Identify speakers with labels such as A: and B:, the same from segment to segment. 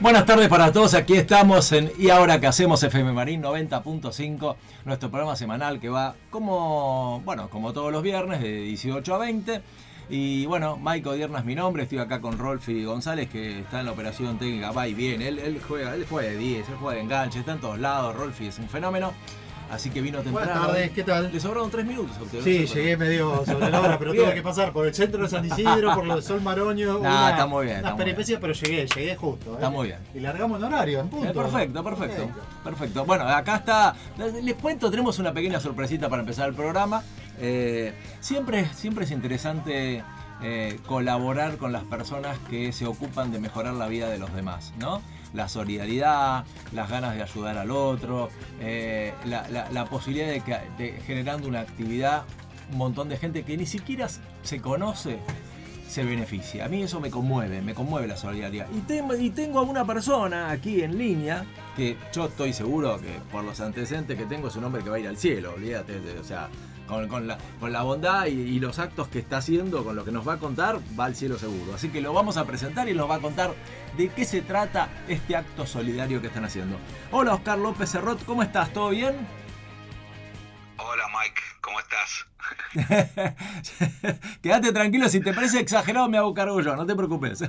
A: Buenas tardes para todos, aquí estamos en Y ahora que hacemos FM Marín 90.5, nuestro programa semanal que va como, bueno, como todos los viernes de 18 a 20. Y bueno, Maico Dierna es mi nombre, estoy acá con Rolfi González que está en la operación técnica, va y viene, él, él juega, él juega de 10, él juega de enganche, está en todos lados, Rolfi es un fenómeno. Así que vino temprano. ¿eh?
B: Buenas tardes, ¿qué tal?
A: Le sobraron tres minutos a usted.
B: Sí, llegué medio sobre la hora, pero
A: Bien.
B: tuve que pasar por el centro de San Isidro, por lo de Sol Maroño. una-
A: está muy bien, está
B: Unas
A: muy
B: peripecias, pero llegué, llegué justo. ¿eh?
A: Está muy bien.
B: Y largamos en horario, en punto.
A: Eh, perfecto, perfecto, perfecto. Bueno, acá está. Les cuento, tenemos una pequeña sorpresita para empezar el programa. Eh, siempre, siempre es interesante eh, colaborar con las personas que se ocupan de mejorar la vida de los demás, ¿no? La solidaridad, las ganas de ayudar al otro, eh, la, la- la posibilidad de, que, de generando una actividad, un montón de gente que ni siquiera se conoce se beneficia. A mí eso me conmueve, me conmueve la solidaridad. Y, tem- y tengo a una persona aquí en línea que yo estoy seguro que por los antecedentes que tengo es un hombre que va a ir al cielo, olvídate, de- o sea, con, con la, con la bondad y, y los actos que está haciendo, con lo que nos va a contar, va al cielo seguro. Así que lo vamos a presentar y nos va a contar de qué se trata este acto solidario que están haciendo. Hola Oscar López Serrot, ¿cómo estás? ¿Todo bien?
C: Hola Mike, ¿cómo estás?
A: Quédate tranquilo, si te parece exagerado me hago cargo yo, no te preocupes.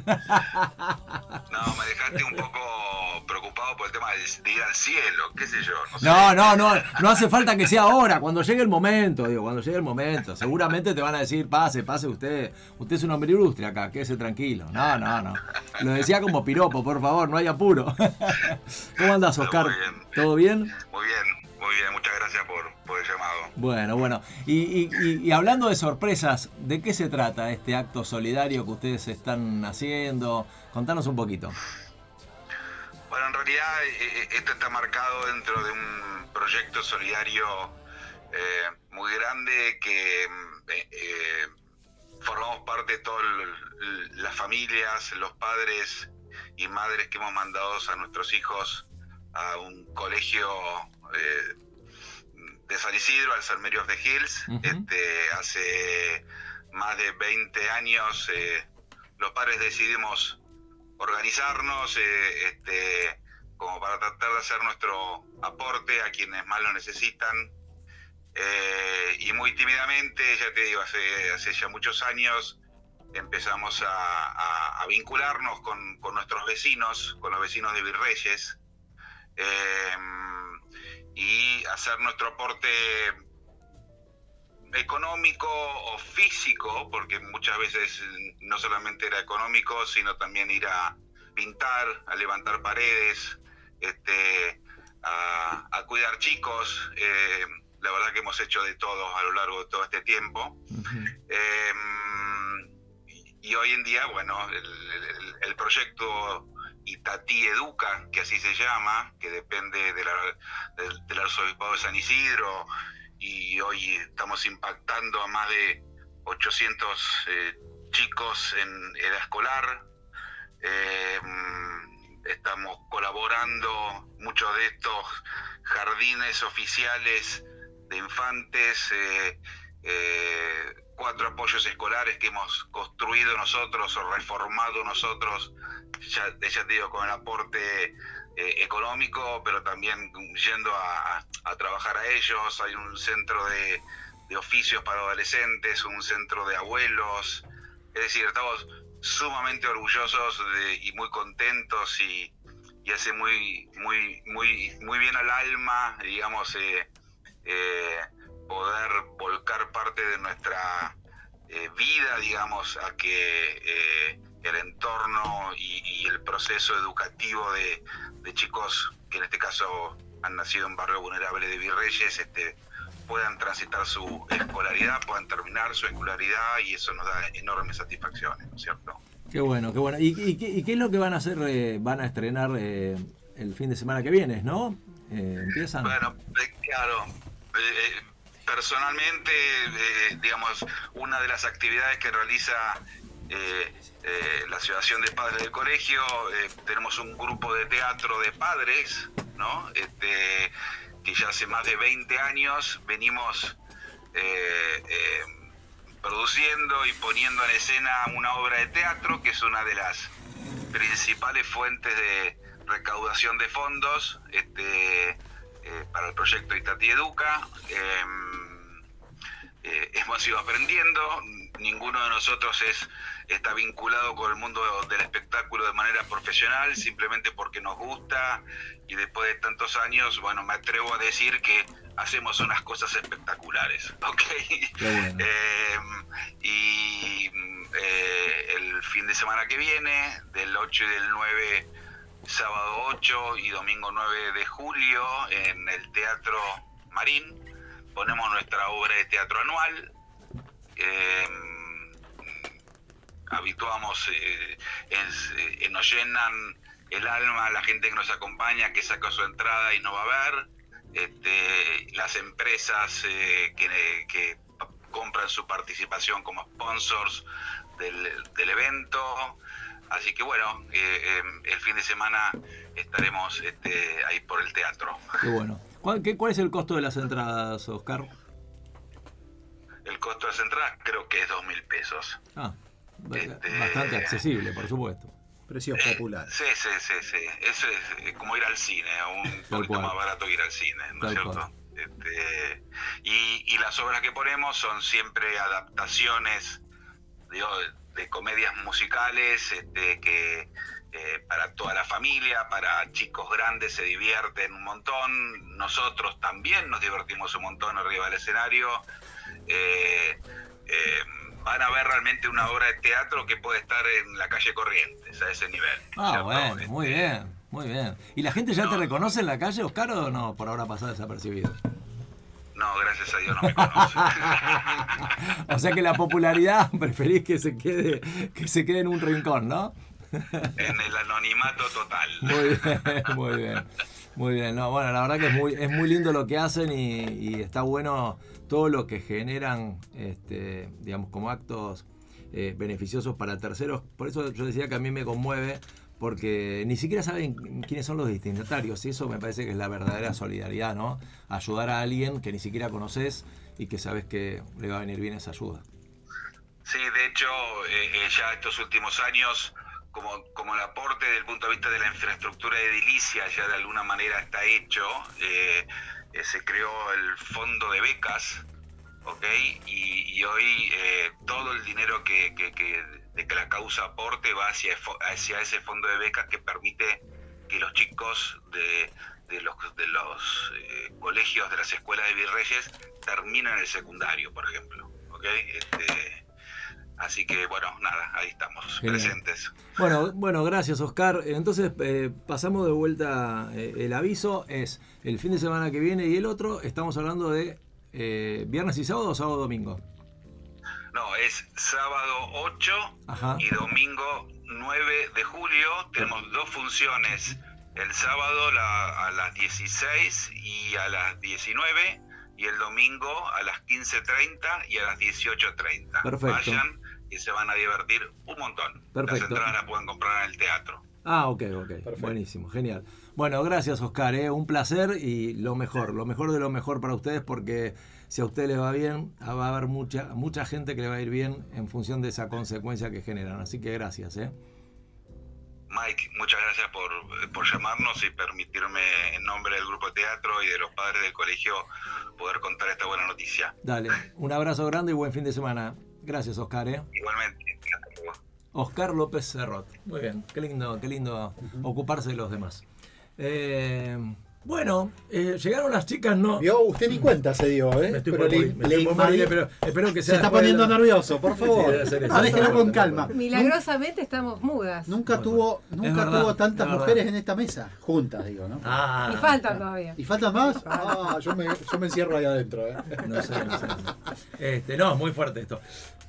C: No, me dejaste un poco preocupado por el tema de, de ir al cielo, qué sé yo. No, sé.
A: No, no, no, no hace falta que sea ahora, cuando llegue el momento, digo, cuando llegue el momento. Seguramente te van a decir, pase, pase usted, usted es un hombre ilustre acá, quédese tranquilo. No, no, no. Lo decía como piropo, por favor, no hay apuro. ¿Cómo andas, Oscar?
C: Muy bien.
A: ¿Todo bien?
C: Muy bien, muy bien, muchas gracias por, por el llamado.
A: Bueno, bueno. Y, y- y- y hablando de sorpresas, ¿de qué se trata este acto solidario que ustedes están haciendo? Contanos un poquito.
C: Bueno, en realidad eh, eh, esto está marcado dentro de un proyecto solidario eh, muy grande que mm, eh, eh, formamos parte de todas las familias, los padres y madres que hemos mandado a nuestros hijos a un colegio eh, de San Isidro, al San Mary of the Hills.
A: Ujú.
C: este, hace más de 20 años eh, los padres decidimos organizarnos eh, este, como para tratar de hacer nuestro aporte a quienes más lo necesitan. Eh, y muy tímidamente, ya te digo, hace, hace ya muchos años empezamos a, a- a vincularnos con, con nuestros vecinos, con los vecinos de Virreyes, eh, y hacer nuestro aporte económico o físico, porque muchas veces eh, no solamente era económico, sino también ir a pintar, a levantar paredes, este, a, a cuidar chicos. eh, la verdad que hemos hecho de todo a lo largo de todo este tiempo.
A: Ujú.
C: Eh, y- y hoy en día, bueno, el, el- el proyecto Itatí Educa, que así se llama, que depende de la- del, del arzobispado de San Isidro, y hoy estamos impactando a más de 800 eh, chicos en edad escolar. Eh, estamos colaborando, muchos de estos jardines oficiales de infantes. eh, eh, cuatro apoyos escolares que hemos construido nosotros o reformado nosotros, ya, ya te digo, con el aporte eh, económico, pero también yendo a, a- a trabajar a ellos. Hay un centro de, de oficios para adolescentes, un centro de abuelos. Es decir, estamos sumamente orgullosos de- y muy contentos y, y hace muy, muy, muy, muy bien al alma, digamos, eh, eh, poder volcar parte de nuestra eh, vida, digamos, a que eh, el entorno y- y el proceso educativo de, de chicos que en este caso han nacido en barrio vulnerable de Virreyes este, puedan transitar su escolaridad, puedan terminar su escolaridad y eso nos da enormes satisfacciones, ¿no es cierto?
A: Qué bueno, qué bueno. ¿Y, y qué, y qué es lo que van a hacer? eh, van a estrenar eh, el fin de semana que viene, ¿no? Eh, empiezan.
C: Bueno, eh, claro. Eh, eh, personalmente, eh, digamos, una de las actividades que realiza eh, eh, la Asociación de Padres del Colegio, eh, tenemos un grupo de teatro de padres, ¿no? Este, que ya hace más de 20 años venimos eh, eh, produciendo y poniendo en escena una obra de teatro que es una de las principales fuentes de, recaudación de fondos este, eh, para el proyecto Itati Educa. Em, Eh, hemos ido aprendiendo, ninguno de nosotros es, está vinculado con el mundo del espectáculo de manera profesional, simplemente porque nos gusta y después de tantos años, bueno, me atrevo a decir que hacemos unas cosas espectaculares, ¿ok?
A: bueno.
C: Eh, y eh, el fin de semana que viene, del 8 y del 9, sábado 8 y domingo 9 de julio, en el Teatro Marín, ponemos nuestra obra de teatro anual. eh, habituamos, eh, es- eh, nos llenan el alma a la gente que nos acompaña, que saca su entrada y no va a ver. Este, las empresas eh, que, que pa- compran su participación como sponsors del, del evento. Así que bueno, eh, eh, el fin de semana estaremos este, ahí por el teatro.
A: Qué bueno. ¿Cuál, qué- ¿Cuál es el costo de las entradas, Oscar?
C: El costo de las entradas creo que es dos mil pesos.
A: Ah,
C: Este-
A: bastante accesible, por supuesto.
B: Precios
C: Eh,
B: populares.
C: Sí, sí, sí, sí. Eso es eh, como ir al cine, un poquito
A: cual.
C: más barato que ir al cine, ¿no
A: Tal
C: es
A: cual.
C: cierto? Este, y, y las obras que ponemos son siempre adaptaciones digo, de comedias musicales este, que eh, para toda la familia, para chicos grandes se divierten un montón, nosotros también nos divertimos un montón arriba del escenario. Eh, eh, van a ver realmente una obra de teatro que puede estar en la calle Corrientes, a ese nivel.
A: Ah,
C: ¿cierto?
A: bueno,
C: Este,
A: muy bien, muy bien. ¿Y la gente ya te reconoce en la calle, Oscar, o no? Por ahora pasa desapercibido.
C: No, gracias a Dios no me conocen.
A: O sea que la popularidad preferís que se quede, que se quede en un rincón, ¿no?
C: en el anonimato total.
A: Muy bien, muy bien. Muy bien, no, bueno, la verdad que es muy, es muy lindo lo que hacen y, y está bueno todo lo que generan, este, digamos, como actos eh, beneficiosos para terceros. Por eso yo decía que a mí me conmueve, porque ni siquiera saben quiénes son los destinatarios, y eso me parece que es la verdadera solidaridad, ¿no? Ayudar a alguien que ni siquiera conoces y que sabes que le va a venir bien esa ayuda.
C: Sí, de hecho, eh, eh, ya estos últimos años, como, como el aporte desde el punto de vista de la infraestructura edilicia ya de alguna manera está hecho, eh, eh, se creó el fondo de becas, ¿ok? Y, y hoy eh, todo el dinero que, que- que- de que la causa aporte va hacia, efo- hacia ese fondo de becas que permite que los chicos de, de los, de los eh, colegios, de las escuelas de Virreyes, terminan el secundario, por ejemplo, ¿ok? Este, así que, bueno, nada, ahí estamos,
A: Genial.
C: presentes.
A: Bueno, bueno, gracias Oscar. Entonces eh, pasamos de vuelta eh, el aviso, es el fin de semana que viene y el otro, estamos hablando de eh, viernes y sábado o sábado domingo.
C: No, es sábado 8
A: Ajá.
C: y domingo 9 de julio tenemos dos funciones. El sábado la- a las 16 y a las 19 y el domingo a las 15.30 y a las 18.30.
A: Perfecto.
C: Vayan y se van a divertir un montón.
A: Perfecto.
C: Las entradas las pueden comprar en el teatro.
A: Ah, ok, ok. Buenísimo, genial. Bueno, gracias Oscar, eh, un placer y lo mejor, lo mejor de lo mejor para ustedes porque si a ustedes les va bien, ah, va a haber mucha, mucha gente que le va a ir bien en función de esa consecuencia que generan. Así que gracias, ¿eh?
C: Mike, muchas gracias por, por llamarnos y permitirme en nombre del grupo de teatro y de los padres del colegio poder contar esta buena noticia.
A: Dale, un abrazo grande y buen fin de semana. Gracias Oscar, ¿eh?
C: Igualmente. hasta luego.
A: Oscar López Cerrot. Muy bien, qué lindo, qué lindo ocuparse de los demás. Eh, bueno, eh, llegaron las chicas, no.
B: Vio, usted ni cuenta se dio, ¿eh?
A: Me estoy
B: Pero
A: por
B: le-
A: morir, me estoy
B: le
A: por morir,
B: invadió-
A: pero espero que sea
B: Se está
A: después de
B: poniendo
A: la-
B: nervioso, por
A: Sí,
B: favor.
A: debe ser eso.
B: Ah, déjelo con calma.
D: Milagrosamente estamos mudas.
B: Nunca
A: Bueno,
B: tuvo,
A: es
B: nunca
A: verdad,
B: tuvo tantas
A: es verdad.
B: mujeres en esta mesa. Juntas, digo, ¿no?
A: Ah,
D: y faltan todavía.
B: ¿Y faltan más? Ah, yo me, yo me encierro ahí adentro, ¿eh?
A: No sé, no sé. no sé. Este, no, es muy fuerte esto.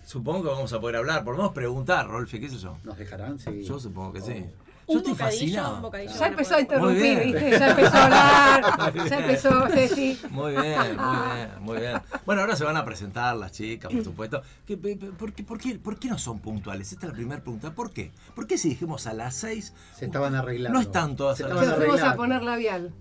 A: Supongo que vamos a poder hablar, por lo menos preguntar, Rolfi, qué sé yo.
B: Nos dejarán, sí.
A: Yo supongo que sí. Yo
E: Un
A: estoy
E: bocadillo,
A: fascinado.
E: un bocadillo.
D: Ya empezó a
A: Muy
D: interrumpir,
A: bien.
D: ¿viste? Ya empezó a hablar, ya empezó, Ceci.
A: Muy bien, muy bien, muy bien. Bueno, ahora se van a presentar las chicas, por supuesto. ¿Qué- pe- pe- por, qué, por, qué, por qué no son puntuales? Esta es la primera pregunta. ¿Por qué? ¿Por qué si dijimos a las 6?
B: Se estaban arreglando.
A: No es tanto
B: Se
A: hacer-
D: Nos
B: estaban
D: fuimos
B: arreglando.
D: a poner labial.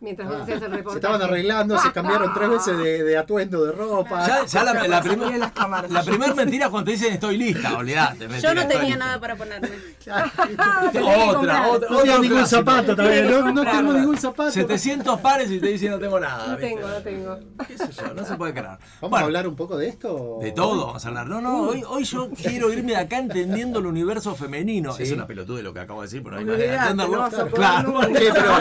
D: mientras
B: Ah,
D: vos hacías el
B: Se
D: reportaje. Ah,
B: estaban arreglando, se cambiaron tres veces de, de atuendo, de ropa.
A: Ya, ya la, la, primer-
F: Las cámaras.
A: la primer mentira es cuando te dicen estoy lista, olvidate.
G: Yo
A: mentira,
G: no
A: estoy
G: tenía
A: lista.
G: nada para ponerme. Oh.
B: Claro.
D: Te tenés que
A: Otra,
D: comprar.
A: otra.
B: No tenía
A: otro
B: ningún
A: clásico.
B: zapato también, no, no
F: Claro.
B: tengo ningún zapato.
A: 700 pares y te dicen no tengo nada.
D: ah, No
A: ¿viste?
D: tengo, no tengo.
A: ¿Qué sé yo? No se puede creer.
B: Vamos
A: Bueno,
B: a hablar un poco de esto.
A: De todo vamos a hablar. No, no, hoy, hoy yo quiero irme de acá entendiendo el universo femenino.
B: Sí.
A: Es una pelotude lo que acabo de decir, pero no hay manera de
F: Olvidate,
A: entenderlo.
F: no vas a poder
A: claro.
F: nunca.
B: Sí, pero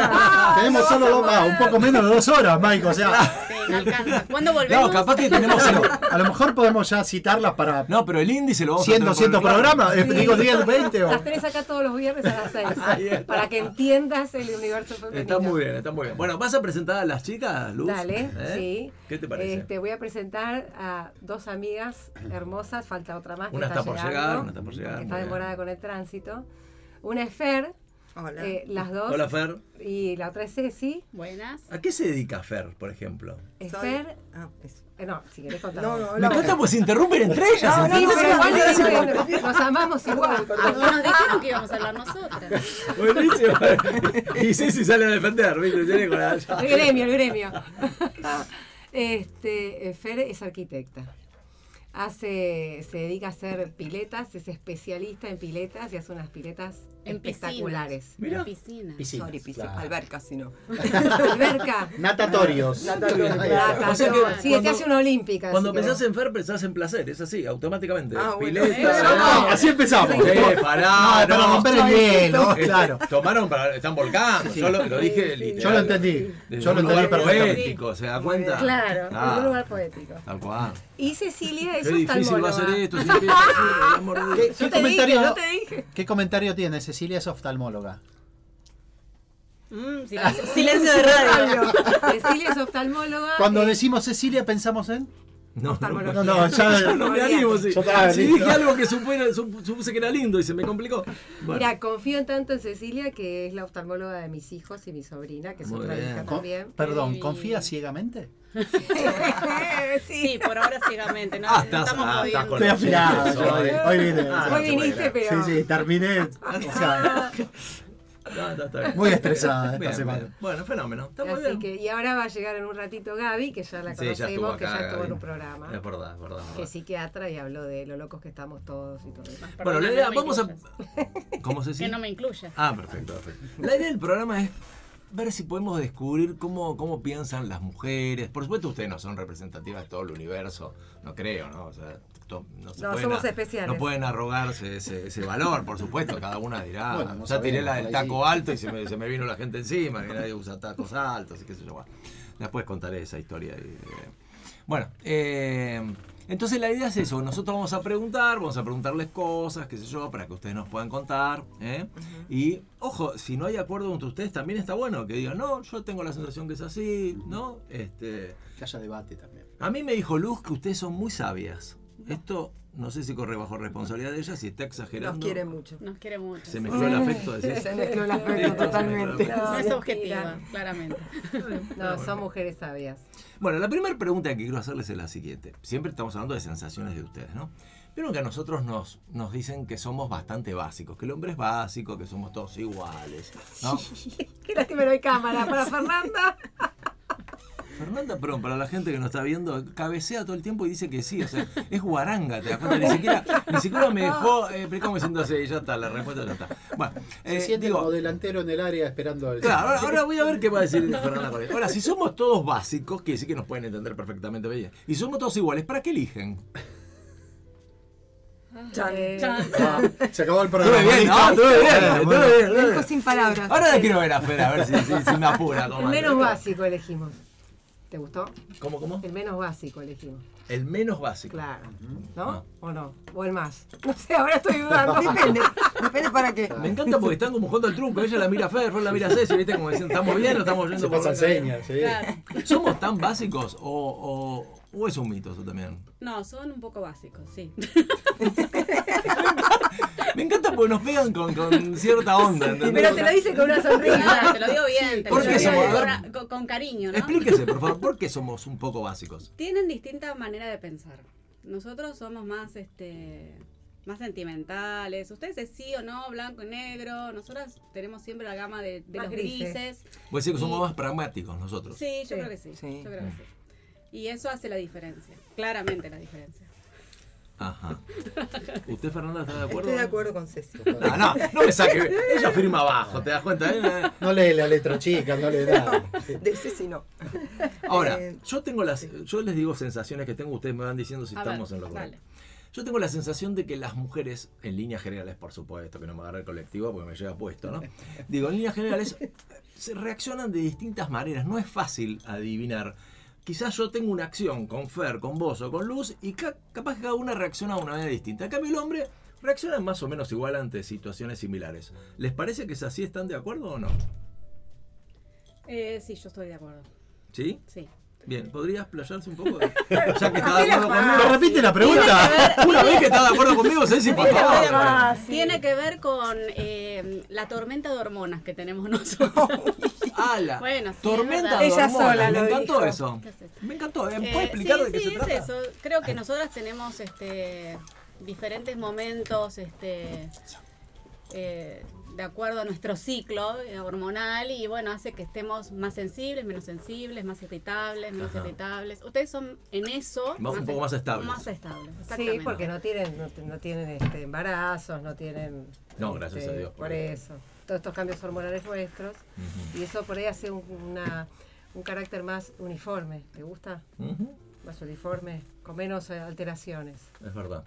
B: tenemos solo dos, ah, un poco menos de dos horas, Mike. O sea,
G: Sí, no alcanza. ¿Cuándo
A: No,
G: volvemos?
A: capaz que tenemos el,
B: a lo mejor podemos ya citarlas para
A: No, pero el índice lo vamos
B: 100,
A: a
B: 200 programas. eh, Digo 10, 20 o.
D: Las tres acá todos los viernes a las
A: Ahí
D: seis.
A: está.
D: para que entiendas el universo femenino.
A: Está muy bien, está muy bien. Bueno, ¿vas a presentar a las chicas, Luz?
D: Dale,
A: ¿Eh?
D: sí.
A: ¿Qué te parece?
D: Este, voy a presentar a dos amigas hermosas, falta otra más. que
A: una está, por
D: llegando,
A: llegar, una está por llegar.
D: que
A: muy
D: está
A: bien.
D: demorada con el tránsito. Una es Fer,
F: Hola.
D: eh, las dos.
A: Hola, Fer.
D: Y la otra es Ceci.
G: Buenas.
A: ¿A qué se dedica Fer, por ejemplo?
D: Es
F: Soy-
D: Fer.
F: Ah, eso.
D: eh, no, si querés contar.
F: No, no,
A: Me
F: la
A: encanta
F: otra.
A: pues se interrumpen entre ellas.
F: No, no,
D: Sí,
A: ¿entiendes?
D: pero igual
A: Es una
D: eh, nos amamos igual.
G: No nos dijeron que íbamos a hablar nosotras.
A: Buenísimo. Y Ceci sale a defender, ¿viste? Tiene con la-
D: El gremio, el gremio. Este, eh, Fer es arquitecta. Hace, se dedica a hacer piletas, es especialista en piletas y hace unas piletas
G: En
D: espectaculares.
A: Mirá.
G: En piscina.
B: Piscina,
F: Sorry, piscina.
B: claro.
F: Alberca, si no.
D: Alberca,
B: Natatorios. Ahí está.
D: plata,
A: O sea que
D: todo. sí, te
A: cuando-
D: hace una olímpica.
A: Cuando
D: así que-
A: pensás en Fer, pensás en placer, es así, automáticamente.
F: Ah, bueno.
A: Pileta,
F: Eh,
B: Ah, no, así empezamos.
A: Eh, pará,
B: No, para
A: no. este,
B: romper el hielo, claro.
A: Tomaron para. Están volcando. Yo lo, lo dije literal.
B: Yo lo entendí.
A: Desde
B: Yo
A: un
B: lo entendí
A: lugar
B: perfectamente.
A: poético, ¿se da cuenta?
D: Claro, en
A: Ah,
D: un lugar poético.
A: Tal cual.
D: Y Cecilia es
A: Qué difícil va a ser
D: oftalmóloga.
A: esto. si no empieza así, el amor de
B: ¿Qué,
A: Dios.
B: qué
D: Yo te dije,
B: comentario,
D: yo te dije.
B: ¿Qué comentario tiene? Cecilia es oftalmóloga.
G: Mm,
D: Ah,
G: silencio, silencio de radio.
D: Cecilia es oftalmóloga.
B: Cuando
D: eh,
B: decimos Cecilia, pensamos en.
A: No, no, no.
B: No, no, ya.
A: No me animo, sí.
B: Yo estaba
A: Si
B: listo.
A: dije algo que supuera- sup- supuse que era lindo y se me complicó. Bueno.
D: Mira, confío en tanto en Cecilia que es la oftalmóloga de mis hijos y mi sobrina, que es
A: Muy
D: otra
A: bien.
D: hija
B: Con-
D: también.
B: perdón, ¿confía ciegamente?
G: Sí, por ahora ciegamente. No,
A: Ah,
G: no
A: estás-
G: estamos
A: ah,
G: moviendo.
A: estás con-
B: Estoy afilado.
A: Sí,
B: yo Hoy,
A: sí.
B: hoy vine.
A: Ah,
D: Hoy
A: sí,
D: viniste,
A: bueno.
D: pero.
B: Sí, sí, terminé. O sea,
A: No, está- está bien.
B: Muy estresada esta
A: Bien,
B: semana.
A: bien. Bueno, fenómeno. Está muy
D: Así
A: bien.
D: que, y ahora va a llegar en un ratito Gaby, que ya la
A: Sí, ya estuvo
D: conocemos, que
A: acá,
D: ya estuvo en
A: Gaby.
D: un programa,
A: Es verdad, es verdad. es
D: que
A: verdad.
D: es psiquiatra y habló de lo locos que estamos todos y todo eso.
G: Perdón,
A: Bueno, la
G: no
A: idea,
G: me
A: vamos a.
G: incluyas.
A: ¿Cómo se dice?
G: Que no me incluyas.
A: Ah, perfecto, perfecto. La idea del programa es ver si podemos descubrir cómo, cómo piensan las mujeres. Por supuesto, ustedes no son representativas de todo el universo, no creo, ¿no? O sea, to- no, se
D: No,
A: pueden
D: somos
A: a-
D: especiales.
A: No pueden arrogarse ese, ese valor, por supuesto, cada una dirá.
B: Bueno, no
A: ya tiré
B: sabemos,
A: la del
B: por ahí
A: taco alto y se me, se me vino la gente encima, que nadie usa tacos altos y qué sé yo. Bueno, después contaré esa historia. y, eh, bueno, eh, entonces la idea es eso. Nosotros vamos a preguntar, vamos a preguntarles cosas, qué sé yo, para que ustedes nos puedan contar. ¿eh? Y, ojo, si no hay acuerdo entre ustedes, también está bueno que digan, no, yo tengo la sensación que es así, ¿no? Este,
B: que haya debate también.
A: a mí me dijo Luz que ustedes son muy sabias. Esto, no sé si corre bajo responsabilidad de ella, si está exagerando.
F: Nos quiere mucho.
G: Nos quiere mucho.
A: Se mezcló el afecto de
F: Se
A: César.
F: mezcló la
A: Esto se
F: fe
A: mezcló.
F: totalmente.
G: No es
D: No,
G: objetiva,
D: mentira.
G: claramente.
D: No, son mujeres sabias.
A: Bueno, la primera pregunta que quiero hacerles es la siguiente. Siempre estamos hablando de sensaciones de ustedes, ¿no? Pero que a nosotros nos, nos dicen que somos bastante básicos, que el hombre es básico, que somos todos iguales, ¿no?
D: Qué lástima no hay cámara para Fernanda.
A: Fernanda, perdón, para la gente que nos está viendo, cabecea todo el tiempo y dice que sí, o sea, es guaranga, te das cuenta, ni siquiera, ni siquiera me dejó eh, explicar cómo me siento así, y ya está, la respuesta ya está. Bueno,
B: Se
A: eh,
B: siente
A: digo,
B: como delantero en el área esperando al.
A: Claro, ahora, ahora voy a ver qué va a decir Fernanda con esto. Ahora, si somos todos básicos, quiere decir que nos pueden entender perfectamente bien. Y somos todos iguales, ¿para qué eligen?
F: Chan.
D: Eh,
B: Ah, se acabó el programa.
A: Estuve bien, ¿no?
B: ¿listo?
A: Estuve bien,
B: Bueno,
A: estuve
B: bueno.
A: bien,
F: Lo
A: estuve
F: dijo
A: bien.
F: sin palabras.
A: Ahora la quiero ver a Fer, a ver si, si- si me apura.
D: El
A: comadre.
D: menos básico elegimos. ¿Te gustó?
A: ¿Cómo, cómo?
D: El menos básico elegimos.
A: El menos básico.
D: Claro. ¿No? ¿O no? ¿O el más? No sé, ahora estoy dudando.
F: Depende. Depende para qué.
A: Me encanta porque están como jugando al truco. Ella la mira a Fer, Fer la mira a Ceci, ¿viste? Como diciendo, ¿estamos bien o estamos yendo
B: Se
A: por
B: pasan
A: otro camino?
B: señas, sí.
G: Claro.
A: ¿Somos tan básicos o, o, o es un mito eso también?
G: No, son un poco básicos, sí.
A: Me encanta porque nos pegan con, con cierta onda, ¿entendés?
D: Pero te lo dice con una sonrisa.
G: te lo digo bien. Te lo
A: ¿Por
G: digo
A: qué
G: bien,
A: somos-
G: con, con- con cariño, ¿no?
A: Explíquese, por favor, ¿por qué somos un poco básicos?
G: Tienen distinta manera de pensar. Nosotros somos más, este, más sentimentales. Ustedes es sí o no, blanco y negro. Nosotras tenemos siempre la gama de, de
D: Más
G: los
D: grises.
G: grises.
A: Voy a decir que somos
G: Y-
A: más pragmáticos nosotros. Mm.
G: Sí, yo
D: Sí,
G: creo que sí.
F: sí.
G: Yo creo que sí. Y eso hace la diferencia, claramente la diferencia.
A: Ajá. ¿Usted, Fernanda, está de acuerdo?
F: Estoy de acuerdo con Ceci.
A: No, Ah, no, no me saque. Ella firma abajo, ¿te das cuenta? Eh,
B: No lee la letra chica, no lee nada. Sí.
F: De Ceci no.
A: Ahora,
F: Eh,
A: yo tengo las, yo les digo sensaciones que tengo, ustedes me van diciendo si
G: A ver,
A: estamos en lo
G: dale.
A: correcto. Yo tengo la sensación de que las mujeres, en líneas generales, por supuesto, que no me agarre el colectivo porque me llega puesto, ¿no? Digo, en líneas generales, se reaccionan de distintas maneras. No es fácil adivinar. Quizás yo tengo una acción con Fer, con vos o con Luz y ca- capaz que cada una reacciona de una manera distinta. Acá el hombre reacciona más o menos igual ante situaciones similares. ¿Les parece que es así? ¿Están de acuerdo o no?
G: Eh, sí, yo estoy de acuerdo.
A: ¿Sí?
G: Sí.
A: Bien, ¿podrías playarse un poco? Ya que está de
F: Hacela
A: acuerdo conmigo.
B: ¿Me repite la pregunta?
A: Una vez que está de acuerdo conmigo, Ceci, por favor.
G: Tiene que ver con eh, la tormenta de hormonas que tenemos nosotros.
A: Ala.
G: Bueno, sí,
A: tormenta de
F: es verdad. Ella
A: hormonas. Me
F: sola lo
A: encantó
F: dijo.
A: eso.
G: ¿Qué es eso?
A: Me encantó. ¿Eh?
G: Eh,
A: ¿Puede explicar
G: sí,
A: de qué
G: sí,
A: se trata?
G: es eso. Creo que nosotras tenemos este, diferentes momentos este, eh, de acuerdo a nuestro ciclo eh, hormonal y bueno, hace que estemos más sensibles, menos sensibles, más irritables, menos
A: Ajá.
G: irritables. Ustedes son en eso...
A: Más- un poco más estables.
G: Más estables,
D: Sí,
G: exactamente.
D: porque no tienen, no, no tienen este, embarazos, no tienen.
A: No, gracias
D: este,
A: a Dios, por
D: Por eso. Todos estos cambios hormonales nuestros.
A: Ujú.
D: Y eso por ahí hace un, una- un carácter más uniforme. ¿Te gusta?
A: Ujú,
D: Más uniforme, con menos eh, alteraciones.
A: Es verdad.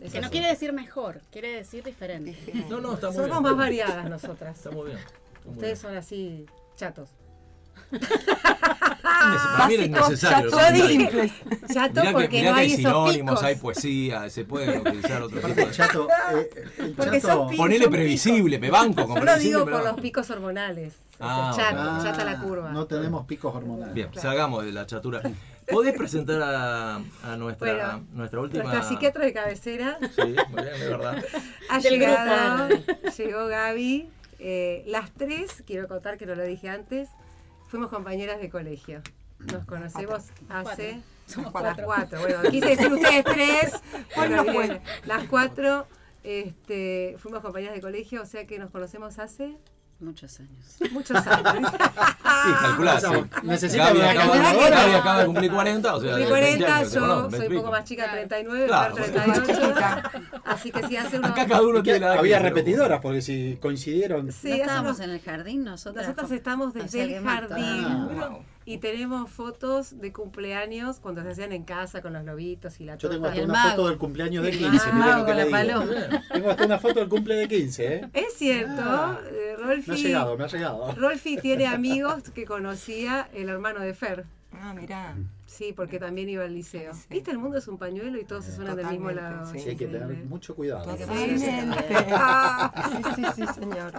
D: Es
G: Que no
D: así.
G: quiere decir mejor, quiere decir diferente.
A: No, no, está muy
D: Somos
A: bien.
D: más variadas nosotras.
A: Está muy bien. Está muy
D: Ustedes
A: bien.
D: son así chatos.
A: Para mí era innecesario.
D: Yo dije
A: Mirá
D: chato
A: que- mirá
D: porque no
A: que
D: hay
A: hay
D: esos
A: sinónimos,
D: picos.
A: hay poesía, se puede utilizar otro tipo
B: Aparte el
A: de...
B: chato, eh, el
F: Porque
B: chato,
F: son pi-
A: Ponele previsible, me banco con
D: Yo lo
A: previsible.
D: digo
A: me
D: por los
A: banco.
D: picos hormonales. O sea,
A: Ah,
D: chato,
B: Ah,
D: chata la curva.
B: No tenemos picos hormonales.
A: Bien, salgamos de la chatura. ¿Podés presentar a, a nuestra,
D: Bueno,
A: nuestra última...
D: Nuestra psiquiatra de cabecera
A: Sí, muy bien, es verdad.
D: ha
G: Del
D: llegado, llegó Gaby. Eh, las tres, quiero contar que no lo dije antes, fuimos compañeras de colegio. Nos conocemos hace
G: Somos
D: las
G: cuatro.
D: cuatro. Bueno, quise decir ustedes tres,
F: Hoy
D: pero
F: no fue.
D: bien, las cuatro este, fuimos compañeras de colegio, o sea que nos conocemos hace
G: Muchos años.
D: muchos años.
A: Sí, calculá,
B: O sea,
A: sí.
B: necesita
A: Gaby
B: una
A: acaba,
B: calculadora.
A: Gaby acaba de cumplir 40, o sea...
D: Soy
A: de
D: 40,
A: 20
D: yo
A: años, ¿no? Me
D: soy un poco
A: explico.
D: más chica, 39,
A: Claro,
D: Fer
A: bueno.
D: 38. Así que si hace unos...
A: Acá cada uno
B: Es que
A: tiene la edad
B: había
A: que quiere,
B: repetidoras porque si coincidieron.
D: Sí, hace unos-
H: en el jardín nosotros.
D: Nosotras estamos desde el
B: Ah,
D: jardín
B: wow.
D: y tenemos fotos de cumpleaños cuando se hacían en casa con los globitos y la
B: Yo tengo
D: torta.
B: hasta
H: el
B: una
H: mago.
B: foto del cumpleaños de
D: El
B: 15. mirá
D: mago
B: lo que
D: con
B: le
D: la
B: digo.
A: paloma.
B: Tengo hasta una foto del cumple de 15, ¿eh?
D: Es cierto,
B: Ah,
D: eh,
B: Me ha
D: Rolfi,
B: llegado, me ha llegado.
D: Rolfi tiene amigos que conocía el hermano de Fer.
F: Ah, mirá.
D: Sí, porque también iba al liceo.
F: Sí.
D: ¿Viste? El mundo es un pañuelo y todos se suenan del mismo
F: Totalmente,
D: lado.
F: sí.
B: Sí, hay que tener
D: Increíble.
B: mucho cuidado.
F: Totalmente.
D: Ah.
F: Sí, sí, sí, señor.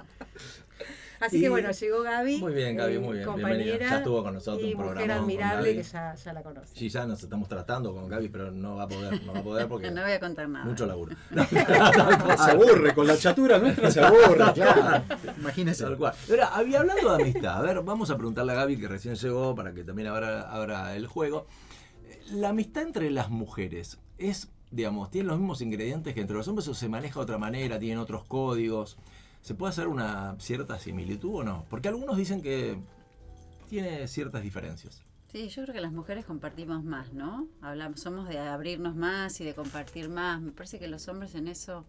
D: Así
B: Y-
D: que bueno, llegó Gaby.
A: Muy bien, Gaby,
D: eh,
A: muy bien,
D: Compañera
A: bienvenida. Ya estuvo con nosotros
D: y
A: un
D: Mujer
A: programón con
D: admirable
A: Gaby.
D: que ya, ya la conoce.
A: Sí, ya nos estamos tratando con Gaby, pero no va a poder, no va a poder porque
H: No voy a contar nada.
A: mucho laburo.
B: Se aburre, con la chatura nuestra se aburre, claro. Imagínese.
A: Tal cual. Ahora, había hablando de amistad, a ver, vamos a preguntarle a Gaby que recién llegó para que también abra, abra el juego. La amistad entre las mujeres es, digamos, tiene los mismos ingredientes que entre los hombres o se maneja de otra manera, tienen otros códigos. ¿Se puede hacer una cierta similitud o no? Porque algunos dicen que tiene ciertas diferencias.
H: Sí, yo creo que las mujeres compartimos más, ¿no? Hablamos, somos de abrirnos más y de compartir más. Me parece que los hombres en eso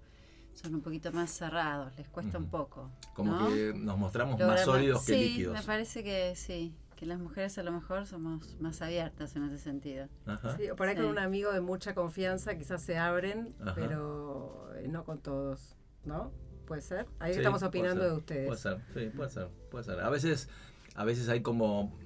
H: son un poquito más cerrados, les cuesta un
A: Ujú.
H: poco.
A: Como
H: ¿no?
A: que nos mostramos
H: Logran
A: más sólidos que
H: sí,
A: líquidos.
H: Me parece que sí, que las mujeres a lo mejor somos más abiertas en ese sentido.
A: Ajá.
D: Sí, o por ahí con
H: Sí.
D: un amigo de mucha confianza quizás se abren,
A: Ajá.
D: pero eh, no con todos, ¿no? ¿Puede ser? Ahí
A: Sí,
D: estamos
A: puede
D: opinando
A: ser,
D: de
A: Puede
D: ustedes.
A: ser, sí, puede ser, puede ser. A veces, a veces hay como,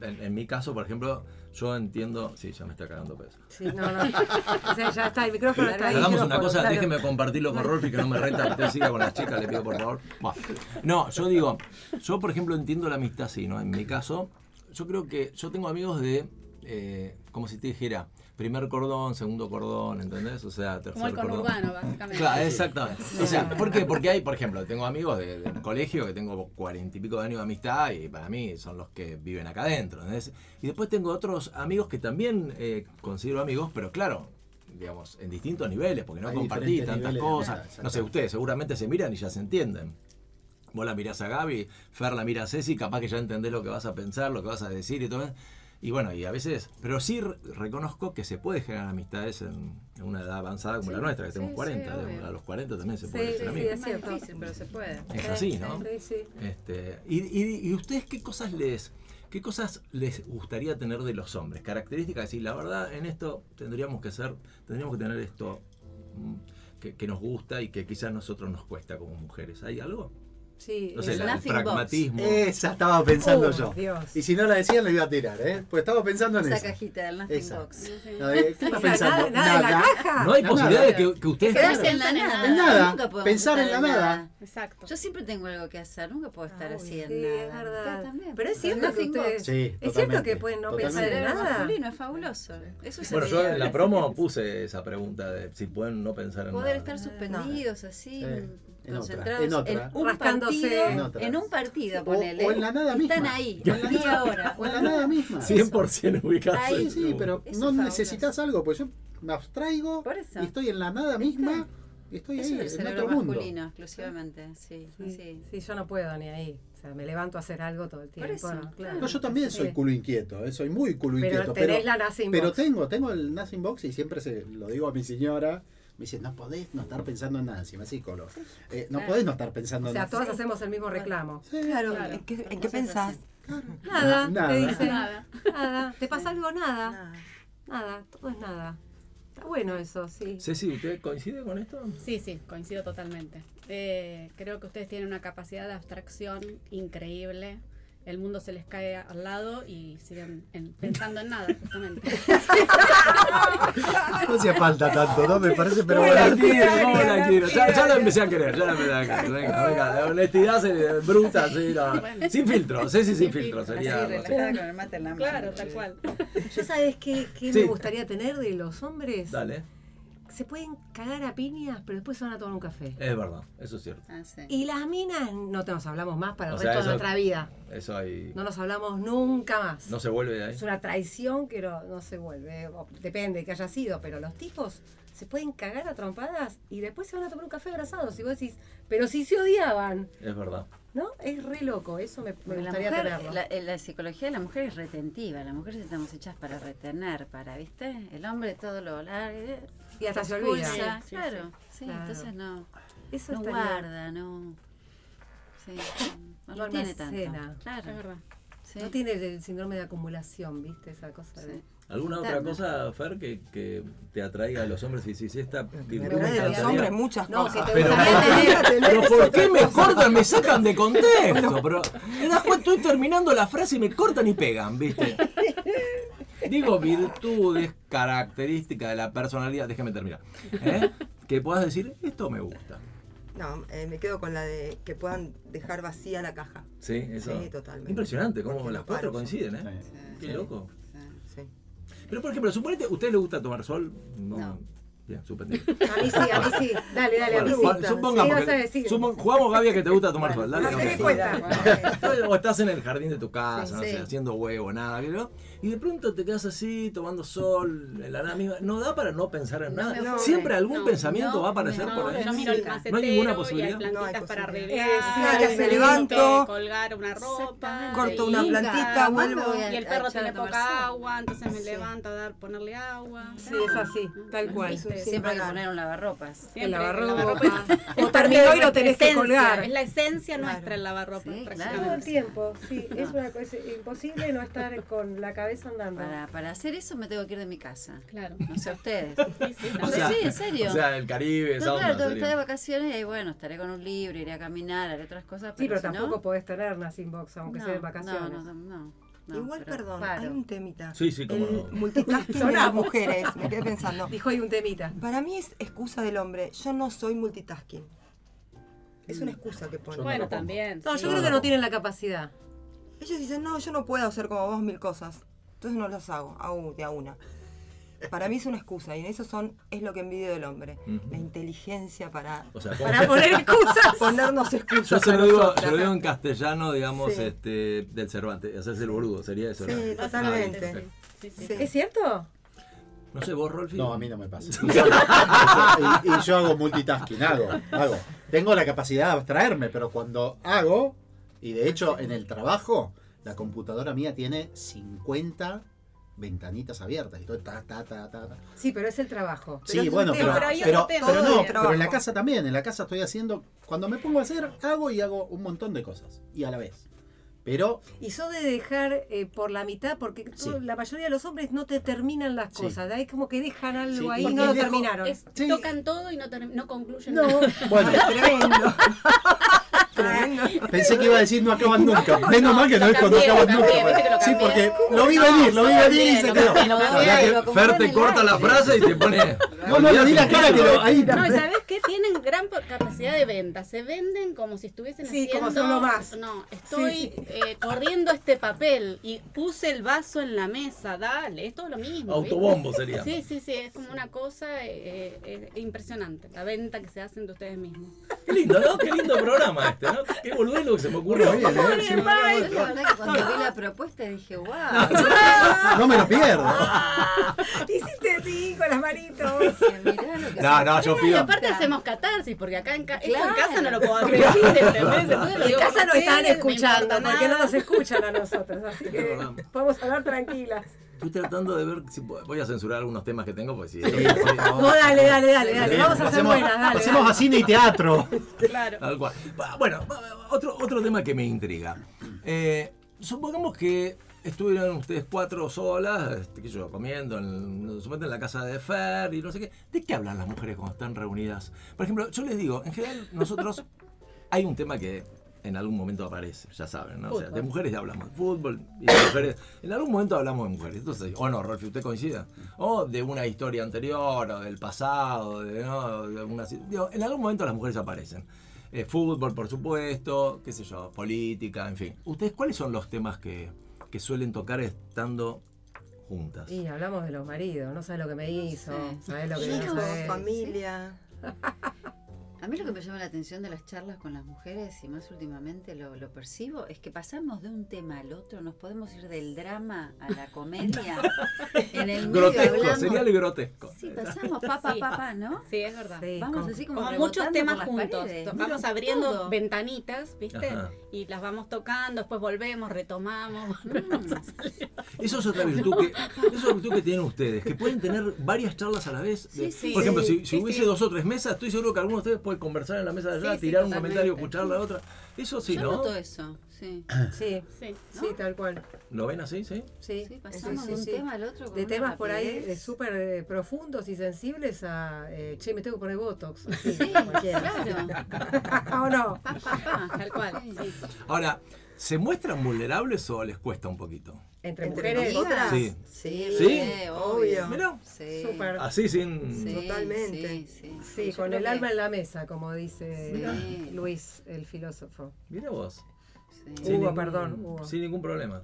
A: en, en mi caso, por ejemplo, yo entiendo, sí, ya me está cagando peso.
D: Sí, no, no. O sea, ya está, el micrófono está ahí.
A: Hagamos
D: yo
A: una
D: lo
A: cosa,
D: coloco.
A: déjeme compartirlo con Rolfi que no me renta que usted siga con las chicas, le pido por favor. Buah. No, yo digo, yo por ejemplo entiendo la amistad así, ¿no? En mi caso, yo creo que yo tengo amigos de, eh, como si te dijera, primer cordón, segundo cordón, ¿entendés? O sea, tercer
G: Como el
A: cordón.
G: conurbano, básicamente.
A: Claro, exactamente. O sea, ¿por qué? Porque hay, por ejemplo, tengo amigos de- del colegio que tengo cuarenta y pico de años de amistad y para mí son los que viven acá adentro. ¿entendés? Y después tengo otros amigos que también eh, considero amigos, pero claro, digamos, en distintos niveles, porque no
B: Hay
A: compartís
B: diferentes
A: tantas
B: niveles de
A: cosas.
B: mirada,
A: no sé,
B: exactamente.
A: ustedes seguramente se miran y ya se entienden. Vos la mirás a Gaby, Fer la mira a Ceci, capaz que ya entendés lo que vas a pensar, lo que vas a decir y todo. eso. Y bueno, y a veces, pero sí re- reconozco que se puede generar amistades en, en una edad avanzada como
I: Sí,
A: la nuestra, que
I: sí,
A: tenemos
I: sí,
A: 40,
I: obvio.
A: digamos, a los 40 también se
D: Sí,
A: puede
D: sí,
A: ser
D: sí,
A: amigo.
I: Es
D: es
I: más
D: cierto.
I: difícil, pero se puede.
A: Es así, ¿no?
D: Sí, sí.
A: Este, y, y- y ustedes qué cosas les qué cosas les gustaría tener de los hombres? Características, decir, la verdad, en esto tendríamos que ser, tendríamos que tener esto mm, que, que nos gusta y que quizás a nosotros nos cuesta como mujeres. ¿Hay algo?
D: Sí,
A: No sé,
D: eh,
A: la- el
H: nothing box.
A: pragmatismo.
B: Esa estaba pensando
D: oh,
B: yo.
D: Dios.
B: Y si no la decían, la iba a tirar, ¿eh? Pues estaba pensando en
H: Esa
B: eso.
H: cajita del Nothing
B: Esa.
H: Box.
B: ¿Qué estás
D: O sea,
B: pensando?
D: nada, nada en la caja.
A: No hay
B: nada.
A: posibilidad de que, que ustedes
H: Quedarse
A: tengan-
H: en la
G: en
H: nada.
B: nada. En nada.
H: Nunca podemos
B: Pensar
H: estar
B: en la nada.
G: Exacto.
H: Yo siempre tengo algo que hacer, nunca puedo estar
F: Ah,
H: así en
D: Sí,
H: nada.
D: es verdad.
H: Ustedes también.
D: Pero es
H: El
D: cierto que
H: Nothing Box.
D: ustedes.
B: Sí,
D: ¿Es cierto
B: totalmente,
D: que pueden no
H: El
D: pensar
B: totalmente.
D: en
H: cerebro
D: nada?
H: masculino es fabuloso. Eso
D: Pues
A: Bueno, yo
H: sería-
A: en la promo puse esa pregunta de si pueden no pensar en
H: Poder
A: nada.
H: estar suspendidos así,
B: Sí,
A: Eh,
B: en otra,
H: concentrados
B: en otra.
H: un
D: Rascándose.
H: partido,
D: En
B: otras.
H: en un partido,
B: O-
H: ponele.
B: o en la nada
H: Están
B: misma.
H: ahí,
B: O en la
H: aquí
B: nada-
H: ahora.
B: O en Ah, la nada misma.
A: 100% ubicados.
H: Ahí,
B: Sí, sí, pero
H: Eso
B: no
H: es
B: necesitas algo, pues yo me abstraigo
H: Por eso.
B: y estoy en la nada misma y estoy
H: Eso
B: ahí,
H: del
B: en
H: cerebro
B: otro mundo.
H: masculino, exclusivamente, sí,
D: Sí,
H: sí.
D: sí, yo no puedo ni ahí. O sea, me levanto a hacer algo todo el tiempo.
H: eso,
D: ¿no?
H: claro.
B: No, yo también soy
D: Sí.
B: culo inquieto, eh, soy muy culo
D: Pero
B: inquieto.
D: tenés
B: pero,
D: la Nothing
B: pero
D: Box.
B: tengo, tengo el Nothing Box y siempre se lo digo a mi señora. Me dice, no podés no estar pensando en nada, encima es psicólogo. Eh, no podés no estar pensando
D: O
B: en
D: sea,
B: nada.
D: todos hacemos el mismo reclamo.
B: Sí,
F: Claro,
G: Claro.
F: ¿en qué, en qué
H: Nosotros
F: pensás?
H: sí.
D: Nada,
B: Nada.
D: te dicen.
G: Nada.
D: Nada. ¿Te pasa algo? Nada.
F: Nada.
D: Nada. Todo es nada. Está bueno eso, sí.
A: Ceci, ¿usted coincide con esto?
G: Sí, sí, coincido totalmente. Eh, creo que ustedes tienen una capacidad de abstracción increíble. El mundo se les cae al lado y siguen en- pensando en nada, justamente.
B: No hacía falta tanto, ¿no? Me parece, pero
A: ¿Cómo la
B: bueno.
A: quiero? ¿Cómo la quiero? Ya, ya la empecé a querer, ya la empecé a querer. Venga, venga, la honestidad sería bruta, sí, no. sin filtro, sí, sí, sin
G: Sin
A: filtro,
G: filtro,
A: sería
H: Así,
A: algo así.
H: relajada con el mate en la mano.
G: claro, tal cual.
D: Yo sabes qué, qué
A: Sí.
D: me gustaría tener de los hombres.
A: Dale,
D: Se pueden cagar a piñas, pero después se van a tomar un café.
A: es verdad, eso es cierto.
H: Ah, sí.
D: Y las minas no te nos hablamos más para el
A: O sea,
D: resto
A: eso-
D: de nuestra vida.
A: Eso ahí
D: No nos hablamos nunca más.
A: no se vuelve de ahí.
D: Es una traición que no, no se vuelve. o depende que haya sido, pero los tipos se pueden cagar a trompadas y después se van a tomar un café abrazados. Y vos decís, pero si se odiaban,
A: Es verdad.
D: ¿no? Es re loco. Eso me, me
H: Porque la,
D: gustaría
H: mujer,
D: tenerlo.
H: la, eh, la psicología de la mujer es retentiva, las mujeres estamos hechas para retener, para, ¿viste? El hombre todo lo larga,
D: y hasta se olvida.
H: expulsa,
G: Sí, sí,
H: claro, sí,
D: Claro.
H: entonces no,
D: Eso
H: no
D: está
H: guarda, no, sí, no,
D: No
H: lo tiene
D: almacena.
H: tanto,
G: Es
H: claro,
G: verdad.
H: sí,
D: No tiene el síndrome de acumulación, ¿viste? Esa cosa de.
H: sí.
A: ¿Alguna otra
H: Interna.
A: cosa, Fer, que, que te atraiga a los hombres y si esta
F: Me
A: virtud
F: de los
A: tendría?
F: hombres muchas
D: No, que
F: cosas.
D: te
A: Pero-
D: gustaría tener.
A: Pero ¿por qué me cortan, me sacan de contexto? Pero te das cuenta, estoy terminando la frase y me cortan y pegan, ¿viste? Digo, virtudes, características de la personalidad, déjame terminar. ¿eh? Que puedas decir, esto me gusta.
F: No, eh, me quedo con la de que puedan dejar vacía la caja.
A: Sí, eso.
F: Sí, totalmente.
A: Impresionante cómo
F: Porque
A: las
F: no
A: cuatro
F: paro,
A: coinciden, ¿eh?
B: Sí.
A: Qué loco.
F: Sí.
A: Pero por ejemplo, suponete, ¿a ustedes les gusta tomar sol? No.
H: No.
A: Bien, suspendido.
D: A mí sí, a mí sí. Dale, dale, a mí
A: Bueno,
D: sí.
A: Juan, supongamos
D: Sí, vas a
A: que-
D: decir.
A: supo- jugamos, Gaby, a que te gusta tomar sol. Dale,
D: Hacé
A: ok.
D: de cuenta.
A: O estás en el jardín de tu casa,
H: Sí,
A: no sé,
H: sí.
A: haciendo huevo, nada, ¿no? Y de pronto te quedas así, tomando sol, en la nada misma. No da para no pensar en
H: No
A: nada.
H: me ocurre.
A: Siempre algún
G: No,
A: pensamiento
H: no,
A: va a aparecer
H: no,
A: por ahí.
G: yo miro el
A: No hay ninguna
G: macetero y hay
A: posibilidad.
F: No hay
G: plantitas para
F: posibilidad.
G: arreglar.
D: Exacto,
G: hay
D: me
G: que
F: levanto,
G: Colgar una ropa.
H: Exactamente.
F: corto
G: y-
F: una
H: Linda.
F: plantita,
H: ¿Cuándo
F: vuelvo.
H: voy a-
G: Y el
H: a
G: perro
H: echar a
G: tiene
H: tomar
G: poca
H: sol?
G: agua, entonces me
F: Sí.
G: levanto a dar, ponerle agua. Ah,
D: Sí, es así, tal cual.
F: Es un
G: Siempre
H: Siempre hay que
F: ganar.
H: poner un lavarropas.
D: El
G: Siempre,
D: lavarropa.
G: es
D: O
G: parte de
D: terminó y lo
G: nuestra
D: tenés que
G: esencia,
D: colgar.
G: Es la esencia
F: Claro.
G: nuestra el lavarropa.
H: Sí, claro.
G: prácticamente.
D: Todo el tiempo, sí. Es, una, cosa imposible no estar con la cabeza andando.
H: Para, para hacer eso me tengo que ir de mi casa,
G: Claro.
H: no sé ustedes.
G: Sí, sí,
A: O
H: Pero
A: sea,
H: sí, en serio.
A: O sea, el Caribe, esa
H: No,
A: onda,
H: claro, tengo que
A: sería.
H: estar de vacaciones y ahí, bueno, estaré con un libro, iré a caminar, haré otras cosas,
D: Sí,
H: pero,
D: pero
H: si no-
D: tampoco podés tener una sin box, aunque
H: no,
D: sea en vacaciones.
H: No, no, no, no,
F: Igual,
H: pero
F: perdón,
H: paro.
F: hay un temita.
A: Sí, sí, cómo
F: El
A: no.
F: Multitasking de las mujeres, me quedé pensando.
D: Dijo hay un temita.
F: Para mí es excusa del hombre. Yo no soy multitasking. Es una excusa que ponen.
G: Bueno, también.
D: No,
G: sí.
D: yo creo que no tienen la capacidad.
F: Ellos dicen, no, yo no puedo hacer como vos mil cosas. Entonces no las hago, hago de a una. Para mí es una excusa y en eso son, es lo que envidio del hombre.
A: Ujú.
F: La inteligencia para
A: O sea,
D: Para poner excusas.
F: ponernos excusas.
A: Yo se
F: a
A: lo digo,
F: nosotras.
A: se lo digo en castellano, digamos,
F: Sí.
A: este, del Cervantes, hacerse el boludo, sería eso. ¿no?
F: Sí, totalmente.
A: Ah, perfecto.
G: Sí, sí.
F: Sí.
D: ¿Es cierto?
A: No sé, vos, Rolfi.
B: No, a mí no me pasa. Y, y yo hago multitasking, hago, hago. Tengo la capacidad de abstraerme, pero cuando hago, y de hecho en el trabajo, la computadora mía tiene 50 ventanitas abiertas. Y todo, ta, ta, ta, ta, ta.
D: Sí, pero es el trabajo.
B: Sí,
F: es un
B: bueno,
F: tema,
B: pero,
F: pero hay
B: pero,
G: otro tema.
B: pero
F: Todo
B: no,
F: el
B: pero en la
F: trabajo.
B: casa también, en la casa estoy haciendo, cuando me pongo a hacer, hago y hago un montón de cosas, y a la vez. Pero
D: Y yo de dejar eh, por la mitad, porque tú-
B: Sí.
D: la mayoría de los hombres no te terminan las
B: Sí.
D: cosas. Ahí como que dejan algo
B: Sí,
D: ahí y
B: porque
D: no lo
B: dejo-
D: terminaron.
G: Es-
B: Sí.
G: Tocan todo y no, term- no concluyen
B: no,
G: nada.
B: bueno,
F: Tremendo. Tremendo.
B: pensé que iba a decir no acaban nunca. Menos
G: No,
B: mal que no
G: lo
B: es cuando
G: cambié,
B: acaban
G: lo cambié,
B: nunca.
G: viste que lo
B: Sí,
G: cambié.
B: porque lo vi
G: No,
B: venir, lo vi venid
G: lo
B: y
G: cambié,
B: se
G: lo
B: quedó.
G: cambié, lo
B: La
G: cambié.
B: verdad que-
H: Lo
A: Fer
H: en
A: te
H: el
A: corta la
H: aire.
A: frase y te pone.
B: No, no, le di la cara que lo. Ahí.
G: No, y sabes qué? tienen gran po- capacidad de venta. Se venden como si estuviesen
D: Sí,
G: haciendo.
D: como solo más.
G: No, estoy
D: Sí, sí.
G: eh, corriendo este papel y puse el vaso en la mesa. Dale, es todo lo mismo. ¿viste?
A: Autobombo sería.
G: Sí, sí, sí, es como una cosa eh, eh, impresionante, la venta que se hacen de ustedes mismos.
A: Qué lindo, ¿no? Qué lindo programa este, ¿no? Qué boludez lo que se me ocurrió.
B: Muy bien, ¿eh?
H: Sí,
B: Sí.
H: la verdad que cuando vi la propuesta dije, wow.
B: No me lo pierdo.
D: Te Hiciste así con las manitos. vos.
H: Mirá lo que
A: No, no, yo
G: y
A: pido.
G: aparte hacemos catarsis, porque acá en, ca- esto en
H: Claro.
G: casa no lo puedo hacer. ¿entendés? Entonces lo
D: En
G: digo
D: casa
G: con
D: no están
G: ustedes, me
D: escuchando,
G: importa
D: porque no
G: nada.
D: nos escuchan a nosotros. Así que
A: verdad.
D: podemos hablar tranquilas.
A: Estoy tratando de ver si puedo- voy a censurar algunos temas que tengo, pues sí.
B: Sí, por favor.
D: No, dale, dale, dale, dale.
B: Bien,
D: Vamos a hacer
B: pasemos-
D: buenas, dale.
B: Pasemos
D: dale.
B: a cine y teatro.
G: Claro.
A: Tal cual. Va, Bueno, va, va, otro, otro tema que me intriga. Eh, supongamos que estuvieron ustedes cuatro solas, este, qué sé yo, comiendo, en, suponete en la casa de Fer y no sé qué. ¿De qué hablan las mujeres cuando están reunidas? Por ejemplo, yo les digo, en general nosotros hay un tema que en algún momento aparece, ya saben, ¿no? O sea, de mujeres hablamos de fútbol y de mujeres. En algún momento hablamos de mujeres. Entonces, o no, Rolfi, ¿usted coincida? O de una historia anterior, o del pasado, de, ¿no? de una- digo, en algún momento las mujeres aparecen. Eh, fútbol, por supuesto, qué sé yo, política, en fin. ¿Ustedes cuáles son los temas que, que suelen tocar estando juntas?
D: Y hablamos de los maridos, no sabes lo que me hizo,
H: Sí.
D: sabes lo que no
F: Hijos,
D: sabés.
F: familia.
H: A mí lo que me llama la atención de las charlas con las mujeres, y más últimamente lo, lo percibo, es que pasamos de un tema al otro, nos podemos ir del drama a la comedia. en el medio
A: Grotesco,
H: hablamos-
A: sería el grotesco.
H: Sí, pasamos papá,
G: Sí.
H: papá, ¿no?
G: Sí, es verdad.
D: Sí,
H: Vamos
D: con-
H: así como,
G: Como muchos
H: rebotando
G: temas
H: por las
G: juntos.
H: paredes.
G: To- Vamos abriendo
H: Todo.
G: ventanitas, ¿viste?
A: Ajá.
G: Y las vamos tocando, después volvemos, retomamos.
A: Eso es otra virtud, que, eso es una virtud que tienen ustedes, que pueden tener varias charlas a la vez. De-
H: Sí, sí,
A: Por ejemplo,
G: sí,
A: si, si
G: sí,
A: hubiese
G: sí.
A: dos o tres mesas, estoy seguro que alguno de ustedes puede conversar en la mesa de allá,
G: Sí, sí,
A: tirar un
H: totalmente.
A: comentario, escuchar la otra. Eso sí,
H: Yo
A: ¿no?
H: noto eso, sí.
D: Sí,
G: Sí.
D: sí, tal cual.
A: ¿Lo ven así? Sí.
D: Sí,
H: Sí, pasamos
D: sí,
H: de un
D: sí.
H: tema al otro. con
D: De
H: una
D: temas por ahí
H: rapidez.
D: eh, súper eh, profundos y sensibles a, eh, che, me tengo que poner Botox. así,
H: Sí,
D: cualquiera.
H: claro.
D: ¿O no?
H: Pa, pa, pa.
G: Tal cual. sí.
A: Ahora, ¿se muestran vulnerables o les cuesta un poquito?
D: Entre
F: Entre
D: mujeres.
F: nosotras.
A: Sí.
H: Sí,
A: Sí.
H: obvio.
F: Obvio.
A: Mirá,
H: Sí.
D: Súper.
A: así sin...
H: Sí,
F: Totalmente.
H: Sí, sí,
D: Sí,
H: Yo
D: con
H: creo
D: el
H: que-
D: alma en la mesa, como dice
H: Sí.
D: Luis, el filósofo.
A: Mira vos.
H: sí.
D: Hugo, perdón, Hugo.
A: Sin ningún problema.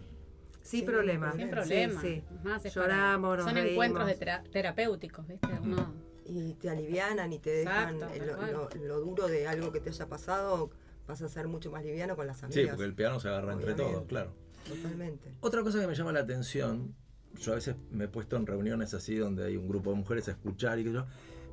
D: Sin problema.
G: Sin
D: Sí,
G: problema.
D: Sí,
G: Es más, es
D: Lloramos,
G: para-
D: nos
G: Son
D: reímos.
G: encuentros de tera- terapéuticos, ¿viste? Uno-
F: Y te alivianan y te dejan
G: Exacto,
F: eh,
G: tal
F: lo,
G: cual.
F: lo- lo duro de algo que te haya pasado, vas a ser mucho más liviano con las
A: Sí,
F: amigas.
A: porque el piano se agarra entre
F: Obviamente.
A: todos, claro.
F: Totalmente.
A: Otra cosa que me llama la atención, yo a veces me he puesto en reuniones así donde hay un grupo de mujeres a escuchar y que yo,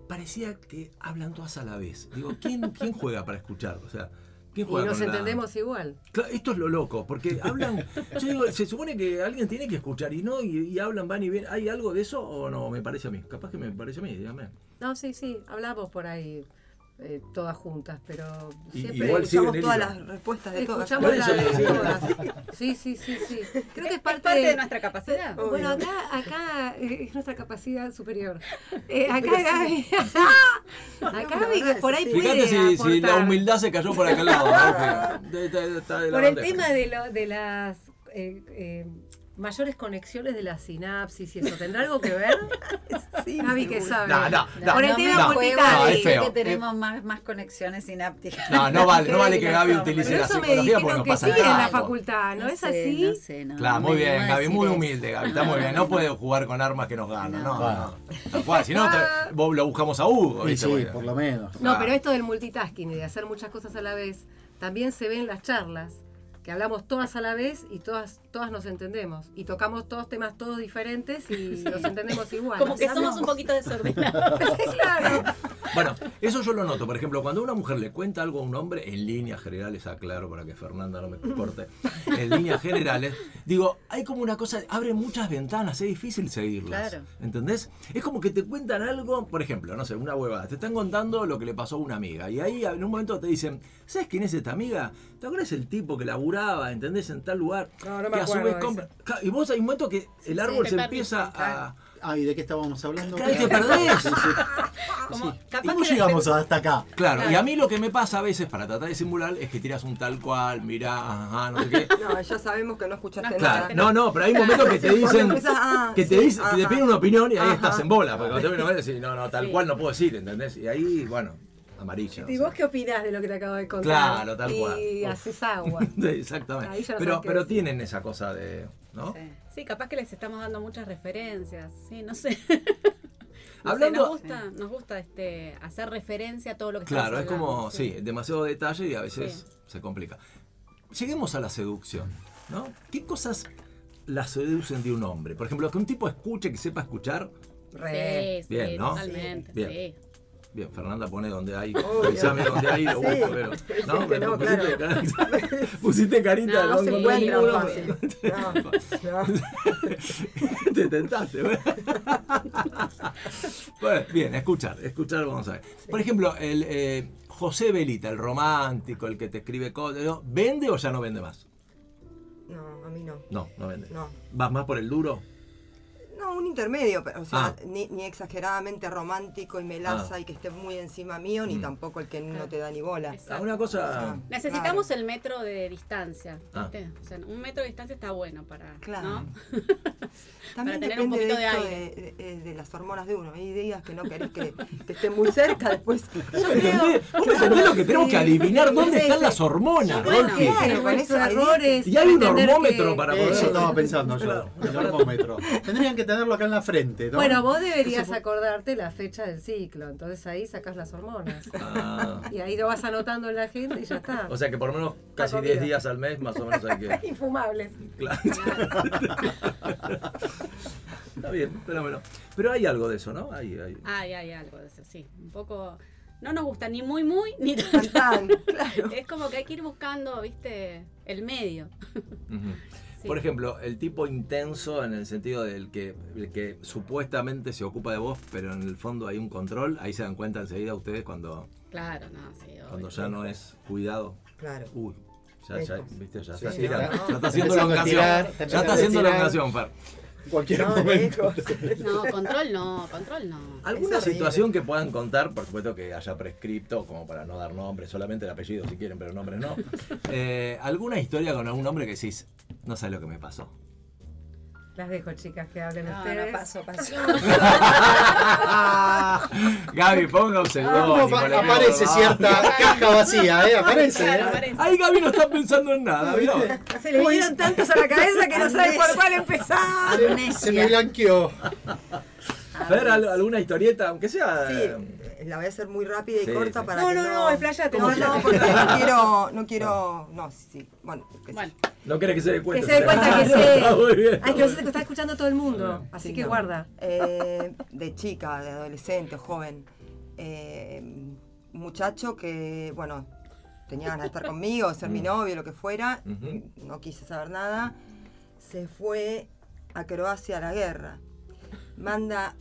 A: parecía que hablan todas a la vez. Digo, ¿quién, quién juega para escuchar? O sea, ¿quién
D: Y
A: juega
D: nos
A: con la-
D: entendemos igual.
A: Claro, esto es lo loco, porque hablan, yo digo, se supone que alguien tiene que escuchar y no, y, y hablan, van y ven. ¿Hay algo de eso o no? Me parece a mí. Capaz que me parece a mí, dígame.
D: No, sí, sí, hablamos por ahí eh, todas juntas, pero
A: Y-
D: siempre
A: igual sí. siguen
F: Escuchamos
A: el
F: todas
A: hilo.
F: las respuestas de todas.
D: escuchamos la
A: Por
D: de
A: eso.
D: todas. Sí, sí, sí, sí. Creo que es parte,
G: de nuestra capacidad.
F: Obvio.
D: Bueno, acá, acá eh, es nuestra capacidad superior. Eh, acá Gaby, acá Gaby que por ahí
F: Sí.
A: Fíjate
D: puede
A: si, si la
D: aportar.
A: humildad se cayó por aquel lado. ¿no? Que- de- de- de- está de la
D: Por el
A: bandeja.
D: tema de, lo- de las eh, eh, mayores conexiones de la sinapsis y eso, ¿tendrá algo que ver?
F: Sí,
D: Gaby que
F: seguro.
D: sabe.
A: No, no, no.
D: Por el
H: No me
D: tema
A: no,
D: cortita,
A: no,
D: eh,
A: es feo.
H: que tenemos más, más conexiones sinápticas.
A: No, no vale, no vale que Gaby utilice
D: Pero
A: la
D: eso me
A: psicología porque
D: dijeron
A: no
D: que
A: pasa
D: sí en la
A: nada.
D: facultad, ¿no, es
H: sé,
D: así?
H: No sé, no,
A: Claro,
H: no
A: muy
H: me animo
A: bien,
H: a
A: Gaby,
H: decir
A: muy
H: eso.
A: humilde, Gaby, está muy bien. No puede jugar con armas que nos ganan, no,
H: No.
A: no. Tal cual, si no, tra- vos lo buscamos a Hugo,
B: Y
A: ¿viste?
B: sí,
A: Bueno.
B: por lo menos.
A: Ah.
D: No, pero esto del multitasking y de hacer muchas cosas a la vez, también se ve en las charlas. que hablamos todas a la vez y todas, todas nos entendemos. Y tocamos todos temas todos diferentes y los entendemos igual.
G: Como que
D: Hablamos-
G: somos un poquito desordenados.
D: claro.
A: Bueno, eso yo lo noto. Por ejemplo, cuando una mujer le cuenta algo a un hombre, en líneas generales, aclaro para que Fernanda no me corte, en líneas generales, digo, hay como una cosa, abre muchas ventanas, es difícil seguirlas.
H: Claro.
A: ¿Entendés? Es como que te cuentan algo, por ejemplo, no sé, una huevada. Te están contando lo que le pasó a una amiga. Y ahí en un momento te dicen, ¿sabes quién es esta amiga? ¿Te acuerdas el tipo que laburaba, entendés, en tal lugar?
D: No, no me
A: que a su
D: acuerdo
A: vez
D: de
A: compra- Claro, Y vos hay un momento que el árbol
G: te
A: se
G: perdiste,
A: empieza
G: claro.
A: a.
B: Ah, ¿y de qué estábamos hablando?
A: Claro, y te perdés.
G: Como, capaz
B: ¿Cómo
G: que de
B: llegamos hasta acá?
A: Claro, y a mí lo que me pasa a veces para tratar de simular es que tiras un tal cual, mirá, ajá, no sé qué.
F: No, ya sabemos que no escuchaste
G: No,
F: nada.
A: Claro, no, no, pero hay un momento que te
F: Cuando
A: dicen,
F: empiezas, ah,
A: que te,
F: sí,
A: dicen, que te
F: ajá.
A: piden una opinión y ahí
F: Ajá.
A: estás en bola, porque cuando te piden una opinión decís, no, no, tal
G: Sí.
A: cual no puedo decir, ¿entendés? Y ahí, bueno, amarillo.
D: ¿Y
A: no
D: vos qué opinás de lo que te acabo de contar?
A: Claro, tal cual.
D: Y haces agua.
A: sé. Sí, Exactamente.
D: Ahí ya no
A: pero
D: sabes qué
A: pero
D: decir.
A: tienen esa cosa de, ¿no?
H: Sí.
G: Sí, capaz que les estamos dando muchas referencias. Sí, no sé. No sé,
A: Hablando,
G: nos gusta, nos gusta este, hacer referencia a todo lo que
A: Claro, es
G: estamos hablando,
A: como, sí, demasiado detalle y a veces se complica. Lleguemos a la seducción, ¿no? ¿Qué cosas la seducen de un hombre? Por ejemplo, que un tipo escuche, que sepa escuchar.
D: Re.
G: Sí, sí,
A: Bien, ¿no?
G: totalmente.
A: Bien.
G: sí.
A: Bien, Fernanda pone donde hay,
F: Obvio.
A: avísame donde hay, lo
F: Sí.
A: busco, pero- No,
F: que
A: pero
F: no,
A: pusiste, pusiste carita,
G: No, no
A: no,
G: se
A: no,
G: puede,
A: ninguno-
G: no,
F: No, no.
A: Te tentaste, ¿verdad? Bueno, bien, escuchar, escuchar, vamos a ver. Por ejemplo, el eh, José Belita, el romántico, el que te escribe cosas, ¿no? ¿vende o ya no vende más?
F: No, a mí no.
A: No, no vende.
F: No.
A: ¿Vas más por el duro?
F: No, un intermedio, pero, o sea,
A: Ah.
F: ni, ni exageradamente romántico y melaza
A: Ah.
F: y que esté muy encima mío, ni
A: Mm.
F: tampoco el que no
G: Claro.
F: te da ni bola.
A: Ah,
G: Exacto.
A: Una cosa.
F: Sí.
G: Necesitamos el metro de distancia.
A: Ah.
G: ¿viste? O sea, un metro de distancia está bueno para.
F: Claro.
G: ¿no?
F: También
G: tener un
F: depende de,
G: poquito de
F: esto de, de- de las hormonas de uno. Hay días que no querés que, que esté muy cerca después. Yo creo.
A: ¿Entendés? Vos me entendés lo que tenemos que adivinar dónde
F: Sí,
A: están
F: sí.
A: las hormonas,
F: Bueno,
A: Rolfi.
F: claro.
D: Pero
F: con esos
D: errores.
A: Y hay un
D: entender
A: hormómetro
D: que-
A: para
B: Eso
A: poder.
B: estaba pensando yo, el hormómetro. Tendrían que tenerlo acá en la frente, ¿no?
D: Bueno, vos deberías acordarte la fecha del ciclo, entonces ahí sacas las hormonas.
A: Ah,
D: Y ahí lo vas anotando en la gente y ya está.
A: o sea que por lo menos casi
D: La
A: 10
D: comida.
A: días al mes más o menos hay que.
D: Infumables.
A: Claro. Está bien, fenómeno. Pero hay algo de eso, ¿no? Hay, hay.
G: Ay, hay algo de eso, sí. Un poco. No nos gusta ni muy, muy, ni
F: Tan,
G: tan.
F: tan, claro.
G: Es como que hay que ir buscando, viste, el medio.
A: Ujú.
G: Sí.
A: Por ejemplo, el tipo intenso en el sentido del que, el que supuestamente se ocupa de vos, pero en el fondo hay un control, ahí se dan cuenta enseguida ustedes cuando,
G: Claro, no, sí. obvio.
A: cuando ya no es cuidado.
F: Claro.
A: Uy, ya, ya, viste, ya está
B: Sí,
A: tirando.
B: no,
A: Ya está haciendo
B: no. Empezando a
A: elongación.
B: tirar,
A: Ya
B: empezando
A: está
B: a
A: haciendo
B: tirar.
A: elongación, Fer.
B: En cualquier
F: No,
B: momento.
F: lejos.
G: No, control no, control no.
A: ¿Alguna
F: horrible.
A: situación que puedan contar? Por supuesto que haya prescripto, como para no dar nombres, solamente el apellido si quieren, pero nombres no. Eh, ¿Alguna historia con algún hombre que decís, no sabes lo que me pasó?
D: Las dejo, chicas, que hablen
H: No,
D: ustedes.
H: no, paso, paso.
A: Gaby, ponga un
B: ¿Cómo
A: seudónimo,
B: pa-
A: le pongo-
B: aparece
A: Ah.
B: cierta caja vacía, ¿eh? Aparece,
G: Claro,
B: ¿eh?
G: parece.
A: Ay, Gaby no está pensando en nada, ¿viste?
D: Se le vinieron tantos a la cabeza que no sabe por cuál empezar.
B: Se me blanqueó.
A: Fer, ¿al- ¿alguna historieta? Aunque sea.
F: Sí,
A: eh,
F: la voy a hacer muy rápida y
A: Sí,
F: corta
A: sí.
F: para
D: No,
F: que
D: no,
F: no...
D: no, explayate,
F: No,
D: explayate.
F: no, porque no quiero... No, quiero, no sí, sí. Bueno, que sí.
G: Bueno,
A: No querés que se dé cuenta.
D: Que se dé cuenta que
A: Está muy bien.
D: sé. Ay, que lo está escuchando todo el mundo. Así
F: Sí,
D: que
F: no.
D: guarda.
F: Eh, de chica, de adolescente, joven. Eh, muchacho que, bueno, tenía ganas de estar conmigo, de ser
A: Mm.
F: mi novio, lo que fuera.
A: Ujú.
F: No quise saber nada. Se fue a Croacia a la guerra. Manda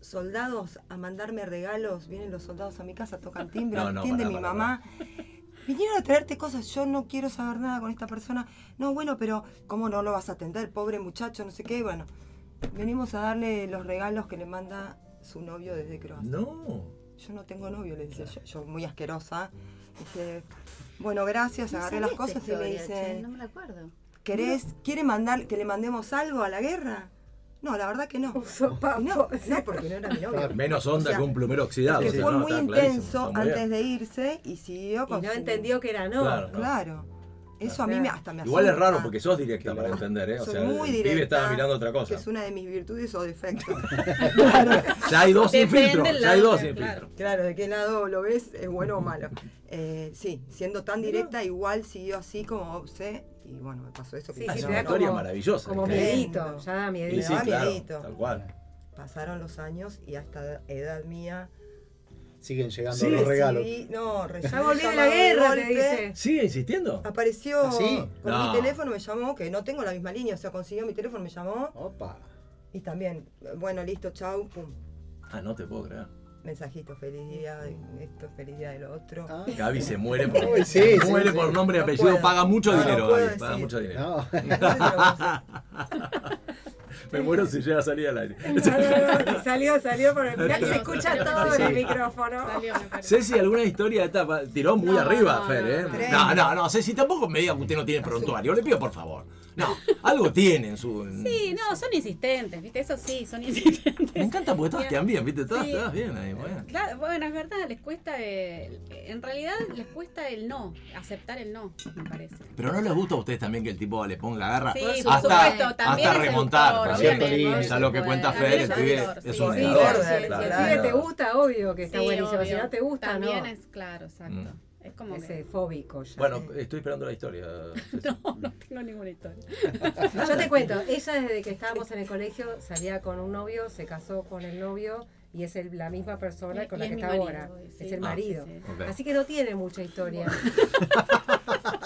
F: soldados a mandarme regalos. Vienen los soldados a mi casa, tocan timbre,
A: No, no,
F: atiende
A: pará,
F: mi
A: pará,
F: mamá. Vinieron a traerte cosas, yo no quiero saber nada con esta persona. No, bueno, pero ¿cómo no lo vas a atender, pobre muchacho, no sé qué? Bueno, venimos a darle los regalos que le manda su novio desde Croacia.
A: No.
F: Yo no tengo novio, le decía yo, yo muy asquerosa. Dije, bueno, gracias, agarré las cosas y me dice,
H: No me la acuerdo.
F: ¿querés, quiere mandar, que le mandemos algo a la guerra? No, la verdad que no. No, no, porque no era mi novio.
A: Ah, Menos onda
F: O sea,
A: que un plumero oxidado.
F: Que
A: o sea,
F: fue
A: no,
F: muy
A: está clarísimo,
F: intenso
A: está muy bien.
F: antes de irse y siguió
D: Y
F: con
D: no
F: su-
D: entendió que era no.
A: Claro.
F: Claro. Eso a mí me, hasta me
A: Igual es
F: asusta,
A: raro porque sos directa para entender, ¿eh? O
F: Soy
A: sea,
F: muy
A: el pibe
F: directa,
A: estaba mirando otra
F: que
A: cosa.
F: es una de mis virtudes o defectos. claro,
A: Ya hay dos sin
G: Depende
A: filtro,
G: del
A: ya hay
G: lado,
A: dos sin
G: claro.
A: filtro.
F: claro, de qué lado lo ves, es bueno o malo. Eh, sí, siendo tan directa, igual siguió así como sé, y bueno, me pasó eso. que
D: Sí,
A: Ah,
F: pasó,
D: sí,
A: es una
D: te da
F: ¿no?
A: historia
D: como-
A: maravillosa.
D: Como
A: increíble.
D: miedito, ya da
A: Y
D: miedito.
A: sí,
F: da
A: claro,
F: miedito.
A: tal cual.
F: Pasaron los años y hasta edad mía.
B: Siguen llegando
A: Sí.
B: los regalos.
F: recibí- no, recibí
D: Ya volví de la
F: llamado
D: guerra, te
F: golpe.
D: dice.
A: ¿Sigue insistiendo?
F: Apareció
B: ¿Ah, sí?
F: con
A: No.
F: mi teléfono, me llamó, que no tengo la misma línea, o sea, consiguió mi teléfono, me llamó
B: Opa.
F: y también, bueno, listo, chau, pum,
A: Ah, no te puedo creer.
F: mensajito, feliz día de esto, feliz día de lo otro.
B: Ah,
A: Gaby se muere por,
B: Uy, sí,
A: se
B: sí,
A: muere
B: sí.
A: por nombre y
F: No
A: apellido.
F: puedo.
A: Paga mucho
F: No, no
A: dinero,
F: puedo
A: Gaby. Paga
F: decir.
A: mucho dinero.
B: No.
F: Entonces, lo puse.
A: Me muero si llega a salir al aire.
D: Y salió, salió por el final. Se escucha todo en el micrófono.
G: Salió, me parece.
A: Ceci, alguna historia de etapa. Tiró muy
G: No,
A: arriba,
G: no,
A: Fer,
G: no,
A: ¿eh? No,
F: no.
A: no, no, Ceci, tampoco me diga que usted no tiene prontuario. Le pido por favor. No, algo tiene en su. en-
G: Sí, no, son insistentes, ¿viste? Eso sí, son insistentes.
A: Me encanta porque todas quedan bien, ¿viste? Todas,
G: pues, Sí.
A: todas bien ahí, bueno.
G: Claro, bueno, es verdad, les cuesta el- En realidad les cuesta el no, aceptar el no, me parece.
A: Pero no les gusta a ustedes también que el tipo le ponga garra.
G: Sí,
H: por
A: hasta,
H: supuesto,
G: también
A: hasta
G: es
A: remontar,
G: seductor,
A: ¿no?
B: Cierto
A: Bien,
B: límite.
A: Es a lo que cuenta
G: También
A: Fer,
G: es
A: el pibe
G: seductor,
A: es
G: sí,
A: un
G: sí,
A: negador.
F: claro,
A: claro,
F: sí, sí,
D: Si el
A: claro.
D: pibe te gusta, obvio que está
G: Sí,
D: buenísimo. Si
G: obvio.
D: no te gusta,
G: También
D: no.
G: es claro, exacto.
A: Mm.
G: Es como
D: Ese
G: que.
D: fóbico ya.
A: Bueno, estoy esperando la historia. Ceci.
G: No, no tengo ninguna historia.
D: Yo te cuento, ella desde que estábamos en el colegio salía con un novio, se casó con el novio y es el- la misma persona
G: Y-
D: con
G: y
D: la
G: es
D: que
G: mi
D: está
G: marido,
D: ahora.
G: sí.
D: Es el
G: Ah,
D: marido.
G: sí, sí.
A: Ok.
D: Así que no tiene mucha historia.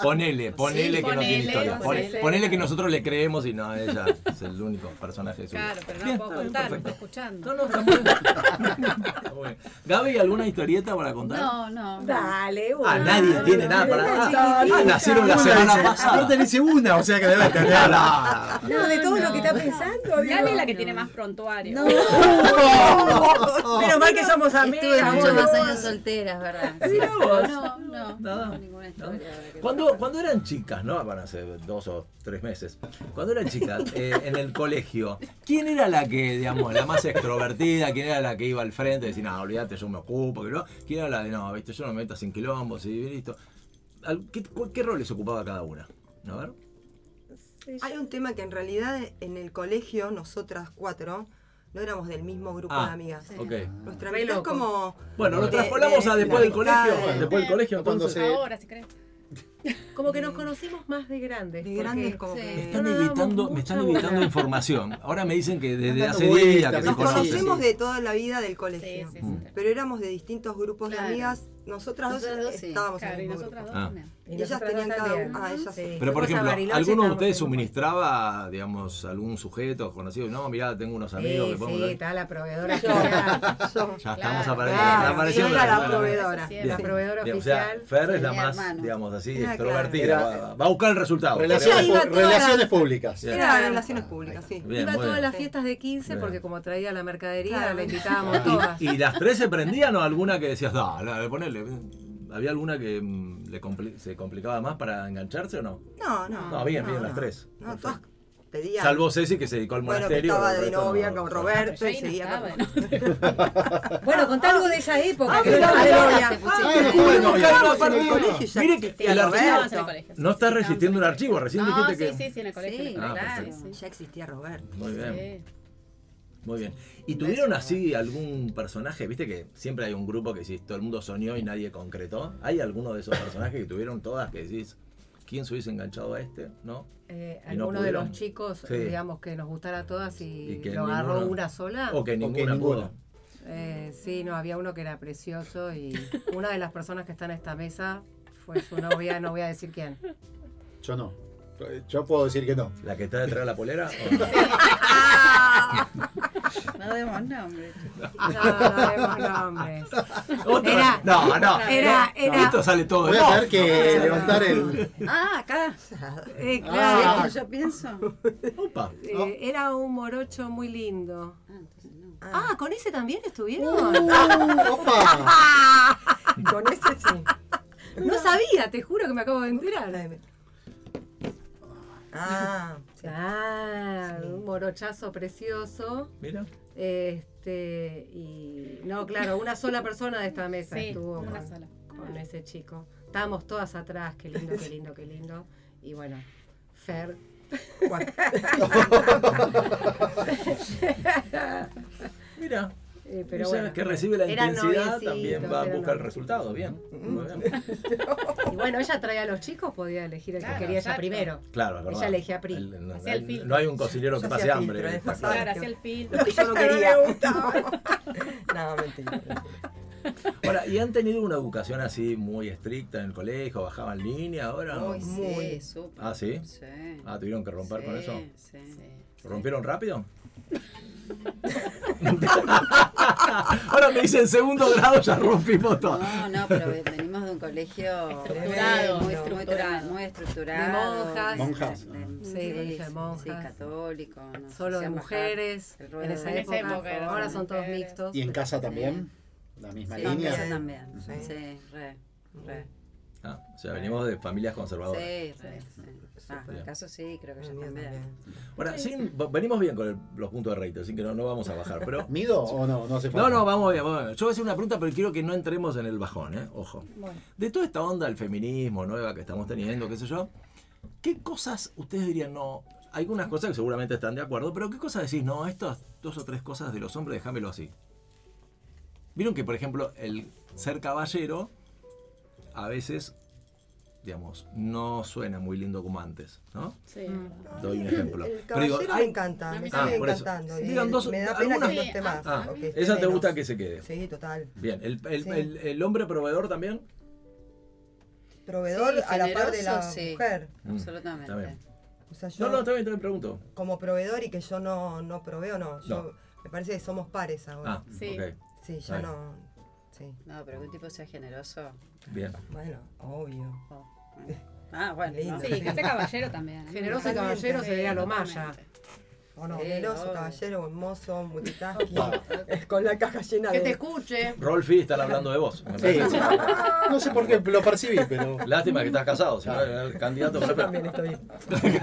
A: Ponele, ponele que no tiene
G: ponele,
A: historia. Pone- Ponele,
G: ponele.
A: que nosotros le creemos y no, ella es el único personaje de su vida.
G: Claro, pero no
A: Bien,
G: puedo
A: está bien,
G: contar, me estoy
A: perfecto.
G: escuchando.
A: No, no, está muy bien. Está muy bien. Gaby, ¿alguna historieta para contar?
H: No, no. no.
D: Dale,
A: Ah, nadie tiene nada para nada. Ah, nacieron la
B: Una
A: semana
B: dice-
A: pasada.
B: Aparte le hice una, o sea que debe tener.
A: Ah,
D: No, de todo lo que está pensando.
G: Dale
D: digo.
G: la que tiene más prontuario.
H: No,
D: Menos mal que somos
H: estuve
D: amigas.
H: muchos
D: vos.
H: más años solteras, ¿verdad?
A: Mira
H: Pero
A: vos.
H: No, no, no,
A: Nada.
H: tengo ninguna historia. ahora que-
A: Cuando, cuando eran chicas, ¿no? Van a ser dos o tres meses. Cuando eran chicas, eh, en el colegio, ¿quién era la que, digamos, la más extrovertida? ¿Quién era la que iba al frente y decía, no, olvídate, yo me ocupo? Que no? ¿Quién era la de, no, viste, yo no me meto sin quilombos y listo? Al- ¿Qué, cu- qué roles ocupaba cada una? A ver.
F: Hay un tema que en realidad en el colegio, nosotras cuatro, no éramos del mismo grupo
A: Ah,
F: de amigas.
A: Ok.
F: Nuestra amistad
D: Re
F: es
D: loco.
F: como.
A: Bueno, lo
F: de-
A: traspolamos
F: de-
A: a después del
F: la
A: colegio.
F: amistad, eh.
A: Después del colegio,
B: Cuando
A: entonces.
B: se-
G: Ahora, si crees.
D: Como que nos conocimos más de grandes.
F: De
D: porque-
F: grandes, como
H: sí.
B: Eh,
F: que.
A: Están
D: No,
A: evitando,
D: mucha
A: me están
D: bola.
A: evitando información. Ahora me dicen que desde
B: Están
A: hace
B: dando
A: 10 días que
B: vueltas,
A: se
F: Nos
B: ¿viste?
A: conocen.
F: conocemos
B: sí.
F: de toda la vida del
G: Sí,
F: colegio.
G: sí,
A: Mm.
G: sí.
F: Pero éramos de distintos grupos de
H: Claro.
F: amigas. Nosotras dos
H: Nosotras dos, sí.
F: estábamos en
G: Claro,
F: el
G: y
F: mismo
G: nosotras dos
F: grupo.
A: Ah.
G: también.
D: Y
F: Ellas
D: nosotras
F: tenían
D: dos
F: cada
D: también.
F: una- ah, ellas-
D: Sí.
A: Pero por
D: Fuimos a
A: ejemplo,
D: Bariloche,
A: ¿alguno de
D: estábamos
A: ustedes
D: en un-
A: suministraba, digamos, algún sujeto conocido? No, mirá, tengo unos amigos que
D: Sí,
A: podemos
D: sí,
A: ver.
D: está la proveedora oficial.
F: Yo.
A: Ya
G: Claro,
A: estamos apareciendo.
D: claro,
A: está apareciendo
D: sí, era la
A: persona.
D: proveedora.
G: Sí,
D: La
A: Bien.
D: proveedora
A: Bien, o sea,
D: oficial. Ah,
A: Fer es la
H: Mi
A: más,
H: hermano.
A: digamos así,
F: Era
A: extrovertida.
B: claro.
A: Va, va a buscar el resultado.
B: Relaciones,
F: iba
B: pu-
F: todas las-
B: relaciones públicas.
A: Bien.
F: Era relaciones públicas, sí.
A: Bien,
D: Iba a
A: muy
D: todas
A: bien.
D: las
F: Sí.
D: fiestas de 15
A: Bien.
D: porque como traía la mercadería,
F: Claro.
D: la invitábamos todas.
A: ¿Y, y las tres se prendían o alguna que decías, dale, ponele? ¿Había alguna que mm, le compli- se complicaba más para engancharse o no?
F: No, no.
A: No, bien, bien,
F: no,
A: las
F: no.
A: tres.
F: No, todas pedían.
A: Salvo Ceci que se dedicó al
F: bueno, que
A: monasterio.
F: estaba
A: el
F: de
A: resto no.
F: novia con Roberto
G: Pero
F: y
G: yo ahí no
F: seguía
G: estaba,
F: con.
G: ¿no?
D: Bueno, contá algo de esa época. que
F: Ah, mirá,
D: no
F: mirá.
D: sabía.
H: Te pusiste
B: Ah,
H: de-
B: bueno,
A: Bueno,
B: bien.
A: claro,
B: Estábamos
A: aparte-
B: en el colegio.
F: ya
A: Mire que
F: existía
A: el
F: Roberto.
A: archivo-
G: Estábamos en el colegio, sí,
A: No
G: sí,
A: estás
G: estábamos
A: resistiendo
G: en
A: el archivo, recién
G: No,
A: dijiste que.
G: sí, sí, sí, en el colegio.
H: Sí.
A: Ah,
G: claro,
A: perfecto.
G: sí.
F: Ya existía Roberto.
A: Muy bien,
G: Sí.
A: muy bien. ¿Y tuvieron así algún personaje? Viste que siempre hay un grupo que decís, todo el mundo soñó y nadie concretó. ¿Hay alguno de esos personajes que tuvieron todas que decís, ¿quién se hubiese enganchado a este? ¿No?
D: Eh,
A: Y no
D: alguno de los
A: pudieron.
D: chicos,
A: Sí.
D: digamos, que nos gustara a todas
A: Y
D: y,
A: que
D: lo agarró
A: ninguno.
D: una sola.
A: O que ninguna
B: ninguna.
A: pudo.
D: Eh, sí, no, había uno que era precioso y una de las personas que está en esta mesa fue su novia, no voy a decir quién.
B: Yo no. Yo puedo decir que no.
A: ¿La que está detrás de la polera? ¿O no?
H: No demos nombre. chicos.
D: No, no vemos nombres.
A: ¿Otro?
D: Era-
A: no, no.
D: Era, era,
A: Esto sale todo
B: Voy
A: de
B: a
A: vos.
B: tener que levantar el.
H: Ah, acá.
D: eh,
B: Ah.
D: claro,
H: ¿Cierto? Yo pienso.
A: Opa.
D: eh, era un morocho muy lindo.
H: Ah, entonces no.
D: Ah, ¿con ese también estuvieron?
B: ¡Opa!
F: Con ese sí.
D: No sabía, te juro que me acabo de enterar.
F: Ah,
D: Ah,
F: Sí.
D: un morochazo precioso.
A: Mira.
D: Este, y no, claro, una sola persona de esta mesa
G: Sí,
D: estuvo.
G: una
D: con-
G: sola.
D: con ese chico. Estábamos todas atrás, qué lindo, qué lindo, qué lindo. Y bueno, Fer.
A: Mira.
D: eh,
A: Pero
D: pero bueno,
A: que recibe la
D: eran
A: intensidad
D: noviecitos,
A: también va a
D: eran
A: buscar el
D: novios.
A: resultado. Bien. Muy bien.
D: Y bueno, ella traía a los chicos, podía elegir el
G: Claro,
D: que quería ella
G: exacto.
D: primero.
A: Claro, es verdad.
D: Ella elegía PRI.
A: El- no,
G: Hacía el
A: no-
G: filtro.
A: no hay un cocinero que
F: Yo
A: pase
F: hacía
A: hambre.
F: filtro, es
A: está
F: pasada.
A: claro.
G: Ahora hacia el film.
F: Lo que yo no
G: le
F: quería.
G: gustaba.
F: No, mentira.
A: Ahora, ¿y han tenido una educación así muy estricta en el colegio? ¿Bajaban línea ahora?
H: Muy,
F: Muy.
H: sí, súper.
A: Ah, ¿sí?
H: Sí.
A: Ah, ¿tuvieron que romper con eso?
H: Sí, sí.
A: ¿Rompieron rápido? Ahora me dicen segundo grado, ya rompimos todo.
H: No, no, pero ve- venimos de un colegio
G: Estructurado,
H: muy,
G: no,
H: estru- muy tra- muy estructurado.
D: De monjas.
B: Monjas,
H: de- de-
D: Sí, colegio de monjas.
H: Sí, católico. no
D: Solo de
H: hacían
D: mujeres,
H: bajar el ruedo
D: en esa
H: de-
G: En esa
D: época.
G: época eran
D: ahora
G: solo
D: son todos
G: mujeres.
D: mixtos.
B: ¿Y en casa también? La misma
H: bajar. Sí,
B: línea.
H: eso también.
F: Sí.
H: Sí, re, re.
A: Ah, o sea, venimos de familias conservadoras.
H: Sí, re. sí. Ah, en
A: Bien.
H: el caso sí, creo que
F: El
H: ya
F: mío
H: también.
F: también.
A: Ahora, sin- venimos bien con el- los puntos de rating, así que no, no vamos a bajar, pero...
B: ¿Mido o no? No hace
A: No,
B: falta.
A: no, vamos bien, vamos bien. Yo voy a hacer una pregunta, pero quiero que no entremos en el bajón, ¿eh? Ojo. De toda esta onda del feminismo nueva que estamos teniendo, qué sé yo, ¿qué cosas ustedes dirían no? Algunas cosas que seguramente están de acuerdo, pero ¿qué cosas decís? No, estas dos o tres cosas de los hombres, déjamelo así. Vieron que, por ejemplo, el ser caballero a veces, digamos, no suena muy lindo como antes, ¿no?
G: Sí.
A: Doy un ejemplo.
F: El
A: Pero digo,
F: caballero me
A: ay,
F: encanta,
G: a
F: me
G: mí
F: sigue
A: también. Ah, por eso.
F: encantando. y
A: Digan dos-
F: me da pena
A: alguna-
F: que no esté más.
A: Ah,
F: o que esté
A: esa te
F: menos.
A: gusta que se quede.
F: Sí, total.
A: Bien, el, el-
F: Sí.
A: el- el hombre proveedor también.
F: Proveedor
H: Sí,
F: a la par de
H: generoso,
F: la
H: sí.
F: mujer.
A: Mm,
H: Absolutamente.
G: Ah,
A: está bien.
F: O sea, yo
A: No, no, está bien, te pregunto.
F: como proveedor y que yo no, no proveo, no. Yo, Me parece que somos pares
A: Ah,
F: ahora.
G: Sí.
A: ok.
F: sí, ya
A: ahí.
F: no. Sí.
H: No, pero que un tipo sea generoso.
A: Bien.
F: Bueno, obvio.
H: oh, Ah, bueno.
F: Lindo.
H: ¿no?
G: Sí, que sea caballero también. ¿eh?
D: Generoso y
F: Totalmente,
D: caballero se veía lo maya.
G: Totalmente.
F: O no,
H: Sí,
F: generoso,
H: obvio.
F: caballero, buen mozo, multitasking. eh, con la caja llena
G: Que
F: de.
G: te escuche.
A: Rolfi, están hablando de vos. Me
B: Sí.
A: parece.
B: No sé por qué lo percibí, pero.
A: Lástima que estás casado, si no era el candidato
F: Yo también
A: perfecto.
F: estoy.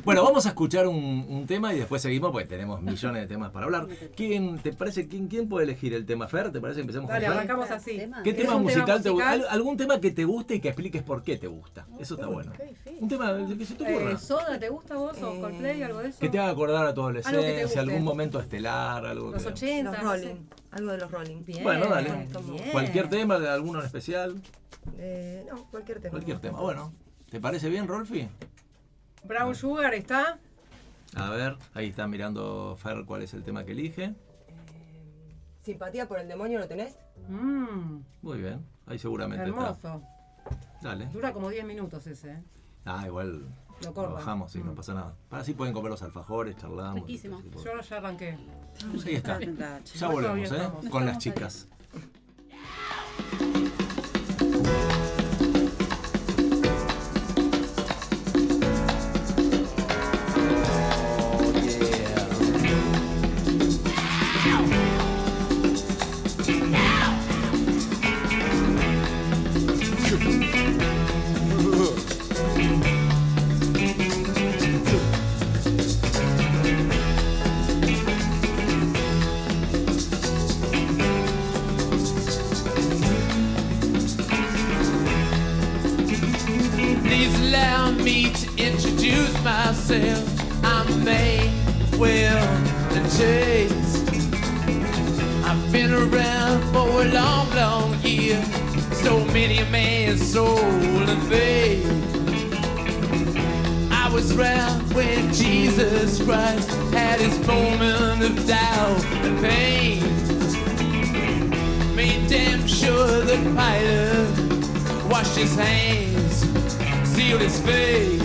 A: bueno, vamos a escuchar un, un tema y después seguimos, porque tenemos millones de temas para hablar. ¿Quién te parece quién, quién puede elegir el tema Fer? ¿Te parece que empecemos
D: Dale,
A: con Fer?
D: arrancamos así.
H: Tema.
A: ¿Qué
D: ¿Querés
A: tema
D: un tema
A: musical, te gusta?
D: musical?
A: Al- ¿Algún tema que te guste y que expliques por qué te gusta? Eso está bueno.
G: Qué difícil.
A: Un tema que se te ocurra.
D: Eh, ¿Soda te gusta vos
F: Eh,
D: o Coldplay algo de eso?
A: que te haga acordar a tu
D: te
A: adolescencia,
D: guste.
A: algún momento estelar, algo
D: Los
A: que-
D: 80,
F: Los
D: no sé.
F: Rolling. Algo de los Rolling.
D: Bien.
A: Bueno, dale.
D: Bien.
A: Cualquier tema, alguno en especial,
F: Eh, no, cualquier tema.
A: cualquier tema. Bueno, ¿te parece bien, Rolfi?
D: Brown Sugar está.
A: A ver, ahí está mirando Fer cuál es el tema que elige.
F: ¿Simpatía por el demonio lo tenés?
D: Mmm,
A: Muy bien, ahí seguramente está.
D: hermoso.
A: Dale.
D: Dura como 10 minutos ese. ¿eh?
A: Ah, igual
D: Lo
A: lo
D: cortan.
A: bajamos, sí, no pasa nada. Para así pueden comer los alfajores, charlamos.
G: Riquísimo.
A: Ah, Sí,
D: Yo ya arranqué.
A: sí, ahí está. Ya
D: Igual
A: volvemos,
D: todavía
A: ¿eh?
D: estamos.
A: Con las chicas.
J: Please allow me to introduce myself. I'm Mayweather Chase. I've been around for a long, long year. So many a man's soul and faith. I was round when Jesus Christ had his moment of doubt and pain. Made damn sure the pilot washed his hands sealed his fate.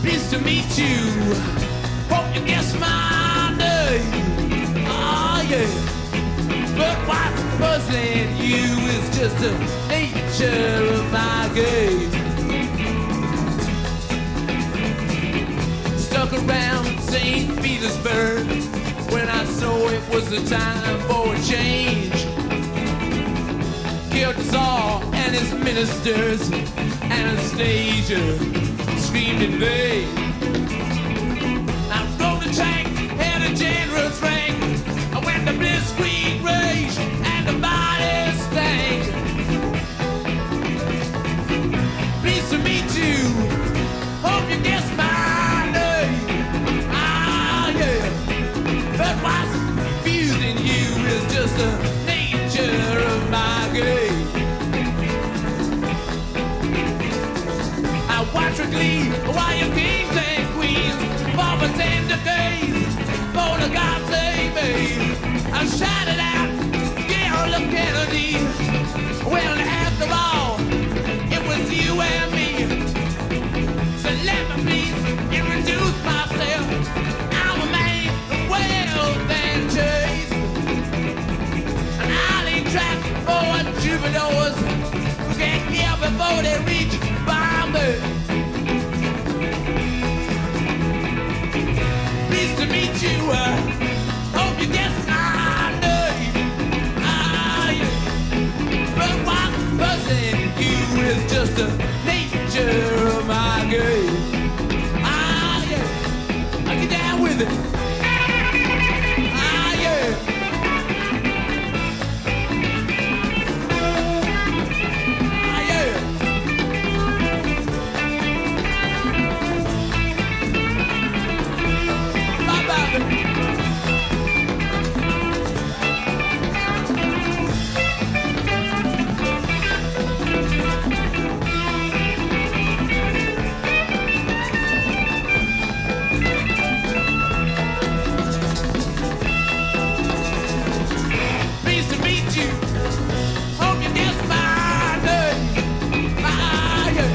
J: Pleased to meet you. Hope you guess my name. Oh yeah. But what's puzzling you is just the nature of my game. Stuck around St. Petersburg when I saw it was the time for a change killed the Tsar and his ministers. Anastasia screamed in vain. I rode a tank, had a generous rank. I went to Blitzkrieg Ah, electrically while your kings and queens bobbers and decays for the God save me I shouted out Gerald of Kennedy well after all it was you and me so let me please introduce myself I'm a man of wealth and taste and I'll ain't trapped for troubadours who get me up before they reach Bombay. Pleased to meet you. Uh, hope you guess my name. Ah, yeah. But what person you is just the nature of my game. Ah, yeah. I get down with it. Ah, yeah. Ah, yeah. My baby. Pleased to meet you. Hope you guess my name. Ah, yeah.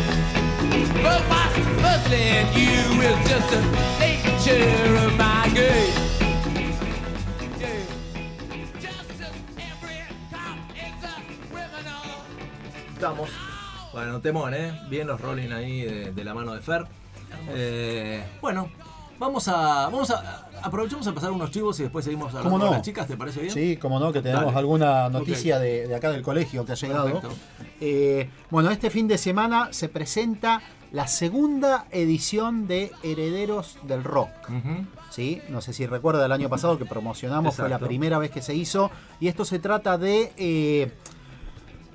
J: But what's puzzling you is just the nature of my game. Yeah. Just as every cop is a criminal.
A: Estamos. Bueno, temón, ¿eh? Bien los rolling ahí de, de la mano de Fer. Eh, bueno, vamos a. Vamos a. Aprovechamos a pasar unos chivos y después seguimos hablando
B: ¿Cómo no?
A: con las chicas, ¿te parece bien?
B: Sí, como no, que tenemos
A: Dale.
B: alguna noticia de, de acá del colegio que ha llegado.
A: Perfecto.
B: Eh, bueno, este fin de semana se presenta la segunda edición de Herederos del Rock.
A: Ujú.
B: ¿sí? No sé si recuerda el año pasado que promocionamos, fue la
A: Exacto.
B: primera vez que se hizo. Y esto se trata de, eh,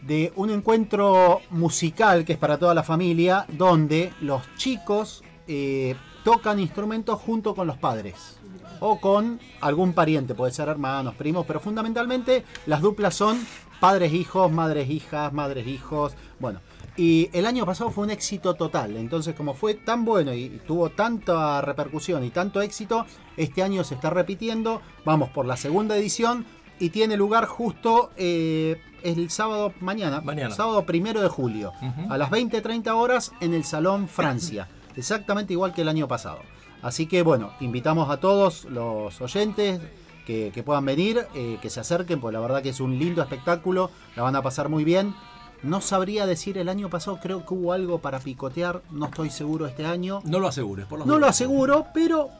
B: de un encuentro musical que es para toda la familia, donde los chicos eh, tocan instrumentos junto con los padres. O con algún pariente, puede ser hermanos, primos, pero fundamentalmente las duplas son padres-hijos, madres-hijas, madres-hijos. Bueno, y el año pasado fue un éxito total. Entonces, como fue tan bueno y y tuvo tanta repercusión y tanto éxito, este año se está repitiendo. Vamos por la segunda edición y tiene lugar justo eh, el sábado mañana,
A: Mañana.
B: sábado primero de julio,
A: Ujú.
B: a las 20.30 horas en el Salón Francia. Exactamente igual que el año pasado. Así que bueno, invitamos a todos los oyentes que, que puedan venir, eh, que se acerquen, porque la verdad que es un lindo espectáculo, la van a pasar muy bien. No sabría decir el año pasado, creo que hubo algo para picotear, no estoy seguro este año.
A: No lo asegures, por las
B: No lo
A: dudas.
B: aseguro, pero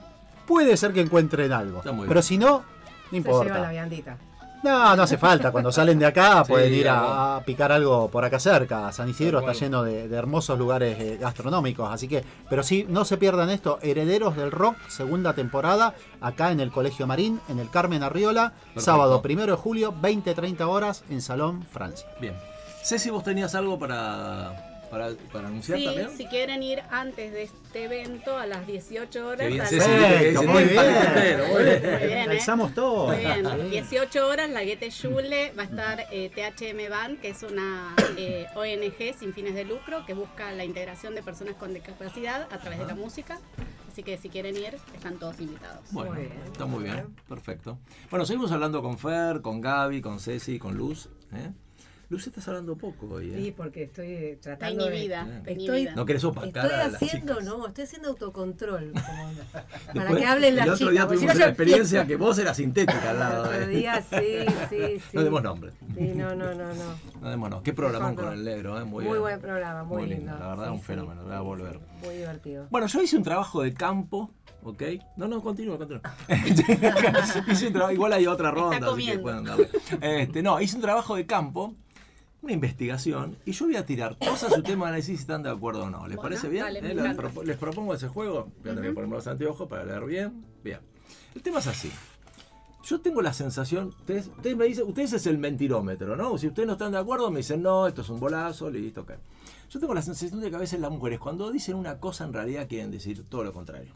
B: puede ser que encuentren algo.
A: Está muy bien.
B: Pero si no, no
D: Se lleva la
B: importa.
D: viandita.
B: No, no hace falta. Cuando salen de acá
A: Sí,
B: pueden ir
A: algo.
B: a, a picar algo por acá cerca. San Isidro
A: Tal
B: está
A: cual.
B: lleno de, de hermosos lugares eh, gastronómicos. Así que, pero sí, no se pierdan esto. Herederos del Rock, segunda temporada, acá en el Colegio Marín, en el Carmen Arriola, sábado primero de julio, 20-30 horas, en Salón Francia.
A: Bien. Ceci, vos tenías algo para, para, para anunciar
G: Sí,
A: también.
G: si quieren ir antes de este evento a las 18 horas.
A: Qué bien,
G: a
A: Ceci, viste que
G: la-
A: dice
B: Perfecto,
A: todo
B: muy
A: el paquete
B: bien.
A: entero, muy bien.
G: Muy bien, ¿eh?
B: Calzamos todo.
G: Muy bien, 18 horas, la Guete Yule, va a estar eh, THM Ban, que es una eh, ONG sin fines de lucro que busca la integración de personas con discapacidad a través de la música. Así que si quieren ir, están todos invitados.
A: Bueno,
D: Muy bien.
A: está muy bien, perfecto. Bueno, seguimos hablando con Fer, con Gaby, con Ceci, con Luz. ¿eh? Luz, estás hablando poco hoy. ¿eh?
D: Sí, porque estoy eh,
G: Está
D: tratando de...
G: inhibida, está
D: Estoy-
G: inhibida.
A: No querés opacar
D: Estoy
A: a las
D: haciendo,
A: chicas.
D: no, estoy haciendo autocontrol. como- para
A: Después,
D: que hablen
A: El
D: las
A: otro
D: chicas.
A: día
D: porque si
A: tuvimos
D: no
A: una
D: yo
A: experiencia que vos eras sintética al
D: empiezo.
A: lado
D: Otro
A: de...
D: día, sí, sí, sí.
A: No demos nombres.
D: Sí, no, no, no, no.
A: No demos nombres. Qué programón
D: Mejor no.
A: con el negro, ¿eh? Muy,
D: Muy,
A: bien.
D: buen programa, muy, lindo.
A: La verdad,
D: Sí,
A: un
D: sí.
A: fenómeno. Voy a volver.
D: Muy divertido.
A: Bueno, yo hice un trabajo de campo, ¿ok? No, no, continúa, continúa. Este, hice un trabajo, igual hay otra ronda, así que
G: comiendo.
A: pueden darle. Este, no, hice un trabajo de campo, una investigación, y yo voy a tirar cosas y ustedes me van a decir si están de acuerdo o no. ¿Les
G: Bueno,
A: parece bien?
G: dale,
A: ¿Eh?
G: me
A: Les,
G: encanta.
A: propo- les propongo ese juego. Voy a tener que ponerme los anteojos para leer bien. Bien. El tema es así. Yo tengo la sensación, ustedes, ustedes me dicen, ustedes es el mentirómetro, ¿no? Si ustedes no están de acuerdo, me dicen, no, esto es un bolazo, listo, ok. Yo tengo la sensación de que a veces las mujeres cuando dicen una cosa en realidad quieren decir todo lo contrario.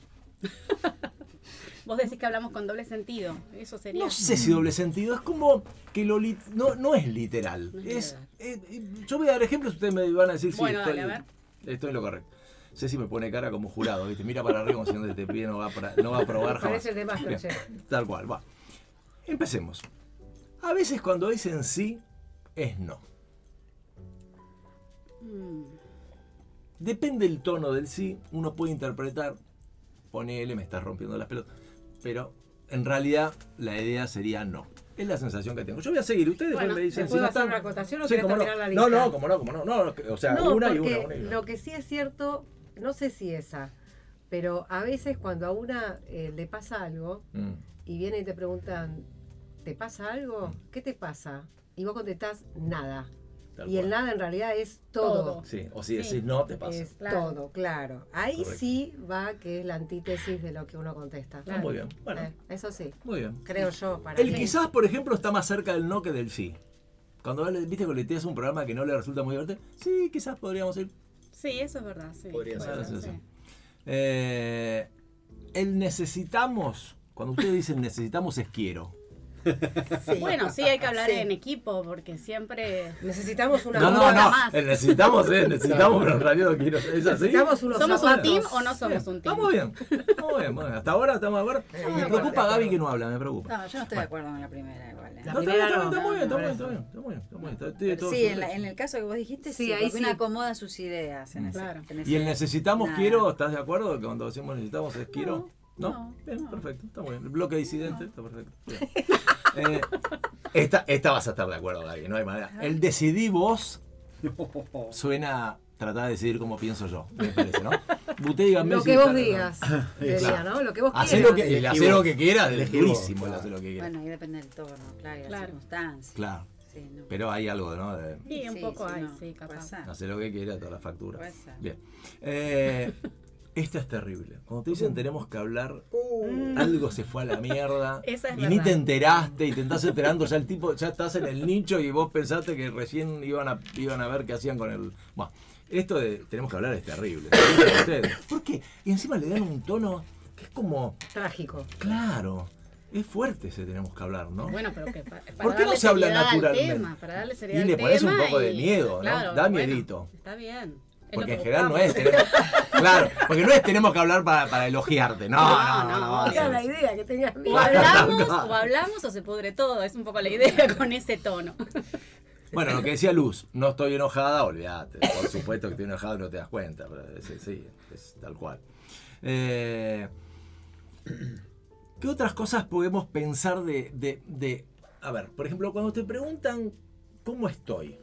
G: Vos decís que hablamos con doble sentido, eso sería.
A: No sé si doble sentido, es como que lo lit- no, no es literal.
G: No es
A: es, eh, eh, yo voy a dar ejemplos, ustedes me van a decir
G: Bueno,
A: si
G: dale,
A: estoy,
G: a
A: estoy en lo correcto. Ceci me pone cara como jurado, ¿viste? Mira para arriba como si no te pide, no va, para- no va a probar jamás.
D: Parece el de Masterchef.
A: Bien, Tal cual, va. Empecemos. A veces cuando dicen sí, es no.
D: Mm.
A: Depende el tono del sí, uno puede interpretar, ponele, me estás rompiendo las pelotas, pero en realidad la idea sería no. Es la sensación que tengo. Yo voy a seguir, ustedes después
D: Bueno,
A: me dicen
D: ¿te
A: si
D: puedo
A: no
D: hacer
A: están-
D: una acotación
A: Sí,
D: o querés
A: cómo no.
D: terminar la
A: No,
D: lista?
A: no, como no, como no, no, o sea,
D: No,
A: una y
D: porque
A: una, una y una.
D: lo que sí es cierto, no sé si esa, pero a veces cuando a una eh, le pasa algo
A: Mm.
D: y viene y te preguntan, ¿te pasa algo? ¿Qué te pasa? Y vos contestás, nada.
A: Mm. Tal
D: y el
A: cual.
D: nada en realidad es todo.
G: Todo.
A: Sí, o si
G: Sí.
A: decís no, te pasa.
D: Es
G: Claro.
D: todo, claro. Ahí
A: Correcto.
D: sí va que es la antítesis de lo que uno contesta.
G: Claro.
A: Muy bien, bueno,
D: Eh, eso sí,
A: muy bien.
D: creo yo. Para
A: El
D: mí.
A: quizás, por ejemplo, está más cerca del no que del sí. Cuando le- viste que le tiras un programa que no le resulta muy divertido, sí, quizás podríamos ir.
G: Sí, eso es verdad. Sí.
B: Podría
G: Puede
A: ser, sí,
G: sí.
A: Eh, el necesitamos, cuando ustedes dicen necesitamos es quiero.
F: Sí.
G: Bueno, sí, hay que hablar
F: Sí.
G: en equipo porque siempre
D: Necesitamos una
A: No, no,
D: bola
A: no,
G: más.
A: el necesitamos es necesitamos, pero en realidad no quiero. ¿Es así?
D: Necesitamos unos
G: ¿Somos un
D: zapatos.
G: team o no somos
A: Bien,
G: un team?
A: Estamos bien, estamos bien. bueno, hasta ahora estamos de acuerdo.
D: Estamos de
A: Me
D: acuerdo,
A: preocupa
D: de
A: Gaby
D: acuerdo.
A: que no habla, me preocupa.
H: No, yo no estoy de acuerdo con la primera igual. ¿eh?
D: La
A: No, está bien,
D: primera
A: está bien,
D: no.
A: está muy bien, está muy bien,
D: No,
A: está bien, está muy bien, está muy bien, está- tiene todo
H: Sí,
A: su
H: en, la-
A: derecho.
H: en el caso que vos dijiste,
D: Sí,
H: sí, Mm.
D: ahí
H: porque uno
D: sí.
H: acomoda sus ideas. En ese-
G: Claro.
H: en
A: Y el
H: ese-
A: necesitamos
H: nada.
A: quiero, ¿estás de acuerdo? Que cuando decimos necesitamos es quiero. ¿No?
G: no,
A: Bien,
G: no.
A: perfecto, está muy bien. El bloque disidente, está perfecto. Bien. Eh, esta, esta vas a estar de acuerdo, Gaby, no hay manera. El decidí vos suena a tratar de decidir como pienso yo, me parece, ¿no? Usted dígame
D: Lo
A: si
D: que
A: está
D: vos
A: de acuerdo.
D: digas, sería,
A: Claro.
D: ¿no? Lo que vos
A: Hacé
D: quieras.
A: lo que, el
B: Elegí
A: hacer lo
B: vos.
A: que quieras es
B: Elegí vos,
A: durísimo el
B: claro.
A: hacer lo que quieras.
H: Bueno, ahí depende del tono, claro, y de las
G: Claro.
H: circunstancias.
A: Claro,
H: Sí, no.
A: pero hay algo, ¿no? De-
G: Sí, un
H: Sí,
G: poco
H: sí,
G: hay,
H: no,
G: sí, capaz.
H: pasa.
A: Hacer lo que quiera, toda la factura.
H: Puede ser.
A: Bien. Eh, esta es terrible. Cuando te
D: Uh.
A: dicen tenemos que hablar,
D: Mm.
A: algo se fue a la mierda.
G: Mm. Esa es
A: y ni
G: verdad.
A: te enteraste y te estás esperando ya el tipo, ya estás en el nicho y vos pensaste que recién iban a, iban a ver qué hacían con el. Bueno, esto de tenemos que hablar es terrible. Ustedes, ¿Por qué? Y encima le dan un tono que es como,
D: Trágico.
A: claro, es fuerte ese tenemos que hablar, ¿no?
G: Bueno, pero que pa- para
A: ¿Por qué no
G: darle
A: se habla
G: seriedad al
A: naturalmente?
G: tema, para darle seriedad
A: Y le
G: al
A: pones un
G: tema
A: poco de
G: y-
A: miedo, ¿no?
G: Claro,
A: Da
G: bueno,
A: miedito.
G: Está bien. Es lo
A: Porque
G: que
A: en general no
G: buscamos.
A: es tenemos, claro, porque no es tenemos que hablar para, para elogiarte, no, no, no, no, va a
D: Era
A: ser.
D: la idea que tenías
G: O
D: mía.
G: hablamos,
A: Claro.
G: o hablamos o se pudre todo, es un poco la idea con ese tono.
A: Bueno, lo que decía Luz, no estoy enojada, olvídate. Por supuesto que estoy enojado y no te das cuenta, pero es- es- sí, es tal cual. Eh, ¿Qué otras cosas podemos pensar de, de- de- A ver, por ejemplo, cuando te preguntan cómo estoy,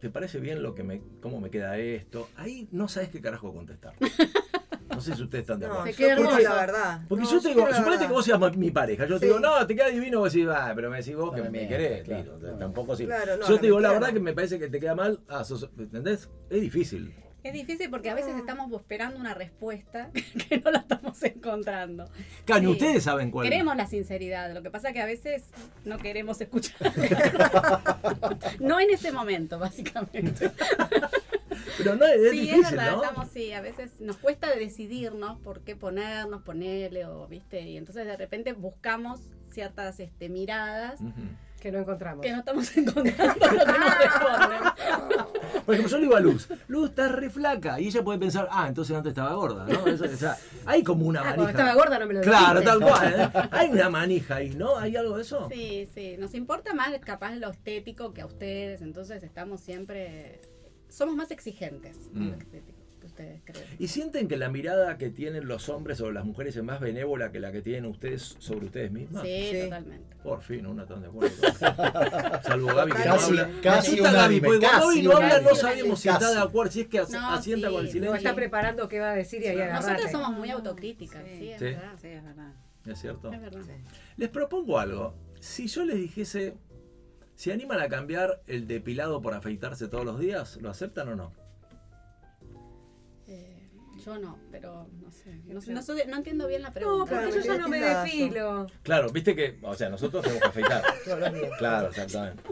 A: ¿te parece bien lo que me, cómo me queda esto? Ahí no sabes qué carajo contestar. No sé si ustedes están de acuerdo.
F: No,
D: Te
F: yo
D: queda
F: quiero
D: hermoso.
F: la verdad.
A: Porque
F: No,
A: yo te digo,
F: quiero la
A: suponete
F: verdad.
A: que vos seas ma- mi pareja. Yo te
F: Sí.
A: digo, no, te queda divino, vos decís, ah, pero me decís vos que
B: Dame
A: me
B: mierda,
A: querés.
B: claro.
A: listo,
B: Dame
A: tampoco sí.
F: Claro, no,
A: yo
F: no
A: te digo,
F: me
A: la
F: queda
A: verdad
F: mal.
A: que me parece que te queda mal. Ah, sos- ¿Entendés? Es difícil.
G: Es difícil porque a veces estamos esperando una respuesta que no la estamos encontrando.
A: Claro, ni
G: Sí.
A: ustedes saben cuál. es.
G: Queremos la sinceridad, lo que pasa que a veces no queremos escuchar. no en ese momento, básicamente.
A: Pero no, es
G: sí,
A: difícil,
G: es verdad,
A: ¿no?
G: estamos, sí, a veces nos cuesta decidirnos por qué ponernos, ponerle, o viste, y entonces de repente buscamos ciertas este, miradas
A: Ujú.
D: Que no encontramos.
G: que no estamos encontrando lo que nos responden.
A: Por ejemplo, yo le digo a Luz, Luz está re flaca. Y ella puede pensar, ah, entonces antes estaba gorda, ¿no? Eso- o sea, hay como una
D: Ah,
A: manija.
D: cuando estaba gorda no me lo
A: Claro,
D: dijiste.
A: tal cual. ¿eh? Hay una manija ahí, ¿no? ¿Hay algo de eso?
G: Sí, sí, nos importa más capaz lo estético que a ustedes, entonces estamos siempre, somos más exigentes con lo
A: Mm.
G: estético que ustedes creen.
A: ¿Y sienten que la mirada que tienen los hombres sobre las mujeres es más benévola que la que tienen ustedes sobre ustedes mismas?
G: Sí,
F: sí.
G: totalmente.
A: Por fin, una tan de acuerdo. Salvo Gaby que no
B: Casi-
A: habla.
B: casi
A: Me asusta
B: unánime,
A: Gaby, porque cuando
B: casi
A: Gaby no habla no
B: unánime.
A: sabemos si
B: Casi.
A: está de acuerdo, si es que as-
G: No,
A: asienta
G: sí,
A: con el
D: O está
A: silencio.
D: preparando qué va a decir y ahí agarrate.
G: Nosotras somos muy autocríticas, sí,
H: Sí.
G: es
A: Sí.
G: verdad.
H: Sí, es verdad.
A: Es cierto.
G: Es verdad.
A: Les propongo algo. Si yo les dijese, ¿se animan a cambiar el depilado por afeitarse todos los días? ¿Lo aceptan o no?
G: Eh, yo no, pero no sé. No, sé, no soy- no entiendo bien la
D: No,
G: pregunta.
D: porque yo ya no me
F: Claro, me
D: depilo.
A: Claro, viste que, o sea, nosotros tenemos que afeitar.
F: Todos los días.
A: Claro, exactamente.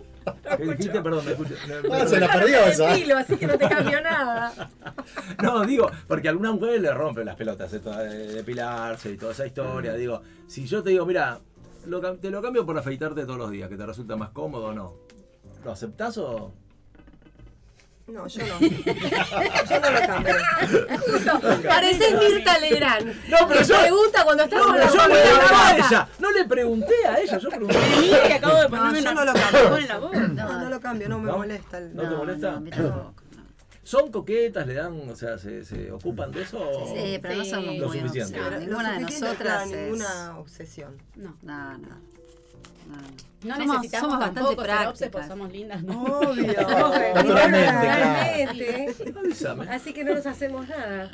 A: ¿Qué dijiste? Perdón, me escuché. me- me-
B: Ah, se la
D: Ya no
B: perdió
D: me
B: esa.
D: depilo, así que no te cambio nada.
A: No, digo, porque a algunas mujeres le rompen las pelotas esto de depilarse y toda esa historia. Digo, si yo te digo, mira, lo cam- te lo cambio por afeitarte todos los días, que te resulta más cómodo o no. ¿Lo aceptás o.?
F: No, yo no. yo no lo cambio.
D: Pareces Mirta Legrand.
A: No, pero
D: Me
A: yo-
D: pregunta cuando
A: No,
D: estamos con
A: pero
D: la
A: yo no
D: boca
A: le
D: en la
A: pregunté a
D: boca.
A: ella. No le pregunté a ella, yo pregunté.
G: Vení, que acabo de
F: No,
G: ponerme
F: yo
G: una
F: no lo
G: cagó en
F: cambio.
G: la boca.
F: No, no lo cambio, no me
A: ¿No?
F: molesta. el-
A: ¿No te molesta?
H: No, a mí tampoco, no.
A: ¿Son coquetas? ¿Le dan, o sea, se, se ocupan de eso?
H: Sí, pero no
G: Sí.
H: somos
A: Lo
H: muy
A: suficiente.
H: obsesivas.
F: Pero lo
H: Ninguna de
F: suficiente,
H: nosotras
F: claro,
H: es...
F: ninguna obsesión.
G: No,
H: No, no. No,
G: no
H: Somos-
G: necesitamos
H: somos bastante
G: tampoco ser obses,
H: prácticas.
G: pues somos lindas, ¿no?
F: Obvio.
B: Naturalmente, claro.
D: Realmente.
A: Avísame.
D: Así que no nos hacemos nada.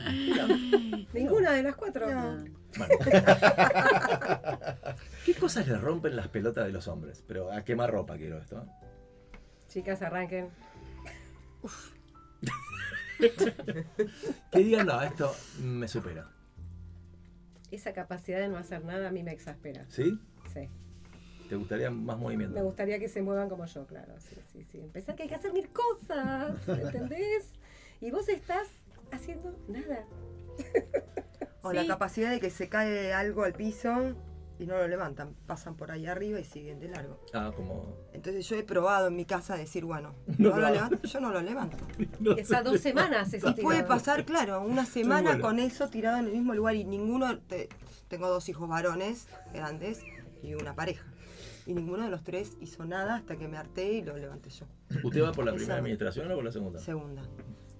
D: Ninguna de las cuatro.
F: No.
A: Bueno. ¿Qué cosas le rompen las pelotas de los hombres? Pero a quemar ropa quiero esto. ¿eh?
D: Chicas, arranquen.
A: Que digan, no, esto me supera.
D: Esa capacidad de no hacer nada a mí me exaspera.
A: ¿Sí?
D: Sí.
A: ¿Te gustaría más
D: Me
A: movimiento?
D: gustaría que se muevan como yo, claro. Sí, sí, sí. Empezar que hay que hacer mil cosas, ¿entendés? Y vos estás haciendo nada.
F: O la
G: Sí.
F: capacidad de que se cae algo al piso y no lo levantan. Pasan por ahí arriba y siguen de largo.
A: Ah, como.
F: Entonces yo he probado en mi casa decir, bueno,
A: No
F: no,
A: lo
F: lo
A: hago.
F: levanto, yo no lo levanto.
A: No
D: Esas dos semanas
F: Y
D: eso
F: puede pasar, claro, una semana
A: bueno.
F: con eso tirado en el mismo lugar y ninguno, te- tengo dos hijos varones grandes y una pareja. Y ninguno de los tres hizo nada hasta que me harté y lo levanté yo.
A: ¿Usted va por la primera
F: Esa-
A: administración o por la segunda?
F: Segunda,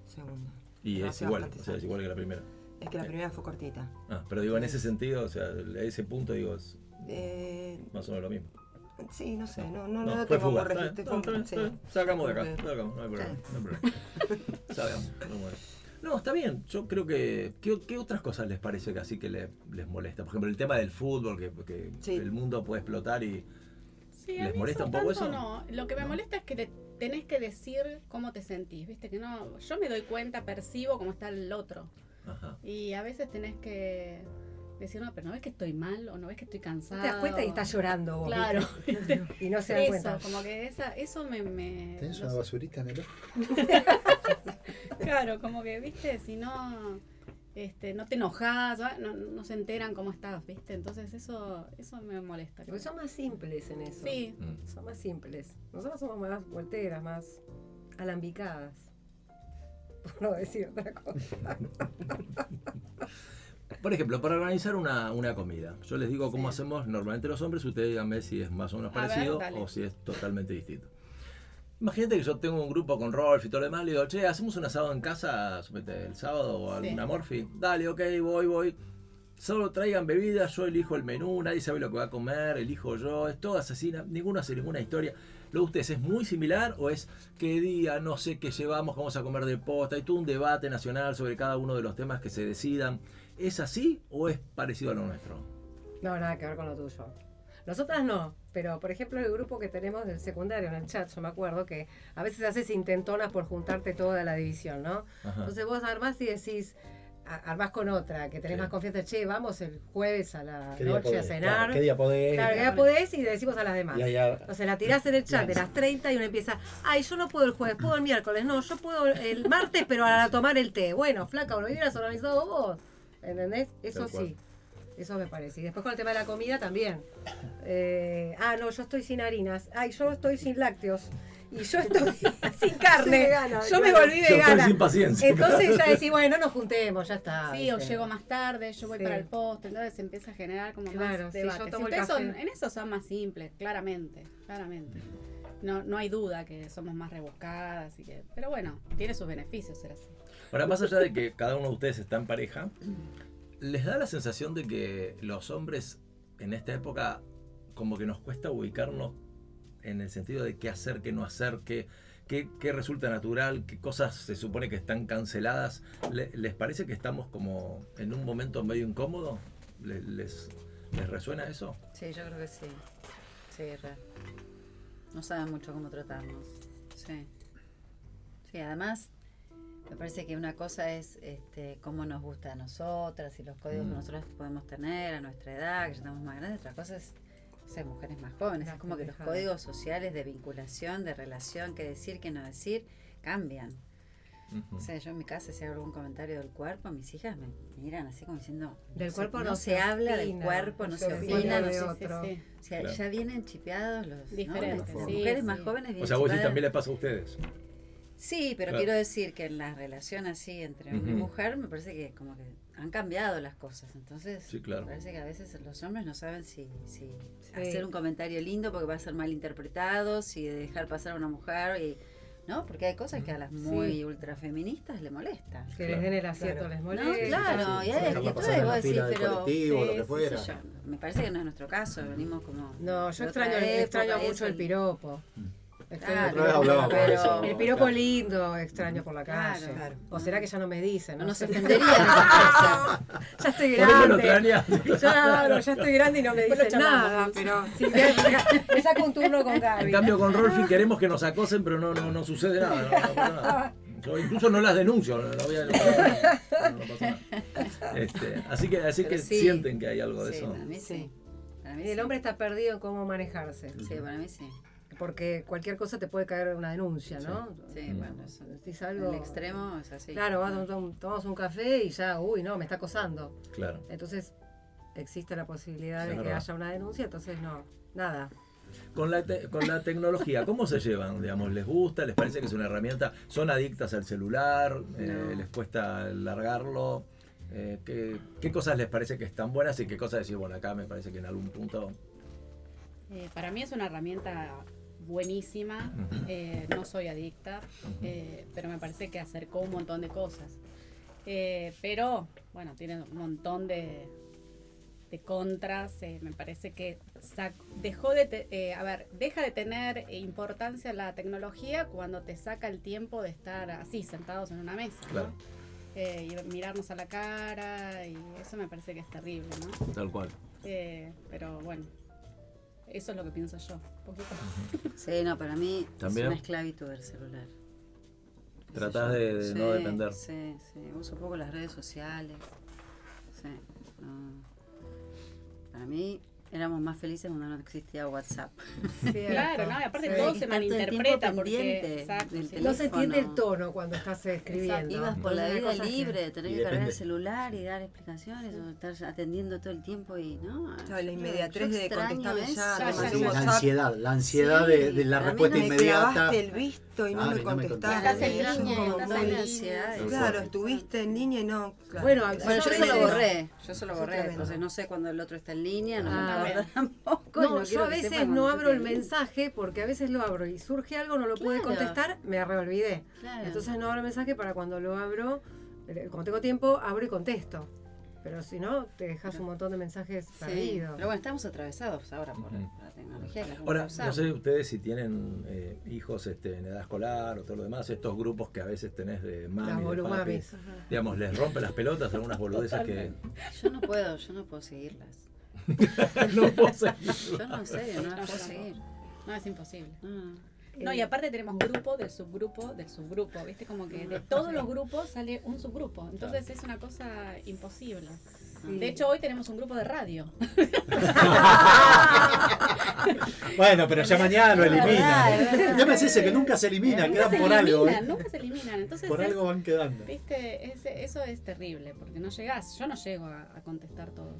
F: segunda.
A: Y
F: No,
A: es
F: hace
A: igual,
F: bastante
A: o sea, es igual que la primera.
F: Es que la primera fue cortita.
A: Ah, pero digo, en ese sentido, o sea, a ese punto, digo, es
F: Eh,
A: más o menos lo mismo.
F: sí, no sé, no, no, no, lo
A: fue
F: tengo como
A: fugaz. Está
F: registro.
A: bien, está bien,
F: sí.
A: está bien. Sacamos de acá,
F: Porque-
A: lo sacamos, no hay problema. No, hay problema. Sabemos, vamos a ver. No, está bien. Yo creo que. ¿Qué, qué otras cosas les parece que así que le- les molesta? Por ejemplo, el tema del fútbol, que, que
F: Sí.
A: el mundo puede explotar y.
G: Sí, a
A: ¿Les
G: mí
A: molesta
G: eso
A: un poco
G: tanto
A: eso?
G: No, lo que me
A: No.
G: molesta es que le tenés que decir cómo te sentís, viste que no, yo me doy cuenta, percibo cómo está el otro
A: Ajá.
G: y a veces tenés que decir, no, pero no ves que estoy mal o no ves que estoy
D: No
G: cansada.
D: te das cuenta y
G: o-
D: estás llorando vos.
G: Claro,
D: ¿viste? Y no se dan
G: eso,
D: cuenta.
G: como que esa, eso me... me
B: ¿Tenés
G: no
B: una
G: sé.
B: basurita en el ojo?
G: Claro, como que, viste, si no, este, no te enojas, ¿va? no, no se enteran cómo estás, viste, entonces eso, eso me molesta.
D: Porque son más simples en eso.
G: Sí,
A: Mm.
D: Son más simples. Nosotros somos más volteras, más alambicadas. Por no decir otra cosa.
A: Por ejemplo, para organizar una, una comida, yo les digo cómo hacemos normalmente los hombres, ustedes díganme si es más o menos
G: A ver,
A: parecido
G: dale.
A: o si es totalmente distinto. Imagínate que yo tengo un grupo con Rolf y todo lo demás, le digo, che, hacemos un asado en casa, supete, el sábado o
G: Sí.
A: alguna morfi. Dale, ok, voy, voy. Solo traigan bebidas, yo elijo el menú, nadie sabe lo que va a comer, elijo yo, es todo asesina, ninguno hace ninguna historia. ¿Lo de ustedes es muy similar o es qué día, no sé qué llevamos, qué vamos a comer de posta? Hay todo un debate nacional sobre cada uno de los temas que se decidan. ¿Es así o es parecido a lo nuestro?
D: No, nada que ver con lo tuyo. Nosotras no, pero por ejemplo el grupo que tenemos del secundario en el chat, yo me acuerdo que a veces haces intentonas por juntarte toda la división, ¿no?
A: Ajá.
D: Entonces vos armás y decís, a- armás con otra, que tenés
A: Sí.
D: más confianza, che, vamos el jueves a la
B: ¿Qué día
D: noche a
B: podés?
D: cenar.
B: Claro, ¿Qué día podés?
D: Claro, que ya podés y le decimos a las demás.
B: Y allá-
D: O sea, la tirás en el chat de las 30 y uno empieza, ay, yo no puedo el jueves, puedo el miércoles, no, yo puedo el martes, pero a tomar el té. Bueno, flaca, lo hubieras organizado vos. ¿Entendés? Eso
A: Tal cual.
D: sí. Eso me parece. Y después con el tema de la comida también. Eh, ah, no, yo estoy sin harinas. Ay, yo estoy sin lácteos. Y yo estoy sin carne.
F: vegana,
D: yo me
F: claro.
D: volví
A: Yo estoy
D: vegana.
A: sin paciencia.
D: Entonces ya decís, bueno, nos juntemos, ya está.
G: Sí, o
D: Ah, ¿viste?
G: llego más tarde, yo voy
D: Sí.
G: para el postre, entonces se empieza a generar como
D: Claro,
G: más
D: sí, yo
G: debate.
D: tomo el
G: Ustedes son-
D: café.
G: en eso son más simples, claramente, claramente. No, no hay duda que somos más rebuscadas, y que, pero bueno, tiene sus beneficios ser así.
A: Ahora, más allá de que cada uno de ustedes está en pareja, ¿les da la sensación de que los hombres en esta época como que nos cuesta ubicarnos en el sentido de qué hacer, qué no hacer, qué, qué, qué resulta natural, qué cosas se supone que están canceladas? ¿Le- ¿Les parece que estamos como en un momento medio incómodo? ¿Le- ¿Les, les resuena eso?
H: Sí, yo creo que sí. Sí, re. No saben mucho cómo tratarnos. Sí. Sí, además, me parece que una cosa es este, cómo nos gusta a nosotras y los códigos
A: Mm.
H: que nosotras podemos tener a nuestra edad, que ya estamos más grandes. Otra cosa es ser mujeres más jóvenes.
D: Las
H: es como que los
D: pendejadas.
H: códigos sociales de vinculación, de relación, qué decir, qué no decir, cambian. O sea, yo en mi casa si hago algún comentario del cuerpo, mis hijas me miran así como diciendo...
D: Del
H: se-
D: cuerpo
H: no se habla, del
D: opina,
H: cuerpo no se
G: Sí,
H: opina,
G: sí,
H: no
D: de
H: se
D: otro.
G: sí.
H: o sea,
A: Claro.
H: ya vienen chipeados los ¿no?
G: Diferentes,
H: Las
B: sí,
H: mujeres
G: sí.
H: más jóvenes vienen
A: O sea, vos decís,
H: chipeadas.
A: también les pasa a ustedes.
H: Sí, pero
A: Claro.
H: quiero decir que en la relación así entre hombre
A: Ujú.
H: y mujer me parece que como que han cambiado las cosas. Entonces
A: Sí, claro.
H: me parece que a veces los hombres no saben si, si
D: Sí.
H: hacer un comentario lindo porque va a ser mal interpretado, si dejar pasar a una mujer y no, porque hay cosas que a las muy ultrafeministas le molestan.
D: Que
A: Claro.
D: les den el asiento,
F: Claro.
D: les
H: No,
D: molesta.
H: claro,
B: sí,
H: y
B: sí,
H: hay
B: no va a pasar
H: actitudes,
B: en la
H: vos decís,
B: fila del
H: pero
B: colectivo, lo
H: sí,
B: que
H: sí, sí,
B: fuera.
H: yo- me parece que no es nuestro caso, venimos como
D: No, yo
H: de otra
D: extraño,
H: época,
D: extraño
H: eso,
D: mucho el
H: y-
D: piropo. Extraño el
H: Claro,
B: Otra vez hablábamos de
H: pero-
B: eso.
D: El piropo lindo extraño por la
H: Claro,
D: calle.
H: claro.
D: O será que ya no me dicen.
H: No
D: No,
H: nos
D: sé.
H: ofendería en esa casa.
D: Ya estoy
A: Por eso lo
D: grande.
A: extrañás.
D: Claro, ya estoy grande y no me
F: Después lo
D: dicen
F: llamamos,
D: nada.
F: sí.
D: Pero sí, me- me saco un turno con
A: En
D: Gaby.
A: cambio con Rolfi queremos que nos acosen, pero no, no, no sucede nada. no- no pasa nada. Yo incluso no las denuncio, no, no voy a no pasa nada. No pasa nada. Este, así que, así
H: Pero
A: que
H: sí.
A: sienten que hay algo de
H: Sí,
A: eso.
H: para mí sí.
D: Sí.
H: Para mí
D: El
H: sí.
D: hombre está perdido en cómo manejarse.
H: Sí, para mí sí.
D: Porque cualquier cosa te puede caer una denuncia, ¿no?
H: Sí, bueno, eso.
D: Sentís
H: En
D: algo.
H: el extremo es así.
D: Claro, vas, tom- tomamos un café y ya, uy, no, me está acosando.
A: Claro.
D: Entonces existe la posibilidad
A: Sí,
D: de
A: es
D: que
A: verdad.
D: haya una denuncia, entonces no, nada.
A: Con la, te- con la tecnología, ¿cómo se llevan? Digamos, ¿Les gusta? ¿Les parece que es una herramienta? ¿Son adictas al celular? Eh, ¿Les cuesta largarlo? Eh, ¿qué, qué cosas les parece que están buenas y qué cosas decir, bueno, acá me parece que en algún punto...
G: Eh, para mí es una herramienta buenísima. Eh, no soy adicta, eh, pero me parece que acercó un montón de cosas. Eh, pero, bueno, tiene un montón de, de contras. eh, me parece que sac- dejó de te- eh, a ver, deja de tener importancia la tecnología cuando te saca el tiempo de estar así, sentados en una mesa. ¿no?
A: Claro.
G: Eh, y mirarnos a la cara, y eso me parece que es terrible, ¿no?
A: Tal cual.
G: Eh, pero bueno, eso es lo que pienso yo. un poquito.
H: Sí, no, para mí
A: También.
H: es una esclavitud el celular. Qué sé
A: Tratás
H: yo.
A: de- de no depender.
H: Sí, sí. Uso poco las redes sociales. Sí. no. Para mí éramos más felices cuando no existía WhatsApp.
G: Claro, ¿no? Y aparte
D: Sí.
G: todo
H: Es
G: se
H: tanto el tiempo
G: malinterpreta
H: pendiente
G: porque exacto,
H: del
G: sí.
H: teléfono.
D: No se entiende el tono cuando estás escribiendo.
H: Ibas por la
D: Entonces,
H: vida
D: hay cosas que-
H: libre, tener
B: Y
H: que cargar el
B: depende.
H: celular y dar explicaciones o estar atendiendo todo el tiempo y no.
F: Claro, la
H: Yo-
F: inmediatez
H: yo
F: de
H: extraño
F: contestarme
H: eso.
F: ya,
G: te
H: Ya,
G: mandé
H: ya,
G: un
H: ya.
B: La
F: WhatsApp.
B: ansiedad, la ansiedad de, de la
H: para mí no
B: respuesta
H: me
F: Me
B: inmediata.
F: clavaste el visto y no
B: Claro, y
F: me
B: Ah, no me
F: contestaste.
H: Estás en
F: Es
H: línea,
F: como,
H: estás
F: no,
H: en
F: y-
H: ansiedad.
F: Claro, estuviste en línea y no. claro.
D: Bueno, a-
H: Bueno, yo
D: a
H: eso lo
D: veces-
H: borré, yo eso lo
F: Eso
H: borré,
F: tremendo.
H: entonces no sé cuando el otro está en línea, no
D: Ah,
H: me
G: bueno.
H: acuerdo tampoco. y quiero
D: No, yo a
H: que sepa
D: veces
H: cuando
D: no
H: yo
D: abro
H: estoy en
D: el
H: línea.
D: mensaje porque a veces lo abro y surge algo, no lo pude
H: Claro.
D: contestar, me reolvidé.
H: Claro.
D: Entonces no abro el mensaje para cuando lo abro, eh, cuando tengo tiempo, abro y contesto. Pero si no, te dejas un montón de mensajes
H: Sí,
D: perdidos.
H: Pero bueno, estamos atravesados ahora por
A: Mm.
H: la tecnología. que
A: Ahora,
H: estamos
A: no
H: usando.
A: sé ustedes si tienen eh, hijos este, en edad escolar o todo lo demás, estos grupos que a veces tenés de
D: Las
A: mami, de papi,
D: volumamis.
A: digamos, les rompe las pelotas algunas boludeces que
H: Yo no puedo, yo no puedo seguirlas.
A: no poseen.
H: Yo no sé, yo no
G: No, yo
H: las puedo
G: no.
H: seguir. Ah.
G: No, es imposible.
H: No.
D: Eh,
G: No, y aparte tenemos grupo del subgrupo del subgrupo, ¿viste? Como que de todos los grupos sale un subgrupo. Entonces es una cosa imposible.
D: Sí.
G: De hecho, hoy tenemos un grupo de radio.
B: Bueno, pero ya mañana lo
H: Es verdad,
B: eliminan.
H: es verdad.
B: El tema es ese que nunca se elimina,
G: Nunca
B: quedan
G: se
B: por algo.
G: eliminan,
B: ¿eh?
G: Nunca se eliminan. Entonces,
B: Por
G: es-
B: algo van quedando.
G: ¿viste? Es- eso es terrible porque no llegás. Yo no llego a- a contestar todo.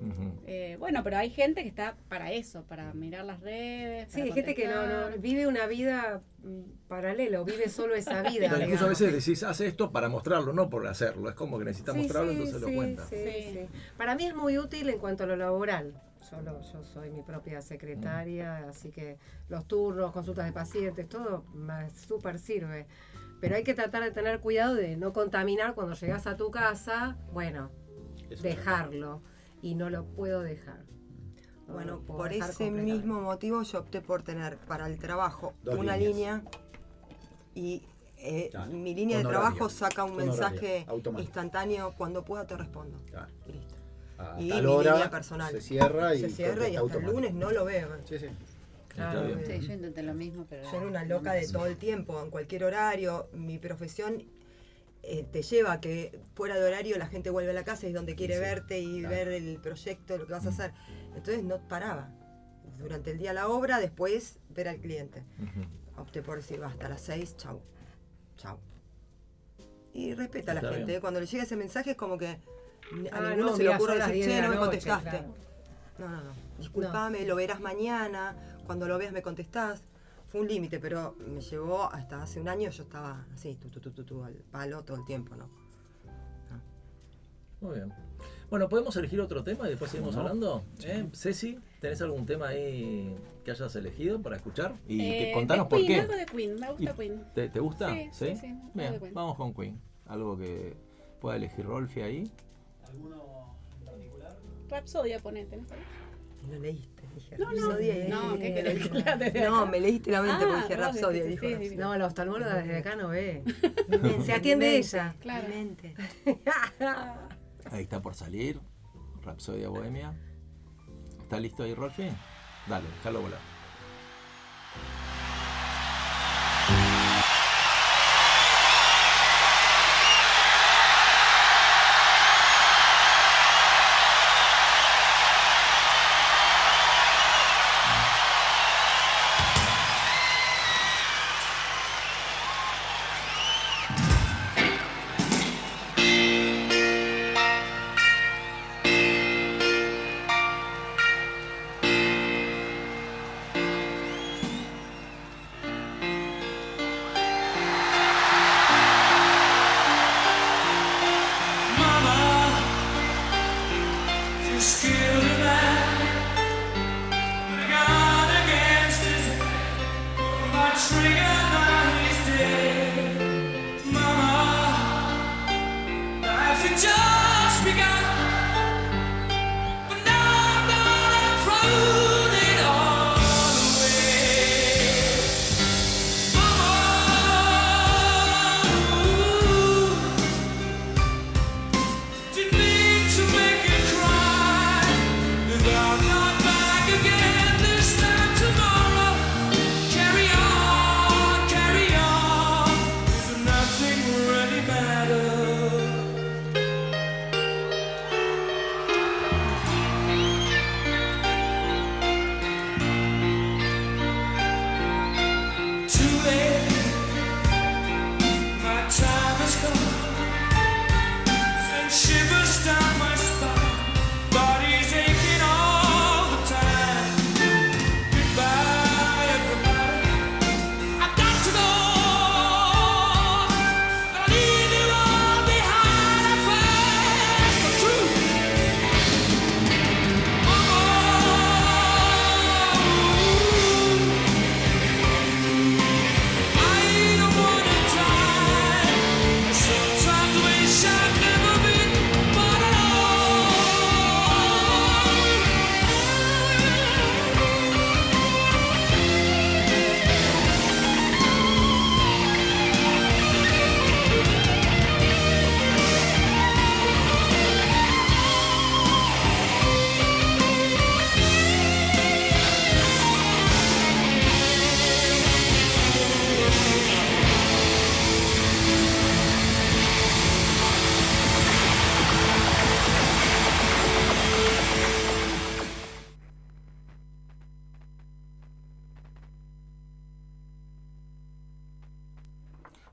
A: Ujú.
G: Eh, bueno, pero hay gente que está para eso, para mirar las redes.
D: Sí,
G: para
D: hay gente que no, no-
G: contestar.
D: vive una vida mm, paralelo, vive solo esa vida.
A: Pero incluso a
D: digamos.
A: veces decís, haz esto para mostrarlo, no por hacerlo. Es como que necesitas
D: Sí,
A: mostrarlo,
D: sí,
A: entonces
D: sí,
A: lo cuentas.
D: sí,
G: Sí.
D: sí. Para mí es muy útil en cuanto a lo laboral. Yo, lo- yo soy mi propia
A: Mm.
D: secretaria, así que los turnos, consultas de pacientes, todo me súper sirve. Pero hay que tratar de tener cuidado de no contaminar cuando llegas a tu casa. Bueno, dejarlo. Y no lo puedo dejar. No
F: Bueno,
D: lo puedo
F: por
D: dejar
F: ese
D: completamente.
F: mismo motivo yo opté por tener para el trabajo
B: Dos
F: una
B: líneas.
F: línea y eh,
B: Claro.
F: mi línea de
B: Con
F: trabajo
B: horario.
F: saca un
B: Con horario.
F: mensaje
B: Automático.
F: instantáneo, cuando pueda te respondo.
B: Claro.
F: Listo.
B: A
F: Y
B: tal
F: mi
B: hora
F: línea personal.
B: se cierra y
F: Se cierra y
B: contesta
F: hasta el
B: automático.
F: lunes no lo veo. eh,
B: Sí, sí.
D: Claro,
A: Está bien.
H: Sí, yo intenté lo mismo, pero.
F: Yo era una loca de todo el tiempo, en cualquier horario. Mi profesión eh, te lleva a que fuera de horario la gente vuelve a la casa y es donde quiere
B: sí,
F: verte y
B: claro.
F: ver el proyecto, lo que vas a hacer. Entonces no paraba. Durante el día la obra, después ver al cliente.
A: Ujú.
F: Opté por decir, va, hasta las 6, chau. Chau. Y respeta a la
A: Está
F: gente.
A: bien.
F: ¿eh? Cuando le llega ese mensaje es como que a
D: Ah,
F: ninguno
D: no,
F: se
D: mira,
F: le ocurre
D: son las
F: decir,
D: 10 de
F: che,
D: la
F: no me
D: noche,
F: contestaste.
D: claro.
F: No, no, no. Disculpame, lo verás mañana. Cuando lo veas me contestás. fue un límite, pero me llevó hasta hace un año, yo estaba así, tu, tu, tu, tu, tu, al palo todo el tiempo, ¿no?
A: Muy bien. Bueno, ¿podemos elegir otro tema y después seguimos hablando? ¿Eh? Ceci, ¿tenés algún tema ahí que hayas elegido para escuchar? Y que-
G: Eh,
A: contanos
G: de
A: por
G: Queen,
A: qué.
G: Algo de Queen, me gusta
A: Y-
G: Queen.
A: ¿Te, te gusta?
G: Sí, sí, sí, algo de
A: Bien,
G: Queen.
A: vamos con Queen. Algo que pueda elegir Rolfi ahí.
G: Rapsodia, ponete. ¿no?
F: Lo leíste, dije.
G: No, no,
F: Rhapsody,
G: no,
F: eh.
G: ¿qué querés que lea desde
F: No,
G: acá?
F: me leíste la mente
G: Ah,
F: porque dije
G: vos
F: Rapsodia,
G: dijiste,
F: dijo.
G: sí,
F: Rhapsody.
G: sí,
D: No, la oftalmóloga desde acá no ve. Se
F: Mi
D: atiende
F: mente,
D: ella.
G: Claro.
F: Mi mente.
A: Ahí está por salir. Rapsodia Bohemia. ¿Está listo ahí, Rolfi? Dale, déjalo volar.
J: Just begun, but now I'm gonna prove it all away. Matter. Too late. My time has come. Send shivers down my spine. Body's aching all the time. Goodbye, everybody. I've got to go. Gotta leave it all behind. I find the truth. Oh, oh, oh.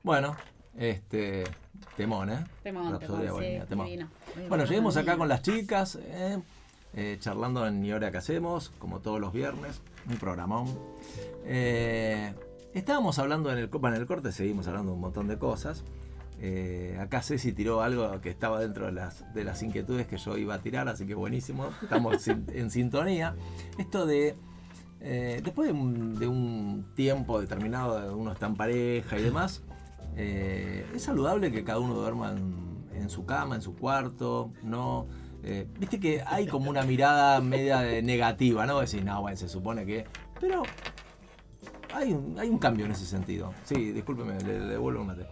A: Bueno, este. Temón, ¿eh?
G: Temón,
A: Rapsodia
G: temón, sí,
A: Bohemia, temón.
G: divino.
A: Bueno, lleguemos acá con las chicas, eh, eh, charlando en Ni Hora que Hacemos, como todos los viernes, un programón. Eh, estábamos hablando en el, co- bueno, en el corte, seguimos hablando un montón de cosas. Eh, acá Ceci tiró algo que estaba dentro de las, de las inquietudes que yo iba a tirar, así que buenísimo, estamos sin- en sintonía. Esto de, eh, después de un, de un tiempo determinado, uno está en pareja y demás, eh, es saludable que cada uno duerma en, en su cama, en su cuarto, ¿no? Eh, Viste que hay como una mirada media de negativa, ¿no? Decís, no, bueno, se supone que... Pero hay un, hay un cambio en ese sentido. Sí, discúlpeme, le, le devuelvo un mate.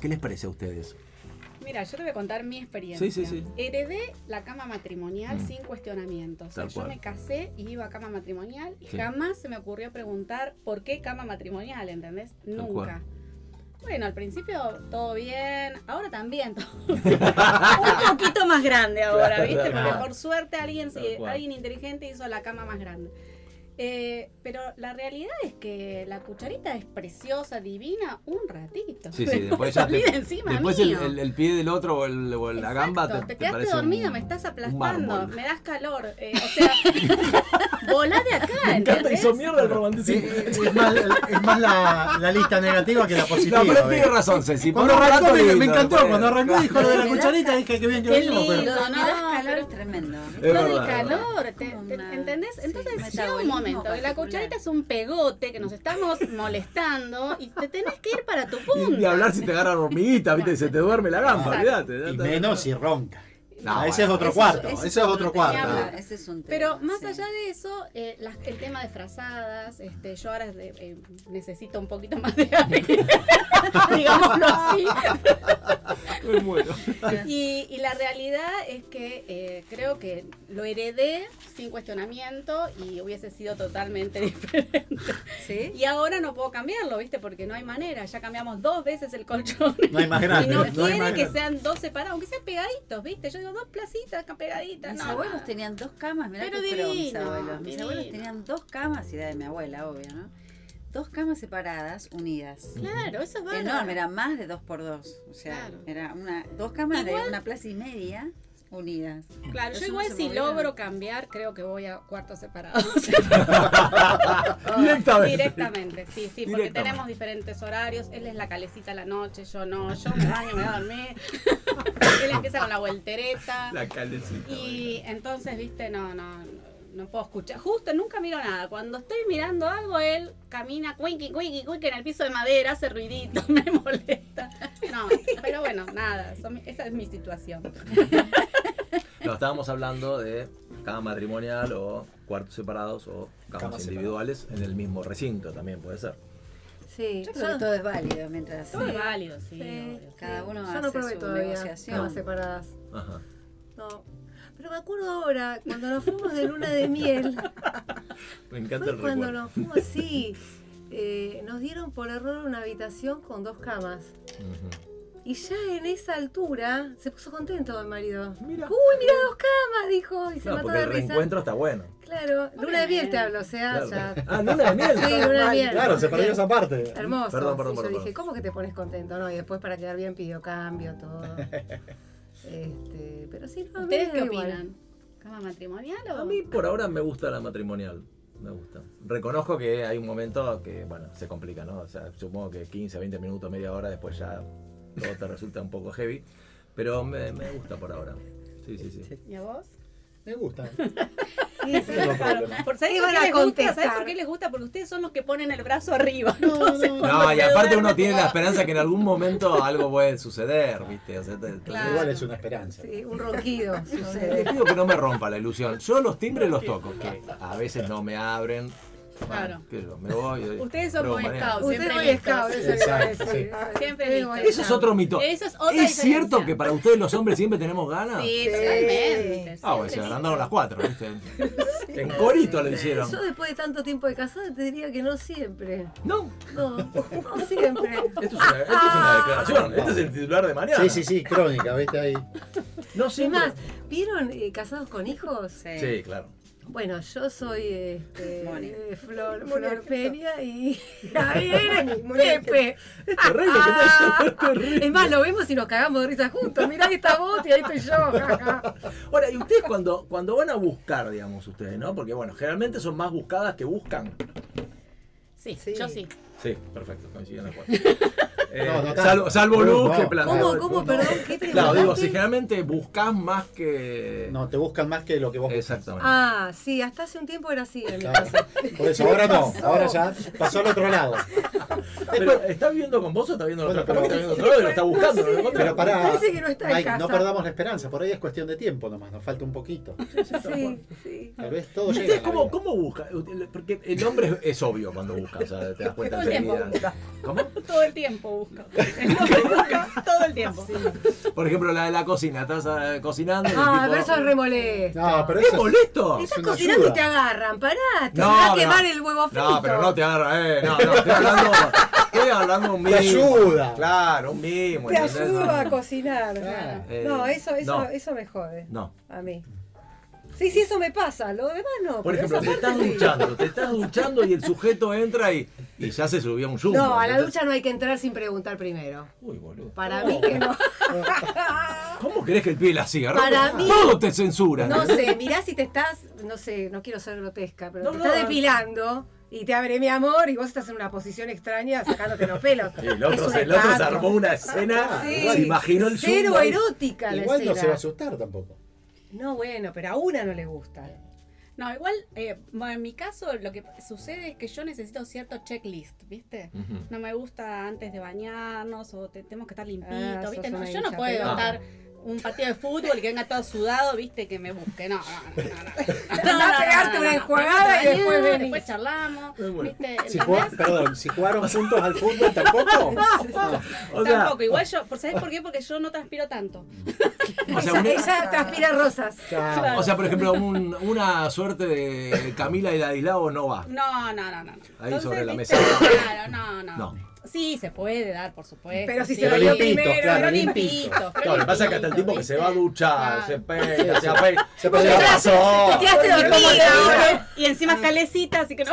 A: ¿Qué les parece a ustedes?
G: Mira, yo te voy a contar mi experiencia.
A: Sí, sí, sí.
G: Heredé la cama matrimonial
A: Mm.
G: sin cuestionamientos. O sea,
A: Tal
G: yo
A: cual.
G: me casé y iba a cama matrimonial y
A: Sí.
G: jamás se me ocurrió preguntar por qué cama matrimonial, ¿entendés?
A: cual.
G: Nunca. Bueno, al principio todo bien, ahora también todo bien. Un poquito más grande ahora,
A: Claro,
G: ¿viste? Porque
A: claro.
G: por suerte alguien, se-
A: Tal cual.
G: alguien inteligente hizo la cama más grande. Eh, pero la realidad es que la cucharita es preciosa, divina, un ratito.
A: Sí, sí, después ya
G: salí
A: te-
G: de encima
A: Después el,
G: mío.
A: el- el pie del otro o, el- o la
G: Exacto,
A: gamba te,
G: te,
A: te
G: quedaste
A: parece
G: dormido,
A: un-
G: me estás
A: un
G: aplastando,
A: mármol.
G: me das calor. eh, o sea, volá de acá,
K: Me encanta,
G: ¿entendés?
K: hizo mierda el
B: Sí,
K: romanticismo.
B: es, es más, es más la, la lista negativa que la positiva.
A: No, pero
B: ¿ves?
A: tiene razón, Ceci.
B: cuando
A: por un
B: arrancó
A: rato
B: me, me
A: lindo,
B: encantó,
A: después-
B: cuando arrancó dijo lo de la
H: Claro.
B: cucharita, dije que bien que
G: Qué
B: venimos, pero...
G: lindo.
H: Lo de me das
G: no,
H: calor
G: pero-
H: es tremendo.
A: Es
G: Todo el
A: verdad, es verdad.
G: calor, te-
H: Como
G: te-
H: una-
G: ¿entendés?
H: sí,
G: Entonces llega un
H: metabolismo
G: momento que la
H: particular.
G: cucharita es un pegote que nos estamos molestando y te tenés que ir para tu
A: Y,
G: punto.
A: y hablar si te agarra hormiguita, viste, se te duerme la gamba,
G: Exacto.
A: olvídate. ya
B: Y
A: está.
B: menos si ronca.
A: No,
B: Ah, ese es
A: bueno,
B: otro
G: eso-
B: cuarto,
G: eso
B: ese es
G: no
B: otro
G: te
B: cuarto.
G: habla.
H: Ah, ese es un tema,
G: Pero más
H: sí.
G: allá de eso, eh, las- el tema de frazadas, este, yo ahora eh, eh, necesito un poquito más de aire, digámoslo así.
A: Me muero.
G: Y, y la realidad es que eh, creo que lo heredé sin cuestionamiento y hubiese sido totalmente diferente.
H: ¿Sí?
G: Y ahora no puedo cambiarlo, ¿viste? Porque no hay manera. Ya cambiamos dos veces el colchón.
B: No hay más
G: y
B: grande.
G: no,
B: no hay
G: quiere
B: más
G: que
B: grande.
G: sean dos separados, aunque sean pegaditos, ¿viste? Yo digo dos placitas acá pegaditas.
H: Mis
G: no,
H: abuelos
G: no.
H: tenían dos camas, mirá
G: Pero
H: qué pro mis
G: divino,
H: abuelos. Mis abuelos
G: divino.
H: tenían dos camas, y la de mi abuela, obvio, ¿no? Dos camas separadas, unidas.
G: Claro, eso es bárbaro.
H: Enorme, era más de dos por dos. O sea,
G: Claro.
H: era una, dos camas
G: Igual-
H: de una plaza y media unidas.
G: Claro, yo
H: Eso no
G: igual
H: se
G: si
H: movieron.
G: logro cambiar, creo que voy a cuartos separados.
A: Directamente.
G: Directamente, sí, sí, porque
A: Directamente.
G: tenemos diferentes horarios. Él es la calecita a la noche, yo no, yo me baño, me voy a dormir. Él empieza con la voltereta.
A: La calecita.
G: Y entonces, viste, no, no, no puedo escuchar. Justo nunca miro nada. Cuando estoy mirando algo, él camina cuinqui, cuinqui, cuinqui en el piso de madera, hace ruidito, me molesta. No, pero bueno, nada, son mi- esa es mi situación.
A: No, estábamos hablando de cama matrimonial o cuartos separados o camas
B: Camas
A: individuales en el mismo recinto también puede ser.
D: Sí,
H: Yo creo que todo es válido mientras
G: Todo es válido, sí.
D: Sí.
G: obvio.
H: cada uno
D: yo
H: hace
D: no probé
H: su
D: todavía
H: negociación.
D: camas separadas.
A: Ajá.
D: No. Pero me acuerdo ahora, cuando nos fuimos de luna de miel,
A: Me encanta
D: fue
A: el
D: cuando
A: recuerdo.
D: nos fuimos, sí, eh, nos dieron por error una habitación con dos camas.
A: Ujú.
D: Y ya en esa altura se puso contento mi marido.
A: Mira.
D: Uy, mira dos camas, dijo, y se
A: No,
D: mató
A: porque
D: de
A: el
D: risa.
A: reencuentro está bueno.
D: Claro, luna de miel te hablo, o sea,
A: Claro.
D: ya.
A: Ah, luna de miel.
D: Sí, luna de miel.
B: Claro, se perdió esa parte.
D: Hermoso.
A: Perdón, perdón,
D: Y yo
A: perdón,
D: dije, ¿cómo que te pones contento? No, y después para quedar bien pidió cambio, todo. Este, pero sí, no, a mí
G: ¿Ustedes
D: me
G: qué
D: da igual.
G: opinan? ¿Cama matrimonial o...?
A: A mí por ahora me gusta la matrimonial. Me gusta. Reconozco que hay un momento que, bueno, se complica, ¿no? O sea, supongo que 15, 20 minutos, media hora después ya todo te resulta un poco heavy. Pero me, me gusta por ahora. Este. Sí, sí, sí.
G: ¿Y a vos?
B: Me gusta.
D: Sí, sí.
B: No tengo problema.
G: Por, ¿sabés
D: ¿Qué
G: por
D: van a
G: qué les gusta?
D: contestar?
G: ¿Sabés por qué les gusta? Porque ustedes son los que ponen el brazo arriba.
B: No, no,
A: No, y
G: se
A: aparte
G: duerme
A: uno tiene
G: como-
A: la esperanza que en algún momento algo puede suceder, ¿viste? O sea, te- te-
G: Claro.
B: Igual es una esperanza.
D: Sí, un ronquido
A: Les
D: sucede.
A: pido que no me rompa la ilusión. Yo los timbres los toco, que a veces no me abren. Bueno,
G: Claro.
A: qué sé yo, me voy. eh,
G: Ustedes son
A: pruebo
G: Boy
A: mañana.
G: Scouts.
D: Usted
G: Siempre
D: Boy
G: listos.
D: Scout, eso le iba a decir.
B: Sí.
G: Siempre
D: Usted
G: listos.
D: Boy
A: Eso es
D: Scout.
A: otro mito.
G: Eso es
A: ¿Es
G: otra
A: cierto
G: diferencia.
A: que para ustedes los hombres siempre tenemos ganas?
G: Sí,
D: Sí.
G: totalmente.
A: Ah, bueno, se
G: siempre
A: agrandaron las cuatro, ¿viste? En corito lo hicieron.
D: Yo después de tanto tiempo de casada te diría que no siempre.
A: No,
D: No, no siempre.
A: esto es una, esto es
D: Ah.
A: una declaración. Este es el titular de mañana.
B: Sí, sí, sí, crónica, viste ahí.
A: No
D: Es
A: siempre.
D: más, ¿vieron eh, casados con hijos?
H: Sí.
A: Sí, claro.
D: Bueno, yo soy
A: Mm.
D: este,
H: Moni.
D: eh, Flor, Flor Peña y Javier es Pepe. Ah,
A: Es terrible que te haya- es terrible.
D: Es más, lo vemos y nos cagamos de risa juntos. Mirá que está vos y ahí estoy yo. ja, ja.
A: Ahora, y ustedes cuando, cuando van a buscar, digamos, ustedes, ¿no? Porque, bueno, generalmente son más buscadas que buscan.
G: Sí,
F: Sí.
G: yo sí.
A: Sí, perfecto, coinciden las
B: No, no,
A: cuatro.
B: no.
A: Eh, salvo, salvo
B: No,
A: Luz,
B: no.
A: que plantea.
D: ¿Cómo, cómo, perdón? ¿Qué te
A: Claro, digo,
D: mandaste?
A: si generalmente buscas más que.
B: No, te buscan más que lo que vos
A: Exactamente.
D: Ah, sí, hasta hace un tiempo era así. en mi
B: Claro.
D: casa.
B: Por eso, ahora no, ahora ya pasó al otro lado.
A: Eh, pero, ¿estás viviendo con vos o estás viendo
B: Bueno,
A: otra? Capaz que
B: pero-
A: estás viendo otro lado y lo estás buscando. no lo encontrás.
B: Pero pará,
D: Parece que no está en
B: Mike, no
D: casa.
B: perdamos la esperanza, por ahí es cuestión de tiempo nomás, nos falta un poquito.
D: Sí, sí.
B: Tal vez todo llega.
A: ¿Ustedes
B: a la
A: cómo,
B: vida.
A: cómo buscan? Porque el hombre es, es obvio cuando busca, o sea, te das cuenta
G: Todo el tiempo
A: enseguida. ¿Cómo?
G: Todo el tiempo busca. No me busca todo el tiempo.
A: Por ejemplo, la de la cocina, estás eh, cocinando. y el
D: Ah,
A: tipo-
D: pero eso es remolesto.
B: No, pero
A: ¿Qué
B: eso es-
A: molesto?
D: Estás
B: una
D: cocinando
B: ayuda.
D: y te agarran, pará, te va a quemar el huevo frito.
A: No, pero no te agarra, eh. No, no, estoy hablando. Estoy hablando un
B: Te
A: mimo.
B: ayuda.
A: Claro, un mimo.
D: Te
A: ¿entendés?
D: ayudo
A: No,
D: a cocinar.
B: Claro.
D: No, eso, eso,
A: Eh, no.
D: eso me jode.
A: No.
D: A mí. Sí, sí, eso me pasa. Lo demás no.
A: Por
D: pero
A: ejemplo,
D: esa
A: te estás
D: parte sí.
A: duchando, te estás duchando y el sujeto entra y, y ya se subió a un yungo.
D: No, a la
A: Entonces-
D: ducha no hay que entrar sin preguntar primero.
A: Uy, boludo.
D: Para
A: No.
D: mí que no.
A: ¿Cómo querés que el pibe la siga?
D: Para
A: Roberto?
D: mí-
A: Todo te censura.
D: No sé, mirá si te estás, no sé, no quiero ser grotesca, pero
A: No,
D: te
A: no,
D: estás
A: no.
D: depilando y te abre mi amor y vos estás en una posición extraña sacándote los pelos.
A: Y el otro,
D: Es un
A: se, el otro se
D: espanto.
A: armó una escena,
D: Sí.
A: se imaginó el
D: Cero
A: yungo ahí.
D: erótica la
B: Igual no
D: escena.
B: se va a asustar tampoco.
D: No, bueno, pero a una no le gusta.
G: No, igual, eh, bueno, en mi caso lo que sucede es que yo necesito cierto checklist, ¿viste?
A: Ujú.
G: No me gusta antes de bañarnos o te- tenemos que estar
D: Ah,
G: limpitos,
D: sos
G: ¿viste? No,
D: una
G: yo no
D: hincha
G: puedo
D: pelota.
G: estar un partido de fútbol y que venga todo sudado, ¿viste? Que me busque, no, no, no, no, no.
D: Andá a pegarte una enjuagada y
G: Bañar,
D: después venís.
G: Después charlamos,
A: Muy bueno.
G: ¿viste?
B: Si
G: ¿Entendés?
B: jugá- perdón, si jugaron juntos al fútbol tampoco.
A: O sea,
G: Tampoco, igual yo, por- ¿sabés por qué? Porque yo no transpiro tanto.
A: o sea,
D: ella,
A: un-
D: ella transpira rosas.
B: Claro.
A: o sea, por ejemplo, un- una suerte de Camila y Ladislao no va.
G: No, no, no, no. no.
A: Ahí sobre la
G: ¿viste?
A: mesa.
G: Claro, no, no,
A: No.
G: Sí, se puede dar, por supuesto.
D: Pero si
G: sí.
D: se lo dio primero,
B: claro,
G: pero
B: limpito.
G: limpito. pero
A: Claro, lo que pasa es que hasta el
G: limpito,
A: tipo que se
G: ¿viste?
A: va a duchar,
G: Claro.
A: se peina, se afeita, se
B: Porque
A: pone-
B: te hace-
A: pasó?
D: Te quedaste dormido.
G: Y encima es calecita, así que no.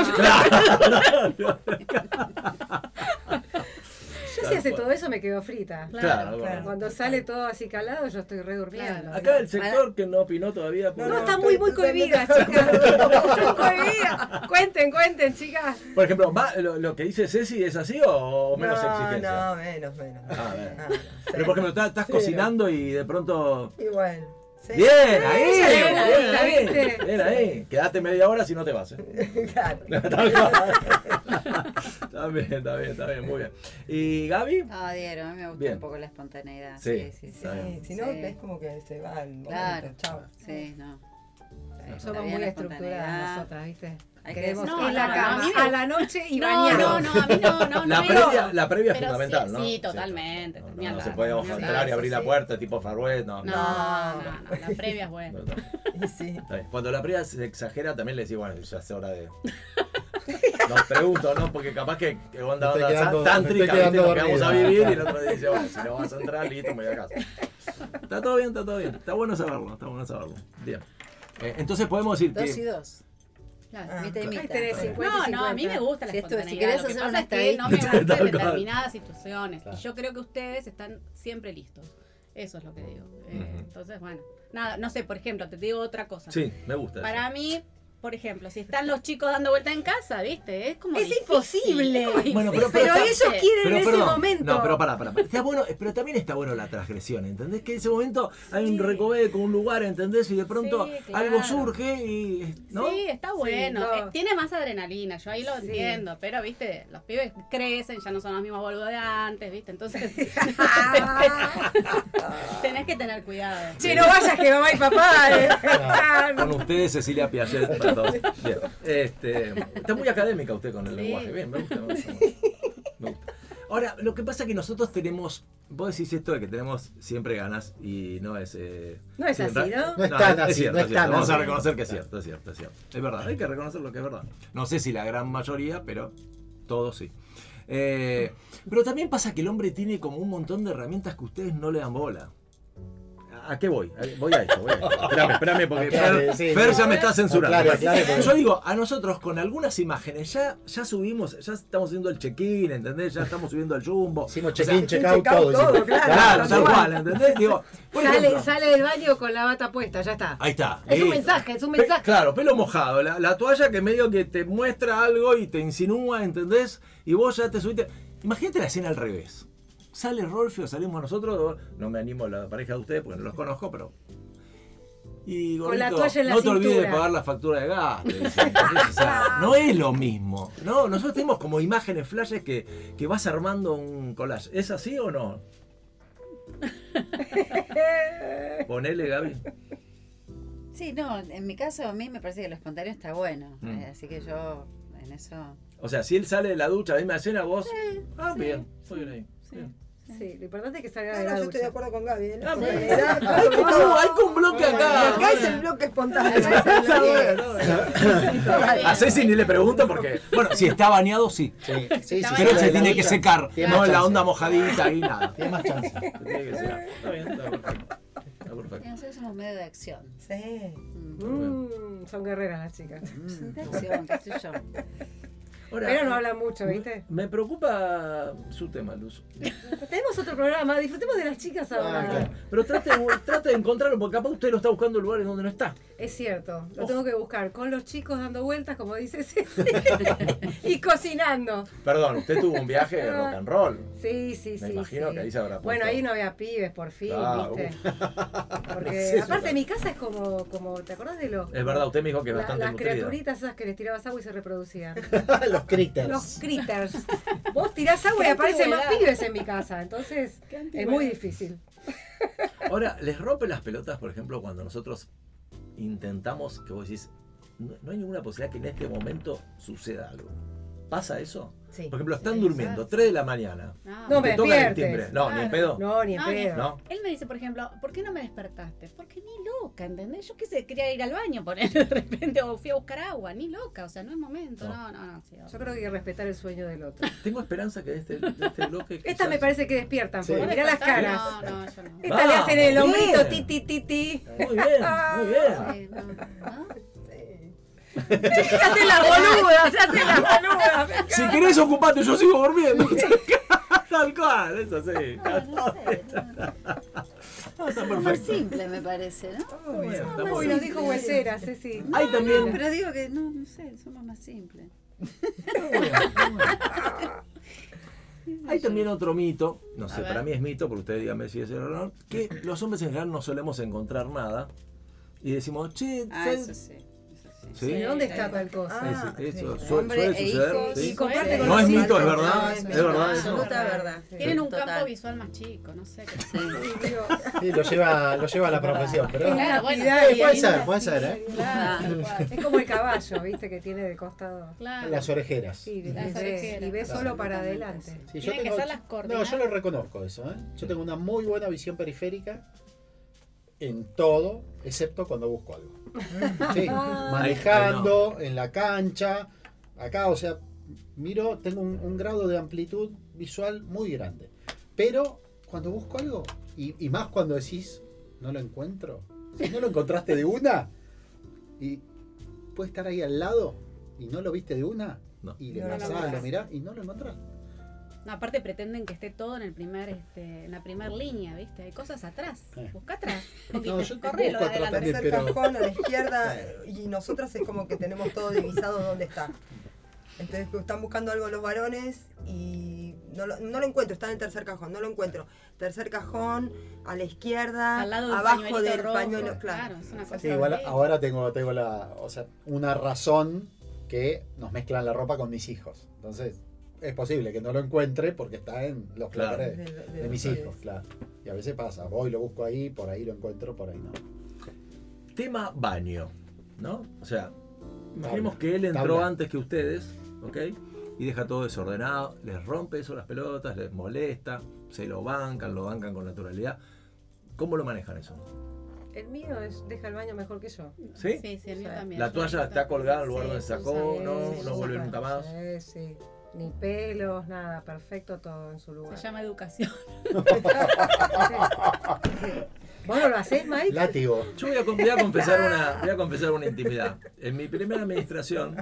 D: Yo si hace todo eso me quedo frita.
A: Claro, bueno.
D: Cuando sale todo así calado, yo estoy redurmiendo.
A: Acá el sector que no opinó todavía.
D: No,
A: porque-
D: está muy, muy cohibida, chicas. Muy cohibida. Cuenten, cuenten, chicas.
A: Por ejemplo, ¿va- lo, lo que dice Ceci es así o, o menos
F: no,
A: exigencia?
F: no, menos, menos.
A: Ah, bien.
F: No, no,
A: Pero por ejemplo, estás, estás
F: Sí.
A: cocinando y de pronto.
F: sí. Y bueno. sí.
A: Bien, ahí,
D: Sí,
A: bien
D: ahí,
A: ahí,
D: ¿viste?
A: bien ahí. Quédate media hora si no te vas. ¿eh?
F: Claro.
A: Está bien, está bien, está bien, muy bien. ¿Y Gaby?
H: No, dieron, Ah, a mí me gusta
A: Bien.
H: un poco la espontaneidad.
A: Sí,
H: Sí, sí, sí.
A: está bien.
F: Sí, si no,
H: Sí.
F: es como que se va el momento,
H: Claro.
F: chao.
H: Sí, no.
D: Somos muy estructuradas nosotras, ¿viste?
H: Hay que
D: Queremos
H: decir-
D: en
G: No,
D: la
G: no,
D: cama,
G: no, a mí
D: a,
G: me-
D: la noche y
G: No, no,
D: bañarnos.
G: no, a mí no, no,
A: La
G: no.
A: previa, la previa es
G: Pero
A: fundamental,
G: sí,
A: ¿no?
G: Sí, totalmente.
A: No, no,
G: ni
A: no
G: hablar,
A: se puede
G: ni
A: entrar y
G: hablar.
A: abrir la puerta tipo Farwell, no.
G: No, no, no, la previa es
A: No,
G: buena.
A: no.
F: Y sí.
A: Está bien. Cuando la previa se exagera, también le decís, bueno, ya es hora de. Nos pregunto, ¿no? Porque capaz que que onda,
B: Me estoy
A: onda
B: quedando- me
A: tántrica,
B: estoy
A: ¿viste? Nos
B: quedando
A: quedamos a
B: dormido.
A: vivir y el otro dice, bueno, si no vas a entrar, listo, me voy a casa. Está todo bien, está todo bien. Está bueno saberlo, está bueno saberlo. Bien. Eh, entonces podemos decir
H: Dos y
A: que.
H: dos. Claro,
F: Ah,
H: mitad y
F: claro.
H: mitad.
D: Ahí tenés
H: Sí.
D: 50
G: No, no, a mí me gusta la
H: Si esto- si
G: espontaneidad. lo
H: querés
G: que
H: hacer
G: pasa
H: una
G: es que no me
A: estadística.
G: gustan
A: Tal cual.
G: determinadas situaciones.
A: Claro.
G: Y yo creo que ustedes están siempre listos. Eso es lo que digo. Eh,
A: Ujú.
G: Entonces, bueno. Nada, no sé, por ejemplo, te digo otra cosa.
A: Sí, me gusta. eso.
G: Para mí, por ejemplo, si están los chicos dando vuelta en casa, ¿viste? Es como.
D: Es
G: difícil,
D: imposible.
G: es como difícil.
A: Bueno, pero-
D: Pero ellos quieren en ese
A: perdón,
D: momento.
A: No, pero pará, pará. pará. Está bueno, eh, pero también está bueno la transgresión, ¿entendés? Que en ese momento hay un recoveco, con un lugar, ¿entendés? Y de pronto
G: Sí, claro.
A: algo surge y. ¿No?
G: Sí, está bueno.
D: no.
G: Eh, tiene más adrenalina, yo ahí lo
D: Sí.
G: entiendo. Pero, viste, los pibes crecen, ya no son los mismos boludos de antes, viste. Entonces, tenés que tener cuidado.
D: Che, no vayas que mamá y papá. eh. Ah,
A: Con ustedes, Cecilia Piaget. perdón. Bien. Este, está muy académica usted con el
G: Sí.
A: lenguaje. Bien, me gusta, me gusta. me gusta. Ahora, lo que pasa es que nosotros tenemos. Vos decís esto de que tenemos siempre ganas y no es. eh,
D: No es así,
A: siempre-
D: ¿no?
B: No es tan así,
A: cierto,
B: no es
A: cierto.
B: tan
A: Vamos a
B: así.
A: reconocer que es cierto, es cierto, es cierto. Es verdad, hay que reconocer lo que es verdad. No sé si la gran mayoría, pero todos sí. Eh, pero también pasa que el hombre tiene como un montón de herramientas que ustedes no le dan bola. ¿A qué voy? A- Voy a esto, voy a esto. Espérame, espérame, porque
B: Aclare,
A: Fer,
B: sí.
A: Fer ya me está censurando.
B: Aclare, aclare, porque-
A: Yo digo, a nosotros con algunas imágenes ya, ya subimos, ya estamos haciendo el check-in, ¿entendés? Ya estamos subiendo al jumbo.
B: Hicimos
A: O sea,
B: check-in, check-out,
F: check-out,
B: todo.
F: todo,
B: hicimos.
F: claro.
A: Claro, tal cual, ¿entendés? Digo, por
D: sale,
A: ejemplo,
D: sale del baño con la bata puesta, ya está.
A: Ahí está.
D: Es
A: listo.
D: un mensaje, es un
A: Pe-
D: mensaje.
A: claro, pelo mojado. La, la toalla que medio que te muestra algo y te insinúa, ¿entendés? Y vos ya te subiste. Imagínate la escena al revés. Sale Rolfio, salimos nosotros. No me animo a la pareja de ustedes porque no los conozco, pero. Y
D: Con la
A: gordito,
D: toalla en la
A: no te olvides de
D: cintura.
A: pagar la factura de gas. te dicen, ¿entendés? O sea, no es lo mismo. No, nosotros tenemos como imágenes, flashes que, que vas armando un collage. ¿Es así o no? Ponele, Gaby.
H: Sí, no, en mi caso a mí me parece que lo espontáneo está bueno.
A: Mm.
H: eh, así que yo en eso.
A: O sea, si él sale de la ducha, misma escena, vos. ah, bien, muy bien ahí. bien.
D: Sí, lo importante es que salga
F: No,
D: de
F: no,
D: la
F: yo estoy de
D: ducha.
F: acuerdo con Gaby. ¿no?
A: Ah,
F: Sí,
A: bien.
F: mirá,
A: Hay que todo, hay que un bloque
F: Acá es
A: acá.
F: el bloque espontáneo.
A: Está bueno, está bueno. A Ceci ni le pregunto porque. Bueno, si está bañado, sí.
B: Sí, sí, sí,
G: Pero
B: sí,
A: Pero él
B: la
A: se
B: de la
A: tiene que
B: ducha.
A: secar.
B: Tiene
A: No
B: más
A: en la
B: chance.
A: onda mojadita y nada.
B: Tiene más chance.
A: Se tiene que secar. Está bien, está perfecto. Está perfecto.
H: Nosotros somos medio de acción.
F: Sí.
H: Mm.
D: Mm, son guerreras las chicas.
H: Sí, De acción, qué sé yo.
A: Ahora,
D: Pero no hablan mucho, ¿viste?
A: Me preocupa su tema, Luz.
D: Tenemos otro programa, disfrutemos de las chicas ahora.
B: Ah, claro.
A: Pero trate, de- trate de encontrarlo, porque capaz usted lo está buscando en lugares donde no está.
D: Es cierto, lo tengo que buscar con los chicos dando vueltas, como dice Ceci, y cocinando.
A: Perdón, usted tuvo un viaje de rock and roll.
D: Sí, sí,
A: Me
D: sí.
A: imagino
D: sí.
A: que ahí se habrá
D: Bueno,
A: puesto-
D: ahí no había pibes, por fin,
A: Ah,
D: ¿viste? Porque
B: Es eso,
D: aparte
B: claro.
D: mi casa es como, como ¿te acordás de los?
A: Es verdad, usted me dijo que es
D: la-
A: bastante
D: las
A: nutrida.
D: criaturitas esas que les tirabas agua y se reproducían.
B: Los critters.
D: Los critters. Vos tirás agua y
G: Qué
D: aparecen más
G: antigüedad.
D: pibes en mi casa. Entonces,
G: Qué
D: es
G: antigüedad.
D: muy difícil.
A: Ahora, ¿les rompe las pelotas, por ejemplo, cuando nosotros intentamos que vos decís, no, no hay ninguna posibilidad que en este momento suceda algo? ¿Pasa eso?
D: Sí.
A: Por ejemplo, están
G: Sí,
A: durmiendo,
G: sí.
A: 3 de la mañana.
G: No,
D: No
A: te
D: me
A: tocan el
D: despiertes.
A: timbre. No, ni en pedo.
G: Claro.
D: No, ni en
G: Ah. No, ni-
D: pedo.
A: No.
G: Él me dice, por ejemplo, ¿por qué no me despertaste? Porque ni loca, ¿entendés? Yo qué sé, quería ir al baño, por él de repente, o fui a buscar agua, ni loca, o sea, no es momento,
A: No.
G: no, no, no. sí,
D: Yo creo que hay que respetar el sueño del otro.
A: Tengo esperanza que de este, de este bloque.
D: Estas me
A: quizás-
D: parece que despiertan,
B: Sí.
D: porque
G: ¿Vos
D: mirá las
G: despertás?
D: caras.
G: No, no, yo no.
D: Estas le hacen el
A: Vamos,
D: hombrito, ti,
A: Ah, bien.
D: ti, ti, ti. Ah,
A: Muy bien, muy bien.
G: Sí, no, no.
D: Se hacen las boludas, se hacen las boludas.
A: Si querés ocupate, yo sigo durmiendo. Tal cual, eso sí.
H: No, no sé. no.
A: Ah, Está
H: Es más
A: perfecto. Ah,
H: simple, me parece, ¿no? Ah,
A: Muy bien, está muy
D: Uy,
A: bien.
D: nos dijo huesera, Ceci.
A: Hay también.
H: Pero digo que no, no sé, somos más simples.
A: Está bueno, está bueno. Hay también otro mito, no sé,
G: ver.
A: para mí es mito, porque ustedes díganme si es error o no, que los hombres en general no solemos encontrar nada y decimos, che,
H: Ah,
A: ¿sabes?
H: eso sí. Eso sí.
A: Sí.
D: ¿Y dónde está tal cosa?
A: Ah, sí, eso
F: sí.
A: su-
H: Hombre
A: suele
H: e
A: suceder.
H: hijos,
A: sí.
D: Y comparte con
A: No
D: los
A: es mito,
D: chicos.
A: es verdad,
D: No,
A: es
D: mito,
A: verdad eso.
H: Absoluta verdad.
D: Sí.
G: Tienen un
H: Total.
G: campo visual más chico, no sé. qué sé yo.
D: Sí, digo,
B: Sí, lo lleva, lo lleva a la profesión, pero.
D: es
G: Claro, bueno.
D: lapidario,
B: Eh, puede
D: es
B: ser,
D: una
B: puede ser, ¿eh?
G: Claro, tal cual,
D: Es como el caballo, viste, que tiene de costado.
G: claro.
B: Las orejeras.
D: Sí,
G: Las
D: y ve-
G: orejeras.
D: y ve solo para
H: Absolutamente,
D: adelante.
H: sí.
B: Sí,
G: Tienen que ser las
B: No,
G: coordenadas.
B: yo lo reconozco eso, ¿eh? Yo tengo una muy buena visión periférica en todo, excepto cuando busco algo. Sí, manejando, en la cancha, acá, o sea, miro, tengo un, un grado de amplitud visual muy grande. Pero cuando busco algo, y, y más cuando decís, no lo encuentro, si no lo encontraste de una, y puede estar ahí al lado, y no lo viste de una,
A: No.
B: y le
F: No lo
B: pasás, lo
F: encontrás.
B: mirás, y no lo encontrás.
G: No, aparte pretenden que esté todo en el primer, este, en la primer línea, ¿viste? Hay cosas atrás.
B: Eh.
G: Busca atrás.
B: No, yo te
G: Corre lo
B: busco
G: de
B: atrás
G: adelante.
B: también,
F: Tercer
B: pero-
F: cajón a la izquierda y nosotras es como que tenemos todo divisado dónde está. Entonces están buscando algo los varones y no lo, no lo encuentro, está en el tercer cajón, no lo encuentro. Tercer cajón, a la izquierda,
G: Al lado del
F: abajo
G: pañuelito
F: del
G: rojo,
F: pañuelo,
G: claro,
F: claro.
G: es una cosa
B: Sí, igual ahora tengo, tengo la, o sea, una razón que nos mezclan la ropa con mis hijos. Entonces, es posible que no lo encuentre porque está en los
A: Claro.
B: claveres
F: De- de-
B: de,
F: de
B: mis
F: los
B: hijos, claro. Y a veces pasa, voy, lo busco ahí, por ahí lo encuentro, por ahí no.
A: Tema baño, ¿no? O sea, imaginemos que él entró
B: tabla.
A: antes que ustedes, ¿ok? Y deja todo desordenado, les rompe eso las pelotas, les molesta, se lo bancan, lo bancan con naturalidad. ¿Cómo lo manejan eso?
D: El mío es, deja el baño mejor que yo.
A: ¿Sí?
G: Sí, sí, el mío
D: Sí.
G: también.
A: La toalla está colgada en lugar
G: Sí,
A: donde
G: sí,
A: sacó,
G: sí.
A: no,
D: Sí,
A: no vuelve
D: sí,
A: nunca más.
D: Sí, Eh, sí. Ni pelos, nada, perfecto todo en su lugar.
G: Se llama educación.
D: ¿Vos no lo hacés, Mike?
B: Látigo.
A: Yo voy a, con- voy a confesar una, voy a confesar una intimidad. En mi primera administración,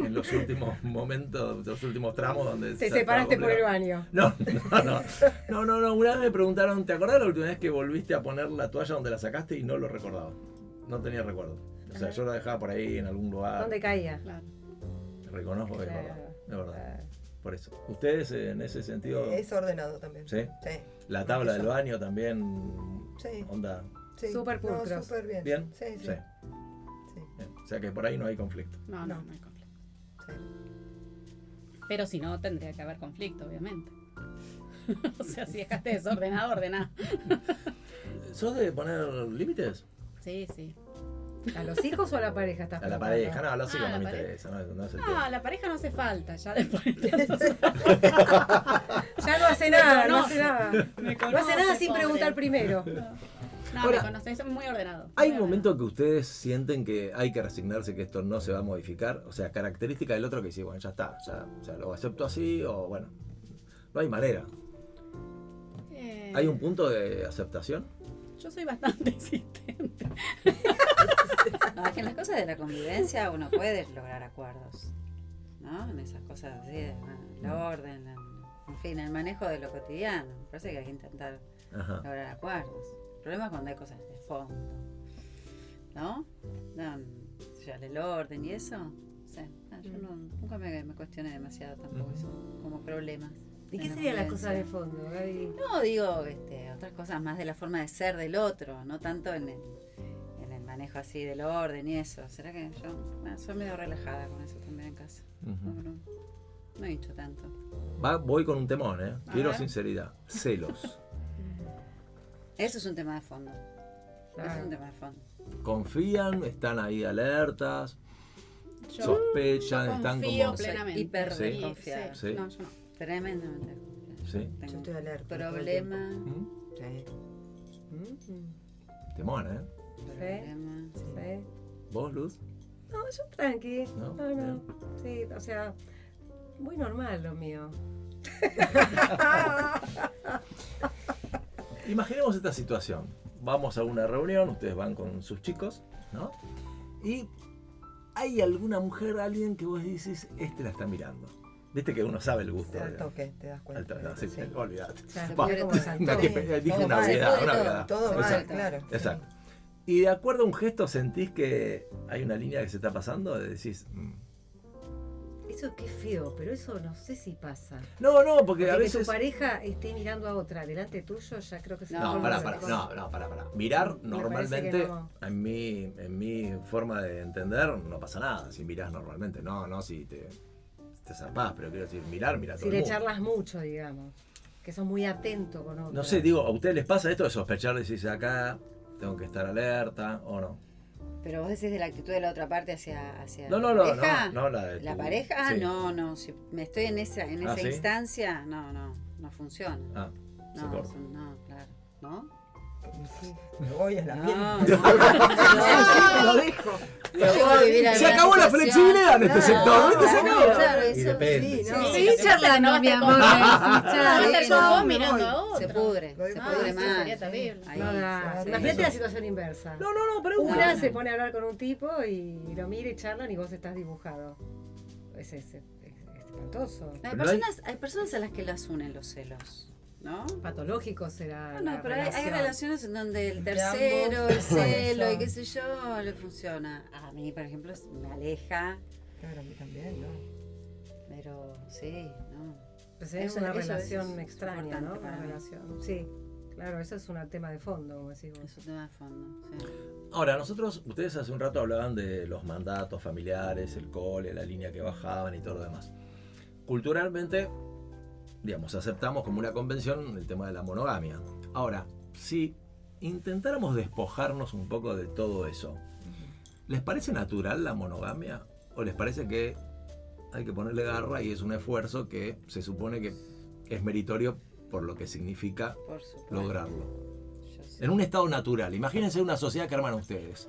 A: en los últimos momentos, los últimos tramos donde...
D: Te
A: se
D: separaste por el
A: acabó-
D: baño.
A: No, no, no. No, no, no. Una vez me preguntaron, ¿te acordás la última vez que volviste a poner la toalla donde la sacaste? Y no lo recordaba. No tenía recuerdo. O sea, yo la dejaba por ahí en algún lugar.
D: ¿Dónde caía?
G: Claro.
A: Reconozco que es
D: Claro.
A: verdad. Es verdad. Por eso. Ustedes eh, en ese sentido.
F: Es ordenado también.
A: ¿Sí?
F: Sí.
A: La tabla del
F: Eso.
A: baño también.
F: Sí.
A: Onda.
F: sí.
D: Súper
F: No,
D: pulcros.
F: súper bien.
A: ¿Bien?
F: Sí, sí. sí.
A: Bien. O sea que por ahí no hay conflicto.
G: No, no,
F: No.
G: no hay conflicto. Pero si no, tendría que haber conflicto, obviamente. o sea, si dejaste desordenado, ordenado.
A: ¿Sos de poner límites?
G: Sí, sí.
D: ¿A los hijos o a la pareja estás
A: A la
D: preguntando?
A: pareja. No, a los
G: Ah,
A: hijos no
G: la
A: me
G: pareja. Ah.
A: interesa. No, no es el
G: No,
A: tema.
G: a la pareja no hace falta, ya después. me
D: Ya no hace nada, no
G: No.
D: hace nada. No hace
G: conoce,
D: nada sin
G: pobre.
D: preguntar primero.
G: No,
A: Ahora,
G: me conoces, es muy ordenado.
A: ¿Hay
G: muy
A: momentos que ustedes sienten que hay que resignarse, que esto no se va a modificar? O sea, característica del otro que dice, bueno, ya está, ya, o sea, lo acepto así o bueno, no hay manera.
G: ordenado. Eh,
A: ¿Hay un punto de aceptación?
G: Yo Eh, Yo soy bastante insistente.
H: No, es que en las cosas de la convivencia uno puede lograr acuerdos, ¿no? En esas cosas así, de, bueno,
D: Mm.
H: la orden, la- en fin, el manejo de lo cotidiano. Me parece que hay que intentar
A: Ajá.
H: lograr acuerdos. El problema es cuando hay cosas de fondo, ¿no? no ya el orden y eso. no sé. No,
D: Mm.
H: yo no- nunca me, me cuestioné demasiado tampoco eso, como problemas.
D: ¿Y
H: en
D: qué
H: la
D: serían las
H: convivencia.
D: cosas de fondo, Gaby?
H: No, digo, este, otras cosas más de la forma de ser del otro, no tanto en el, en el manejo así del orden y eso. ¿Será que yo bueno, soy medio relajada con eso también en casa? No,
A: Ujú.
H: no, no he dicho tanto.
A: Va- voy con un temón, ¿eh?
H: A
A: Quiero
H: ver.
A: sinceridad. Celos.
H: Eso es un tema de fondo. Eso es un
D: Claro.
H: tema de fondo.
A: Confían, están ahí alertas,
G: Yo
A: sospechan, están
G: confío
A: como.
G: plenamente.
H: hiper
G: Sí,
H: desconfiada.
G: sí.
A: Sí.
G: No, yo no.
H: Tremendamente. desconfiada.
A: Sí.
H: Tengo
F: Yo estoy alerta. todo el
H: problema.
A: ¿Mm?
F: tiempo.
A: Temón, ¿eh?
H: problema.
D: ¿Sí?
A: ¿Vos, Luz?
D: No, yo tranqui.
A: No,
D: No, no. Sí, o sea, muy normal lo mío.
A: Imaginemos esta situación. Vamos a una reunión, ustedes van con sus chicos, ¿no? Y hay alguna mujer, alguien que vos dices, este la está mirando. Viste que uno sabe el
F: Sí.
A: gusto.
F: Te das
A: digamos.
F: toque, te das cuenta.
A: Al toque, no, sí,
F: Sí.
A: olvidate.
D: Ya,
A: Va,
D: mira cómo saltó.
A: nadie pe- Dije una
H: vale,
A: obviedad,
H: todo,
A: una
H: todo,
A: obviedad.
F: Todo
H: Sí,
F: mal,
H: exacto.
F: claro. sí.
A: Exacto. Y de acuerdo a un gesto sentís que hay una línea que se está pasando, de decís, mm.
D: Eso qué feo, pero eso no sé si pasa.
A: no, no, porque
D: Porque
A: a
D: que
A: Eh, veces...
D: tu pareja esté mirando a otra delante tuyo, ya creo que se
A: No,
D: vuelve
A: pará,
D: otra
A: pará,
D: cosa.
A: no, no, pará, pará. Mirar
D: Me
A: normalmente,
D: parece que no.
A: en, mi, en mi forma de entender, no pasa nada si mirás normalmente. No, no, si te, te zarpás, pero quiero decir, mirar, mirar todo
D: Si
A: el
D: le
A: mundo.
D: charlas mucho, digamos. Que sos muy atento con otro.
A: No sé, digo, ¿a ustedes les pasa esto de sospechar, decís acá, tengo que estar alerta o no?
H: Pero vos decís de la actitud de la otra parte hacia, hacia
A: No, no,
H: la
A: no,
H: pareja.
A: no, no, la de
H: ¿La
A: tu-
H: pareja? Ah,
A: sí.
H: No, no. Si me estoy en esa, en
A: Ah,
H: esa
A: ¿sí?
H: instancia, no, no, no funciona.
A: Ah, se
H: No,
A: corta.
H: es un- no, claro. ¿No?
F: Me voy a la
H: No,
F: piel.
H: no.
F: Lo dejo.
A: Se acabó la flexibilidad en este sector, ¿viste? Se acabó.
B: Y depende.
F: Sí, no.
D: Sí, charlando, mi amor.
G: Ah,
D: charla.
G: estar
H: sí,
G: yo
H: no,
G: vos
F: me
G: mirando
F: voy.
G: a otro.
H: Se pudre,
F: Lo
H: se
F: dejo. Ah,
H: pudre
G: sí,
H: más.
G: sería terrible.
H: Ahí,
D: No da.
H: sí,
D: Imagínate
H: sí.
D: la situación inversa.
A: No, no, no, pero
D: Una
H: no.
D: se pone a hablar con un tipo y lo mira y charlan y vos estás dibujado. Es, es- es- es espantoso.
H: Hay
A: Pero hay-
H: personas, hay personas a las que las unen los celos, ¿no?
D: Patológico será.
H: No, no,
D: la
H: pero hay, hay
D: relación.
H: relaciones en donde el
F: Que
H: tercero,
F: ambos
H: el celo y
F: son.
H: qué sé yo, le funciona. A mí, por ejemplo, me aleja,
F: Claro, a mí también, ¿no?
H: pero sí, no.
D: Pues es
H: Eso-
D: una
H: eso es
D: relación extraña,
H: importante
D: ¿no?
H: para
D: Una
H: mí.
D: relación. Sí, claro, eso es un tema de fondo, como decís vos.
H: Es un tema de fondo. sí.
A: Ahora, nosotros, ustedes hace un rato hablaban de los mandatos familiares, el cole, la línea que bajaban y todo lo demás. Culturalmente, digamos, aceptamos como una convención el tema de la monogamia. Ahora, si intentáramos despojarnos un poco de todo eso, ¿les parece natural la monogamia? ¿O les parece que hay que ponerle garra y es un esfuerzo que se supone que es meritorio por lo que significa
H: Por supuesto.
A: lograrlo?
H: Yo sí.
A: en un estado natural. Imagínense una sociedad que arman ustedes.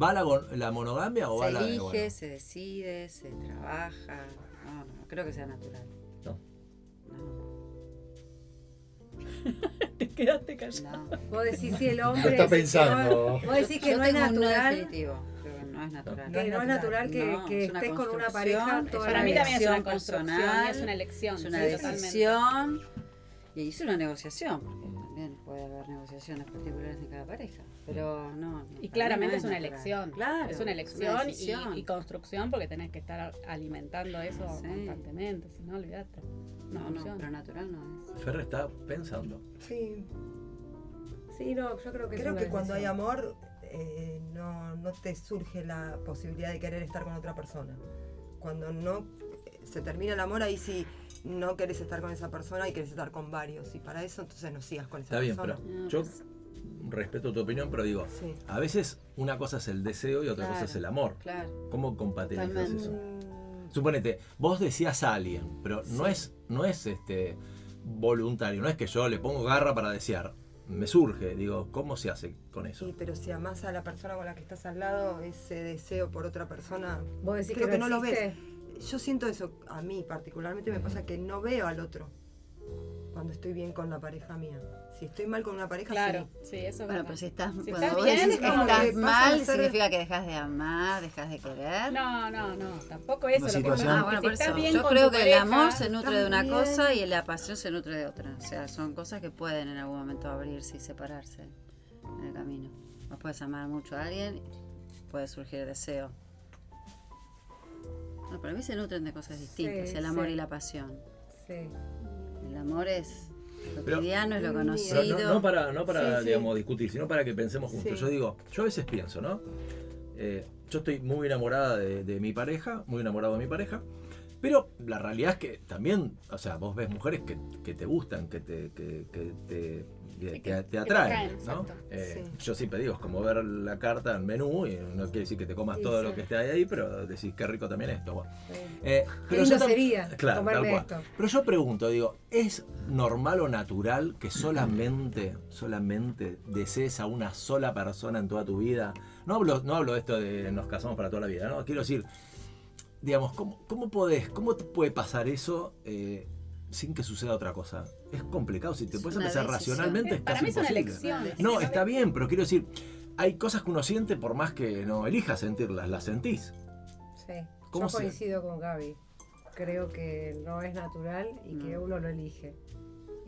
A: ¿Va la, gon- la monogamia o va
H: Se
A: la de-
H: elige,
A: bueno?
H: se decide, se trabaja. No, no, creo que sea natural.
A: No.
H: No,
G: Te quedaste callado.
H: no.
D: Vos decís si el
B: Lo está
D: hombre. si el hombre-
B: pensando.
D: Vos decís que
H: Yo
D: no es
H: tengo un no
D: natural.
H: definitivo. Creo que no es natural.
D: Que no es natural que,
H: No,
D: que
H: es una
D: estés con una
H: construcción,
D: pareja
H: es
D: toda
H: una
G: Para
D: la
G: mí
D: vida.
G: también es una
H: Elección
G: construcción,
H: personal,
G: y es una elección.
H: Es una
G: sí, totalmente.
H: decisión. Y hice una negociación, porque también puede haber negociaciones particulares de cada pareja. Pero no. no,
G: Mm. Y
H: para mí no
G: claramente es una
H: natural.
G: elección.
H: Claro.
G: Es una elección y,
H: decisión.
G: y construcción porque tenés que estar alimentando eso
H: Sí.
G: constantemente. Si no, olvidate.
H: No, no, pero
G: funciona.
H: natural no es.
A: Ferre está pensando.
F: Sí,
D: Sí, no, yo creo que es
F: Creo
D: una
F: que cuando hay
D: decisión.
F: amor eh, no, no te surge la posibilidad de querer estar con otra persona. Cuando no eh, se termina el amor, ahí sí no querés estar con esa persona y querés estar con varios. Y para eso entonces no sigas con esa
A: Está bien,
F: persona.
A: pero yo
H: pues.
A: respeto tu opinión, pero digo,
F: Sí.
A: a veces una cosa es el deseo y otra cosa
H: Claro.
A: es el amor.
H: Claro.
A: ¿Cómo compatibilizas
H: Totalmente.
A: eso?
F: Mm,
A: Suponete, vos decías a alguien, pero no es, no es este voluntario, no es que yo le pongo garra para desear. Me surge, digo, ¿cómo se hace con eso?
F: Sí, pero si amás a la persona con la que estás al lado, ese deseo por otra persona,
D: Vos decís
F: creo
D: que,
F: que no lo
D: existe.
F: yo siento eso, a mí particularmente me pasa que no veo al otro. cuando estoy bien con la pareja mía. Si estoy mal con una pareja,
G: Claro,
F: sí.
G: sí, eso es
H: Bueno,
G: verdad.
H: pero si estás,
G: Si
H: cuando
G: estás
H: vos
G: bien,
H: decís
G: es como
H: estás
F: que pasan a
H: mal,
F: ser-
H: significa que dejas de amar, dejas de querer.
G: No, no, no, tampoco eso.
B: Una
G: lo que
B: situación-
G: pasa
H: Ah,
G: es
H: bueno,
G: que
H: por
G: si estás
H: eso.
G: bien
H: Yo
G: con
H: creo
G: tu
H: que
G: pareja,
H: el amor se nutre de una
F: también.
H: cosa y la pasión se nutre de otra. O sea, son cosas que pueden en algún momento abrirse y separarse en el camino. Vos puedes amar mucho a alguien, puede surgir deseo. No, para mí se nutren de cosas distintas,
D: Sí,
H: el amor
D: sí.
H: y la pasión.
D: Sí.
H: El amor es lo
A: Pero-
H: cotidiano,
G: Mm,
H: es lo
A: Pero
H: conocido.
A: no, no para, no para
F: Sí, sí.
A: digamos, discutir, sino para que pensemos juntos.
F: Sí.
A: Yo digo, yo a veces pienso, ¿no? Eh, yo estoy muy enamorada de, de mi pareja, muy enamorado de mi pareja, pero la realidad es que también, o sea, vos ves mujeres que, que te gustan, que te, que, que te, que
G: Sí,
A: te-
G: que-
A: te
G: que te atraen,
A: atraen, ¿no?
G: exacto.
A: Eh,
F: Sí.
A: Yo siempre digo, es como ver la carta en menú, y no quiere decir que te comas
D: Sí,
A: todo
D: sí.
A: lo que esté ahí, pero decís, qué rico también esto. bueno.
D: sí.
A: Eh,
D: Qué
A: pero yo
D: lindo
A: tam-
D: sería
A: Claro,
D: comerme
A: tal
D: esto.
A: cual. Pero yo pregunto, digo, ¿es normal o natural que solamente, solamente desees a una sola persona en toda tu vida? No hablo, no hablo de esto de nos casamos para toda la vida, ¿no? Quiero decir, digamos, ¿cómo, cómo podés, cómo te puede pasar eso eh, sin que suceda otra cosa? Es complicado, si te
H: Es
A: puedes
H: una
A: empezar
H: decisión.
A: racionalmente es
G: Para
A: casi
G: mí es una
A: imposible.
G: elección.
A: No, está bien, pero quiero decir, hay cosas que uno siente por más que no elijas sentirlas, las sentís.
D: Sí.
A: ¿Cómo
D: Yo
A: se-
D: coincido con Gaby. Creo que no es natural y que
H: Mm.
D: uno lo elige.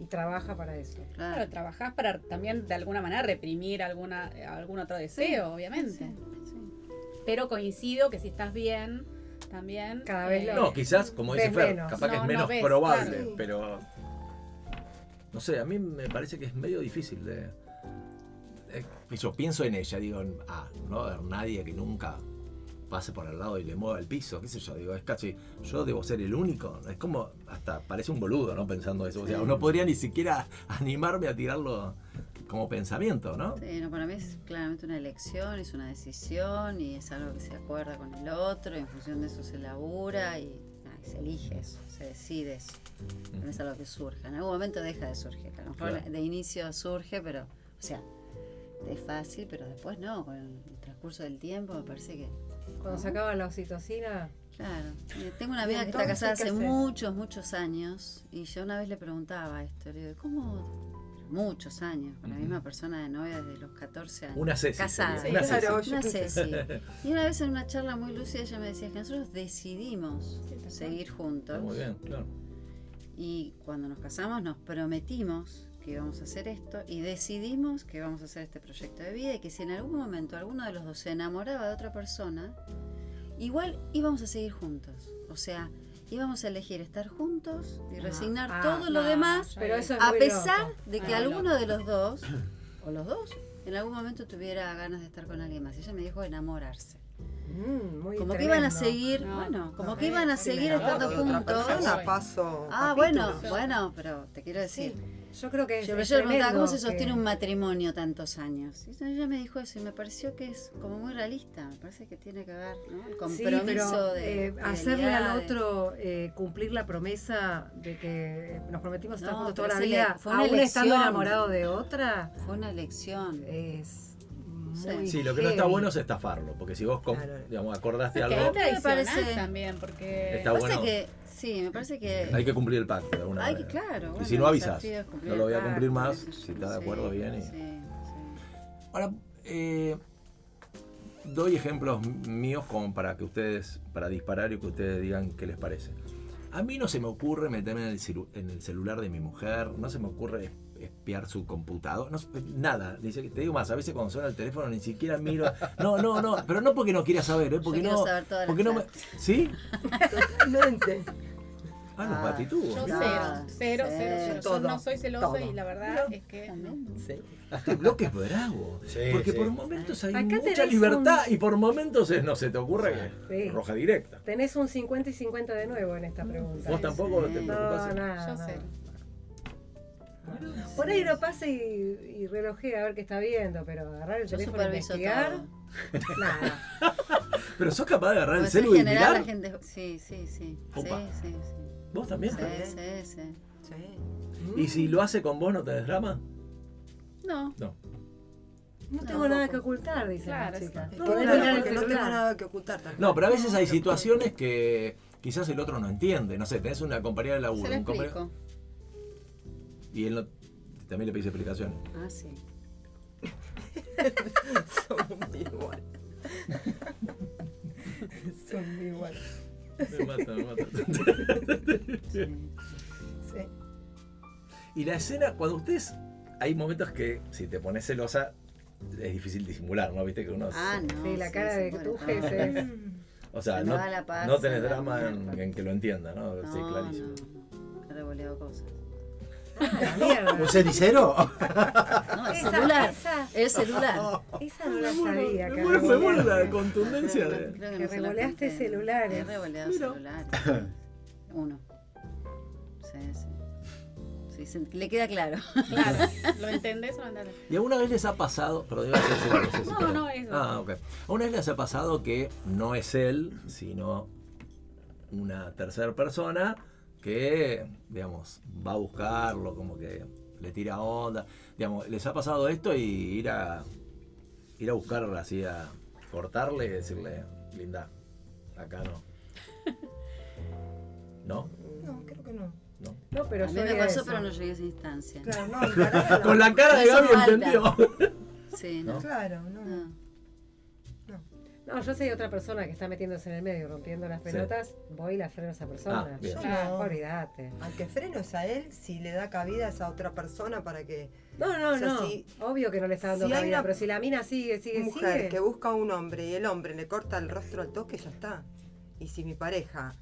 D: Y trabaja para eso.
H: Claro.
G: Claro, trabajás para también de alguna manera reprimir alguna, eh, algún otro deseo, obviamente. Pero coincido que si estás bien, también. eh,
D: Cada vez lo-
A: No, quizás, como dice
D: Ves
A: Fer,
D: menos.
A: capaz que es
G: No, no
A: menos
G: ves,
A: probable,
F: claro.
A: pero. No sé, a mí me parece que es medio difícil de. eh, Yo pienso en ella, digo, ah, no va a haber nadie que nunca pase por al lado y le mueva el piso, qué sé yo, digo, es casi, yo debo ser el único, es como, hasta parece un boludo, ¿no? Pensando eso, o sea, no podría ni siquiera animarme a tirarlo como pensamiento, ¿no?
H: Sí, no, para mí es claramente una elección, es una decisión y es algo que se acuerda con el otro y en función de eso se labura y, nada, y se elige eso, se decide eso. No es algo que surja. En algún momento deja de surgir. A lo mejor
A: Claro.
H: de inicio surge, pero, o sea, es fácil, pero después no. Con el transcurso del tiempo me parece que
D: Cuando se acaba la oxitocina,
H: Claro, Eh, tengo una
D: ¿Y
H: amiga que está
D: entonces
H: casada
D: qué
H: hace
D: haces?
H: muchos, muchos años y yo una vez le preguntaba esto, le digo, ¿cómo? Muchos años, con la
A: Ujú.
H: misma persona de novia desde los 14 años.
A: Una Ceci
H: Casada.
A: sería, una Sí, Ceci.
F: claro, yo
H: Una
F: pensé.
H: Ceci. Y una vez en una charla muy lúcida ella me decía que nosotros decidimos seguir juntos
A: Muy bien, claro.
H: y cuando nos casamos nos prometimos que íbamos a hacer esto y decidimos que íbamos a hacer este proyecto de vida y que si en algún momento alguno de los dos se enamoraba de otra persona, igual íbamos a seguir juntos. O sea, íbamos a elegir estar juntos y resignar
D: ah,
H: todo lo
G: no,
H: demás,
G: ya
D: pero eso es
H: a
D: muy
H: pesar
D: loco.
H: de que
G: Ah,
H: alguno de los dos, o los dos, en algún momento tuviera ganas de estar con alguien más. Ella me dijo enamorarse.
D: Mm, muy
H: Como que iban a
D: tremendo.
H: seguir,
G: No,
H: bueno, como
G: no,
H: que iban a
G: sí,
H: seguir
G: no,
H: estando
G: porque otra
H: juntos.
G: persona-
F: paso.
H: Ah,
F: capítulo.
H: bueno, bueno, pero te quiero decir.
D: Sí, yo creo que es,
H: Yo,
D: es
H: yo le preguntaba cómo se
D: tremendo
H: sostiene
D: que-
H: un matrimonio tantos años. Y ella me dijo eso y me pareció que es como muy realista. Me parece que tiene que ver ¿no? el
D: Sí,
H: compromiso
D: pero,
H: de.
D: eh, hacerle al
H: fidelidad, de-
D: otro eh, cumplir la promesa de que nos prometimos estar
H: No,
D: juntos
H: pero
D: toda la
H: se le-
D: vida,
H: fue una
D: aún estando
H: elección.
D: enamorado de otra,
H: Fue una elección.
D: es muy
A: Sí, lo que no está
D: heavy.
A: bueno es estafarlo, porque si vos, com-
D: Claro.
A: digamos, acordaste
G: Que ahí
A: algo,
G: traicionás
H: parece-
G: también, porque.
A: Está
H: Me
A: bueno.
H: parece que. Sí, me parece que.
A: hay que cumplir el pacto de alguna
H: hay que-
A: manera.
H: claro.
A: Y
H: bueno,
A: si no
H: el
A: avisas,
H: desafío es cumplir
A: no lo voy a
H: el
A: cumplir
H: pacto,
A: más,
H: qué sé yo,
A: si está de
H: sí,
A: acuerdo bien y-
H: Sí, sí.
A: Ahora, eh, doy ejemplos míos como para que ustedes, para disparar y que ustedes digan qué les parece. A mí no se me ocurre meterme en el, ciru- en el celular de mi mujer, no se me ocurre espiar su computador, no se- nada. Dice, te digo más, a veces cuando suena el teléfono ni siquiera miro. No, no, no, pero no porque no quiera saber, ¿eh? porque
H: quiero
A: no.
H: saber todas las
A: porque no me- ¿Sí?
F: Totalmente.
A: Ah, no,
H: Ah,
A: Pati, tú.
G: Yo cero,
H: No,
G: cero,
H: sí,
G: cero, cero. Yo
F: todo,
G: no soy celosa
F: todo.
G: y la verdad es que. no.
A: Este bloque es bravo.
B: Sí,
A: porque
B: sí.
A: por
F: Ah,
A: momentos hay
D: Acá
A: mucha
D: tenés
A: libertad y por momentos es, no se te ocurre que
D: Sí.
A: roja directa.
D: Tenés un 50 y 50 de nuevo en esta pregunta.
A: Vos tampoco
H: Sí.
A: te
D: No,
A: preocupás.
D: nada,
G: Yo
D: nada.
G: cero.
D: Por ahí lo pasa y, y relojea a ver qué está viendo, pero agarrar el
H: Yo
D: teléfono y
H: superviso
D: investigar,
H: todo.
D: nada.
A: Pero sos capaz de agarrar el
H: Pues
A: celu y
H: en general
A: mirar.
H: la gente. Sí, sí, sí.
A: Opa.
H: Sí, sí, sí.
A: Vos también.
H: Sí,
A: Fer?
H: sí, sí.
F: Sí.
A: Y si lo hace con vos, ¿no tenés drama?
H: No.
D: No tengo nada que ocultar, dice
G: Claro,
D: la chica.
F: Es que
D: No,
F: claro,
D: mirar el
F: porque no tengo
D: celular.
F: nada que ocultar tampoco.
A: No, pero a veces hay situaciones que quizás el otro no entiende. No sé, tenés una compañera de
H: Se
A: laburo.
H: lo
A: un compañero-
H: explico.
A: Y él no- también le pedís explicaciones.
H: Ah, sí.
F: Somos muy igual. Somos muy igual.
A: Me mata, me mata.
F: Sí.
A: Y la escena, cuando ustedes. Hay momentos que si te pones celosa es difícil disimular, ¿no? Viste que uno.
H: Ah, no.
D: Sí, la cara
H: se
D: de
H: muere.
D: Tujes
H: No,
D: es.
A: o sea,
H: se
A: no,
H: nos va la paz,
A: no
H: se
A: tenés
H: va la
A: drama en,
H: mierda.
A: en que lo entienda, ¿no? sí,
H: no,
A: clarísimo.
H: no, He revoleado cosas.
D: Ah, la mierda.
B: ¿Un cenicero?
H: No, el
D: Esa,
H: celular.
D: esa,
H: El celular.
D: esa no la sabía.
A: Me
D: que
A: muero, me muero
D: revoleaste.
A: la contundencia
H: Creo
A: de.
H: no
D: Que
H: se lo
D: revoleaste
H: conté.
D: celulares.
H: He revoleado
A: Mira.
H: celulares. Uno. Sí, sí. Sí, se- le queda claro.
G: Claro, ¿lo entendés o no entendés?
A: ¿Y alguna vez les ha pasado.? Pero digo, sí, sí, sí, sí, sí,
G: No,
A: perdón.
G: no, eso.
A: Ah, ok. ¿Alguna vez les ha pasado que no es él, sino una tercera persona que, digamos, va a buscarlo, como que le tira onda? Digamos, ¿les ha pasado esto y ir a, ir a buscarla así, a cortarle y decirle, linda, acá no? ¿No?
F: No, creo que no.
A: ¿No?
D: No, pero
H: A mí
D: yo
H: me
D: era
H: pasó,
D: eso.
H: pero no llegué a esa instancia.
F: Claro, no, para nada.
A: Con la cara de
H: Eso
A: Gaby
H: falta.
A: entendió.
H: Sí,
A: ¿No?
H: no.
F: Claro, no, no.
H: no.
D: No, yo soy otra persona que está metiéndose en el medio, rompiendo las pelotas. Voy y la freno a esa persona.
A: Ah, bien.
F: Yo
D: Ah,
F: no.
D: Olvídate.
F: Al que freno es a él si le da cabida a esa otra persona para que
D: No, no,
F: O sea,
D: no.
F: si-
D: Obvio que no le está dando
F: si hay
D: cabida,
F: una
D: pero si la mina sigue, sigue,
F: mujer
D: sigue.
F: que busca a un hombre y el hombre le corta el rostro al toque, ya está. Y si mi pareja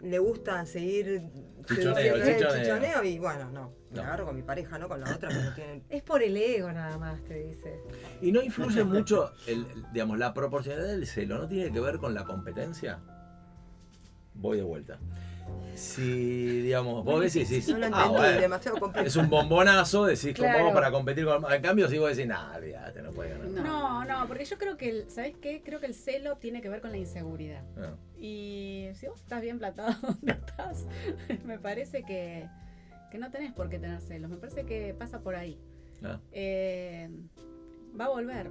F: le gusta seguir
A: Chichoneo,
F: seduciendo el
A: chichoneo.
F: chichoneo y bueno, no, me
A: No.
F: agarro con mi pareja, no con la otra, porque tienen...
D: Es por el ego nada más, te dice.
A: Y no influye mucho, el, el- digamos, la proporcionalidad del celo, ¿no tiene que ver con la competencia? Voy de vuelta. Si, digamos, vos ves y decís,
F: No lo
A: ah,
F: entendí,
A: bueno,
F: demasiado complejo.
A: es un bombonazo, decís, ¿cómo
D: Claro.
A: vamos para competir con el En cambio, si vos decís, nah, olvídate, no puedes ganar.
G: No, no, porque yo creo que, el, ¿sabes qué? Creo que el celo tiene que ver con la inseguridad.
A: Ah,
G: Y si vos estás bien plantado donde estás, me parece que, que no tenés por qué tener celos. Me parece que pasa por ahí.
A: ah.
G: Eh, va a volver.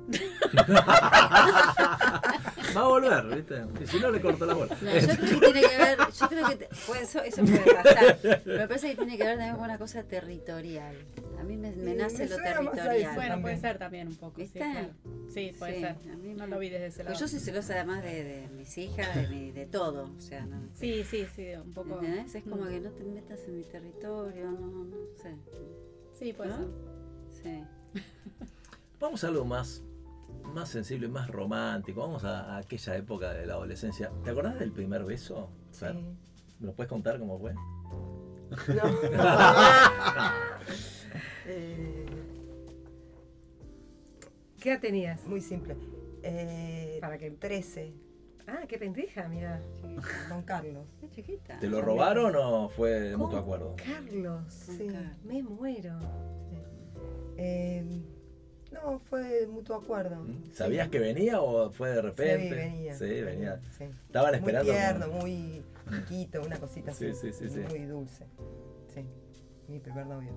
A: Va a volver, ¿viste? Y si no, le corto la bola.
H: No, yo creo que tiene que ver, yo creo que te- puede- eso, eso puede pasar, pero me parece que tiene que ver también con una cosa territorial. A mí me, me
F: Sí,
H: nace
F: me
H: lo
F: suena más a eso.
G: Bueno,
H: territorial.
G: puede
F: también.
G: ser también un poco. Sí,
H: ¿Está?
G: claro. sí puede
H: Sí,
G: ser.
H: a mí
G: No
H: me-
G: lo vi desde ese lado.
H: Pues yo soy celosa además de, de mis hijas, de, mi- de todo, o sea, no.
G: Sí, sí, sí, un poco.
H: ¿Entendés? Es como
G: Mm.
H: que no te metas en mi territorio, no, no sé.
G: Sí, puede
H: ¿No?
G: ser.
H: Sí.
A: Vamos a algo más, más sensible, más romántico. Vamos a, a aquella época de la adolescencia. ¿Te acordás del primer beso? Fer? ¿Nos puedes contar cómo fue?
F: Eh,
D: ¿Qué edad tenías?
F: muy simple. Eh,
D: Para que.
F: 13,
D: Ah, qué pendeja, mira.
F: con Carlos.
H: Qué chiquita.
A: ¿Te lo robaron o fue de mutuo
D: ¿Cómo?
A: acuerdo?
D: Carlos,
F: Sí.
D: me muero.
F: Eh, no, fue de mutuo acuerdo.
A: ¿Mm? ¿Sabías que venía o fue de repente?
F: Sí, venía.
A: Sí, venía.
F: Sí.
A: Estaban
F: Muy
A: esperando.
F: tierno, muy chiquito, una cosita
A: Sí,
F: así.
A: sí, sí, sí.
F: Muy dulce. Sí, mi primer novio.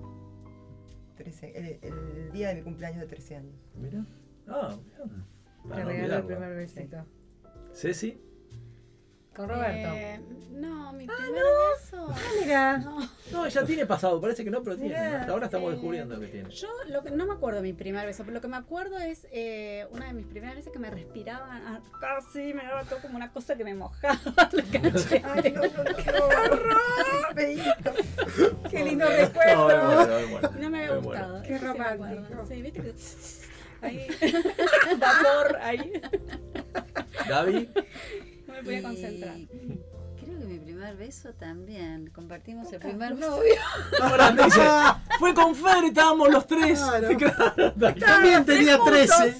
F: 13, el, el día de mi cumpleaños de 13 años.
A: Mira. Ah, bien.
D: Te
A: Para no
D: regaló el
A: olvidarlo.
D: primer besito.
A: Ceci,
D: Con Roberto.
G: Eh, no, mi primer beso.
D: Mira.
A: no, ella tiene pasado, parece que no, pero tiene.
D: Mirá,
A: Hasta ahora estamos
G: eh,
A: descubriendo que tiene.
G: Yo lo que, no me acuerdo de mi primer beso, pero lo que me acuerdo es eh, una de mis primeras veces que me respiraban ah, casi, me daba todo como una cosa que me mojaba la calle.
F: Ay, no, no, no. horror!
D: Qué lindo
A: No, me
D: recuerdo.
A: muero, me muero,
G: No me había
A: me muero.
G: gustado.
D: Qué
G: eso sí me acuerdo.
D: romántico.
G: Sí, viste que. Ahí. Vapor, ahí.
A: Gaby,
G: No me podía
H: Y
G: concentrar.
H: Creo que mi primer beso también. Compartimos el primer novio.
A: ahora me dice, fue con Fer, estábamos los tres.
B: También tenía 13.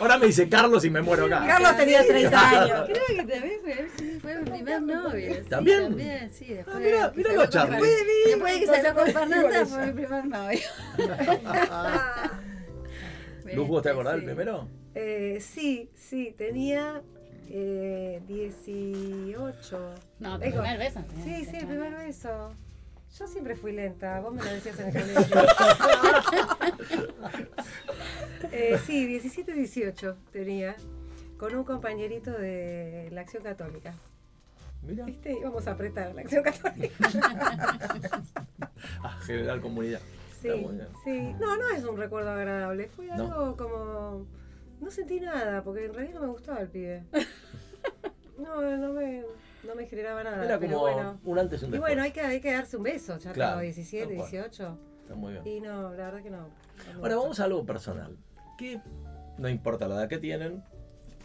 A: Ahora me dice Carlos y me muero acá.
D: Carlos tenía 30 años.
H: Creo que también fue, sí, fue mi primer novio. sí,
A: ¿También?
H: También, sí. Después,
A: Ah, mirá,
H: que
A: mirá
H: se
A: lo
H: fue con
A: charro.
H: Fer-
A: Puede
H: Después de que salió con Fernanda fue mi primer novio.
A: Luz, ¿vos te acordás del
H: Sí.
A: primero?
D: Eh, sí, sí, tenía eh, 18.
G: No, tu
D: Digo,
G: primer beso.
D: Sí, sí, el primer
G: beso.
D: beso. Yo siempre fui lenta, vos me lo decías en el colegio. Eh, sí, 17, 18 tenía, con un compañerito de la Acción Católica.
A: Mira,
D: ¿Viste? Íbamos a apretar la Acción Católica.
A: a generar Ah, comunidad.
D: Sí,
A: Está muy bien.
D: sí. No, no es un recuerdo agradable. Fue
A: No.
D: algo como. No sentí nada, porque en realidad no me gustaba el pibe. No, no me, no me generaba nada.
A: Era
D: pero
A: como
D: bueno.
A: un antes y un
D: Y
A: después.
D: bueno, hay que, hay que darse un beso. Ya
A: Claro,
D: tengo 17,
A: tal cual.
D: 18.
A: Está muy bien.
D: Y no, la verdad que no. no
A: Ahora
D: mucho.
A: vamos a algo personal. Que no importa la edad que tienen,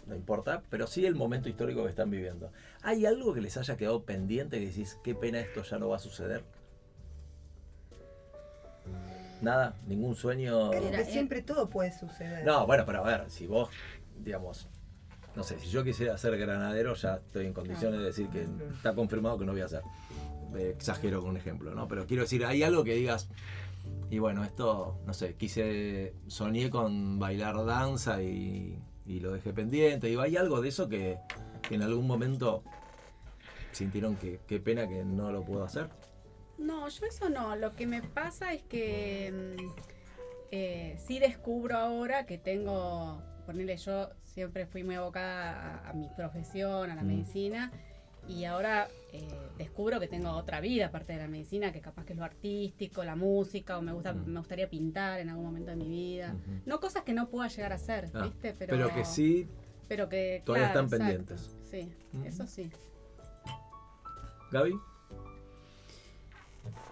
A: no importa, pero sí el momento histórico que están viviendo. ¿Hay algo que les haya quedado pendiente que decís, qué pena esto ya no va a suceder? Nada, ningún sueño.
F: Creo
H: Mira,
F: que
H: eh.
F: siempre todo puede suceder.
A: No, bueno, pero a ver, si vos, digamos, no sé, si yo quisiera ser granadero, ya estoy en condiciones de decir que está confirmado que no voy a ser. Eh, Exagero con un ejemplo, ¿no? Pero quiero decir, hay algo que digas, y bueno, esto, no sé, quise, soñé con bailar danza y, y lo dejé pendiente. Digo, hay algo de eso que, que en algún momento sintieron que qué pena que no lo puedo hacer.
G: No, yo eso no. Lo que me pasa es que mm, eh, sí descubro ahora que tengo, ponerle yo siempre fui muy abocada a, a mi profesión, a la
A: Mm.
G: medicina, y ahora eh, descubro que tengo otra vida aparte de la medicina, que capaz que es lo artístico, la música, o me gusta,
A: Mm.
G: me gustaría pintar en algún momento de mi vida.
A: Ujú.
G: No cosas que no pueda llegar a hacer,
A: Ah,
G: ¿viste? Pero,
A: Pero que sí,
G: Pero que
A: todavía
G: claro,
A: están
G: exacto.
A: pendientes.
G: Sí,
A: Ujú.
G: eso sí.
A: Gaby.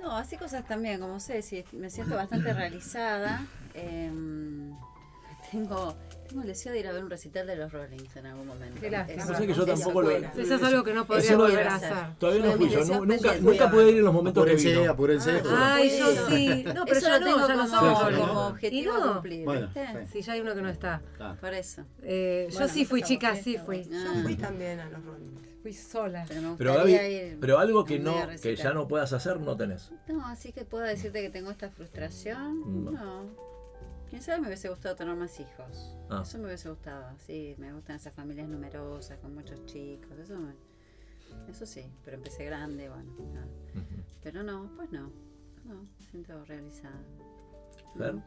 H: No, así cosas también, como sé, si me siento bastante realizada. em, tengo, tengo el deseo de ir a ver un recital de los Rollings en algún momento.
D: Qué lástima.
H: Eso-
D: No sé que
A: yo
H: eso
A: tampoco lo-
H: cuela.
D: Eso es algo que no podría
A: Eso no-
D: volver a
H: hacer.
D: hacer.
A: Todavía
H: Yo
A: no
H: de
A: fui
H: mis
A: yo,
H: deseos
A: nu- nunca,
H: pendientes.
A: nunca pude ir en los momentos que
B: Apúrense,
A: vino.
B: apúrense.
D: Ah, Ay, yo
H: Eso.
D: sí. No, pero
H: Eso
D: yo
H: lo
D: no,
H: tengo
D: ya no
H: como,
D: somos
B: sí, sí.
H: como
D: ¿no?
H: objetivo
D: Y no,
H: cumplir.
B: Bueno,
H: ¿viste?
B: sí.
D: Si ya hay uno que no está.
B: Ah,
H: Por eso.
D: Eh, yo
G: Bueno,
D: sí fui
G: nosotros
D: chica,
G: vamos,
D: sí
G: esto,
D: fui.
H: Ah,
F: Yo fui también a los Rolling.
D: Fui sola.
H: pero me
A: Pero,
H: gustaría
A: Gaby,
H: ir
A: pero algo que
H: un día
A: no
H: a
A: que ya
H: recital.
A: no puedas hacer no tenés.
H: No, así que puedo decirte que tengo esta frustración.
A: No.
H: No. Quién sabe, me hubiese gustado tener más hijos.
A: Ah.
H: Eso me hubiese gustado. Sí, me gustan esas familias numerosas, con muchos chicos. Eso, me- eso sí, pero empecé grande, bueno. nada. Pero no, pues no. No, me siento realizada.
A: Fer,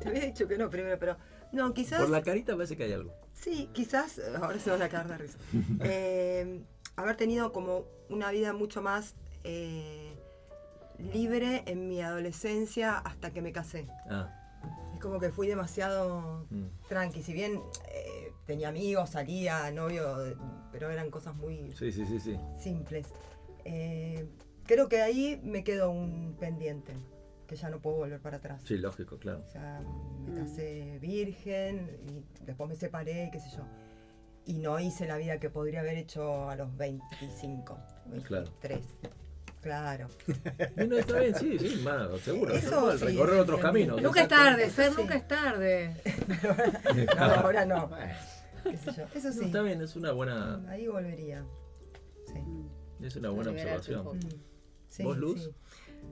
F: Te había dicho que no primero, pero. No, quizás.
A: Por la carita parece que hay algo.
F: Sí, quizás, eh, ahora se van a caer de risa, Eh, haber tenido como una vida mucho más eh, libre en mi adolescencia hasta que me casé.
A: Ah,
F: Es como que fui demasiado
A: mm.
F: tranqui, si bien eh, tenía amigos, salía, novio, eh, pero eran cosas muy
A: sí, sí, sí, sí.
F: simples. Eh, creo que ahí me quedó un pendiente, que ya no puedo volver para atrás.
A: Sí, lógico, claro.
F: O sea, me
H: Mm.
F: casé virgen y después me separé, qué sé yo. Y no hice la vida que podría haber hecho a los 25, 23. Claro.
A: Y no, está bien, sí, sí, mano, seguro.
F: Eso
A: normal,
F: sí,
A: recorrer
F: es
A: otros
F: entendible.
A: caminos.
D: Nunca es tarde, Fer,
F: Sí.
D: nunca es tarde.
F: No, ahora no.
B: bueno.
F: Qué sé yo. Eso
A: No,
F: sí.
A: está bien, es una buena,
F: Ahí volvería. Sí.
H: Mm.
A: es una buena
H: Liberarte un
A: observación.
H: poco.
F: Mm. Sí,
A: ¿Vos, Luz?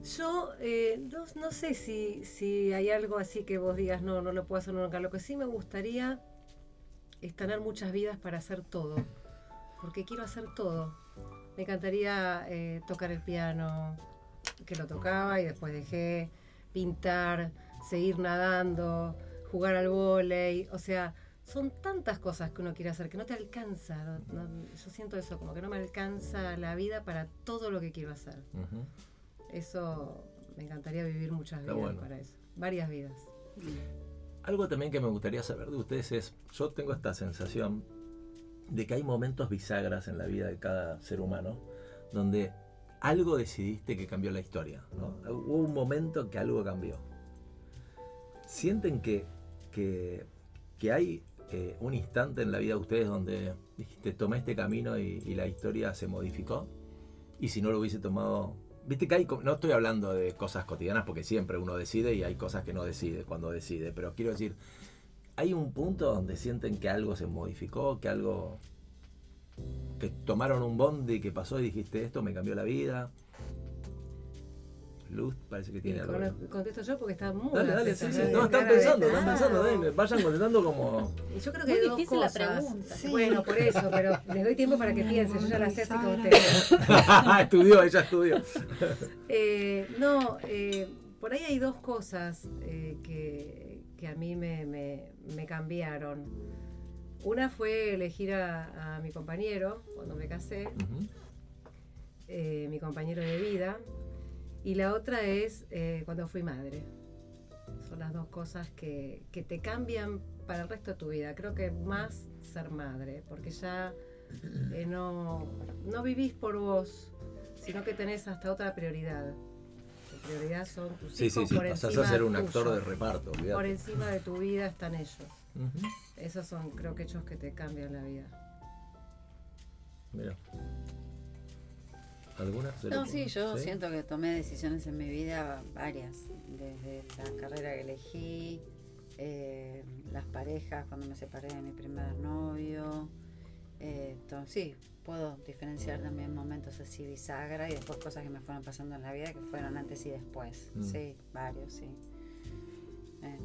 F: sí.
D: Yo eh, no, no sé si, si hay algo así que vos digas, no, no lo puedo hacer nunca. Lo que sí me gustaría es tener muchas vidas para hacer todo, porque quiero hacer todo. Me encantaría eh, tocar el piano, que lo tocaba y después dejé, pintar, seguir nadando, jugar al vóley, o sea... Son tantas cosas que uno quiere hacer que no te alcanza. no- no- yo siento eso, como que no me alcanza la vida para todo lo que quiero hacer.
A: Ujú.
D: Eso me encantaría vivir muchas
A: Está
D: vidas
A: bueno.
D: para eso. Varias vidas.
A: Algo también que me gustaría saber de ustedes es, yo tengo esta sensación de que hay momentos bisagras en la vida de cada ser humano donde algo decidiste que cambió la historia. ¿no? Hubo un momento que algo cambió. ¿Sienten que, que, que hay eh, un instante en la vida de ustedes donde dijiste, tomé este camino y, y la historia se modificó? Y si no lo hubiese tomado... Viste que hay, co- no estoy hablando de cosas cotidianas porque siempre uno decide y hay cosas que no decide cuando decide, pero quiero decir, hay un punto donde sienten que algo se modificó, que algo... que tomaron un bondi que pasó y dijiste, esto me cambió la vida. Luz parece que
D: Y
A: tiene algo.
D: con- contesto yo porque está muy
A: Dale, dale, sí, sí. No,
F: está
A: están
F: cara de
A: pensando, están
F: nada.
H: Ah.
A: pensando, dale, vayan contestando como.
D: Yo creo que
G: Muy
D: hay dos
G: difícil la
D: cosas.
G: pregunta.
F: Sí.
D: Bueno, por eso, pero les doy tiempo para que piensen. Yo ya las sé así como ustedes.
A: estudió, ella estudió.
D: Eh, no, eh, por ahí hay dos cosas eh, que, que a mí me, me- me cambiaron. Una fue elegir a, a mi
L: Mm-hmm.
D: compañero cuando me casé.
A: Ujú.
D: eh, mi compañero de vida. Y la otra es eh, cuando fui madre. Son las dos cosas que, que te cambian para el resto de tu vida. Creo que más ser madre, porque ya eh, no, no vivís por vos, sino que tenés hasta otra prioridad. Tu prioridad son tus
A: Sí, sí,
D: hijos
A: sí.
D: por
A: Pasás
D: encima
A: a ser un
D: tuyo.
A: actor de reparto, olvidate.
D: Por encima de tu vida están ellos.
A: Ujú,
D: Esos son, creo que, hechos que te cambian la vida.
A: mirá. ¿Alguna? ¿Se
H: No,
A: le-
H: sí, yo
A: ¿Sí?
H: siento que tomé decisiones en mi vida varias, desde la carrera que elegí, eh, las parejas, cuando me separé de mi primer novio. eh, to- sí, puedo diferenciar también momentos así bisagra y después cosas que me fueron pasando en la vida que fueron antes y después.
A: Mm.
H: Sí, varios, sí. Eh,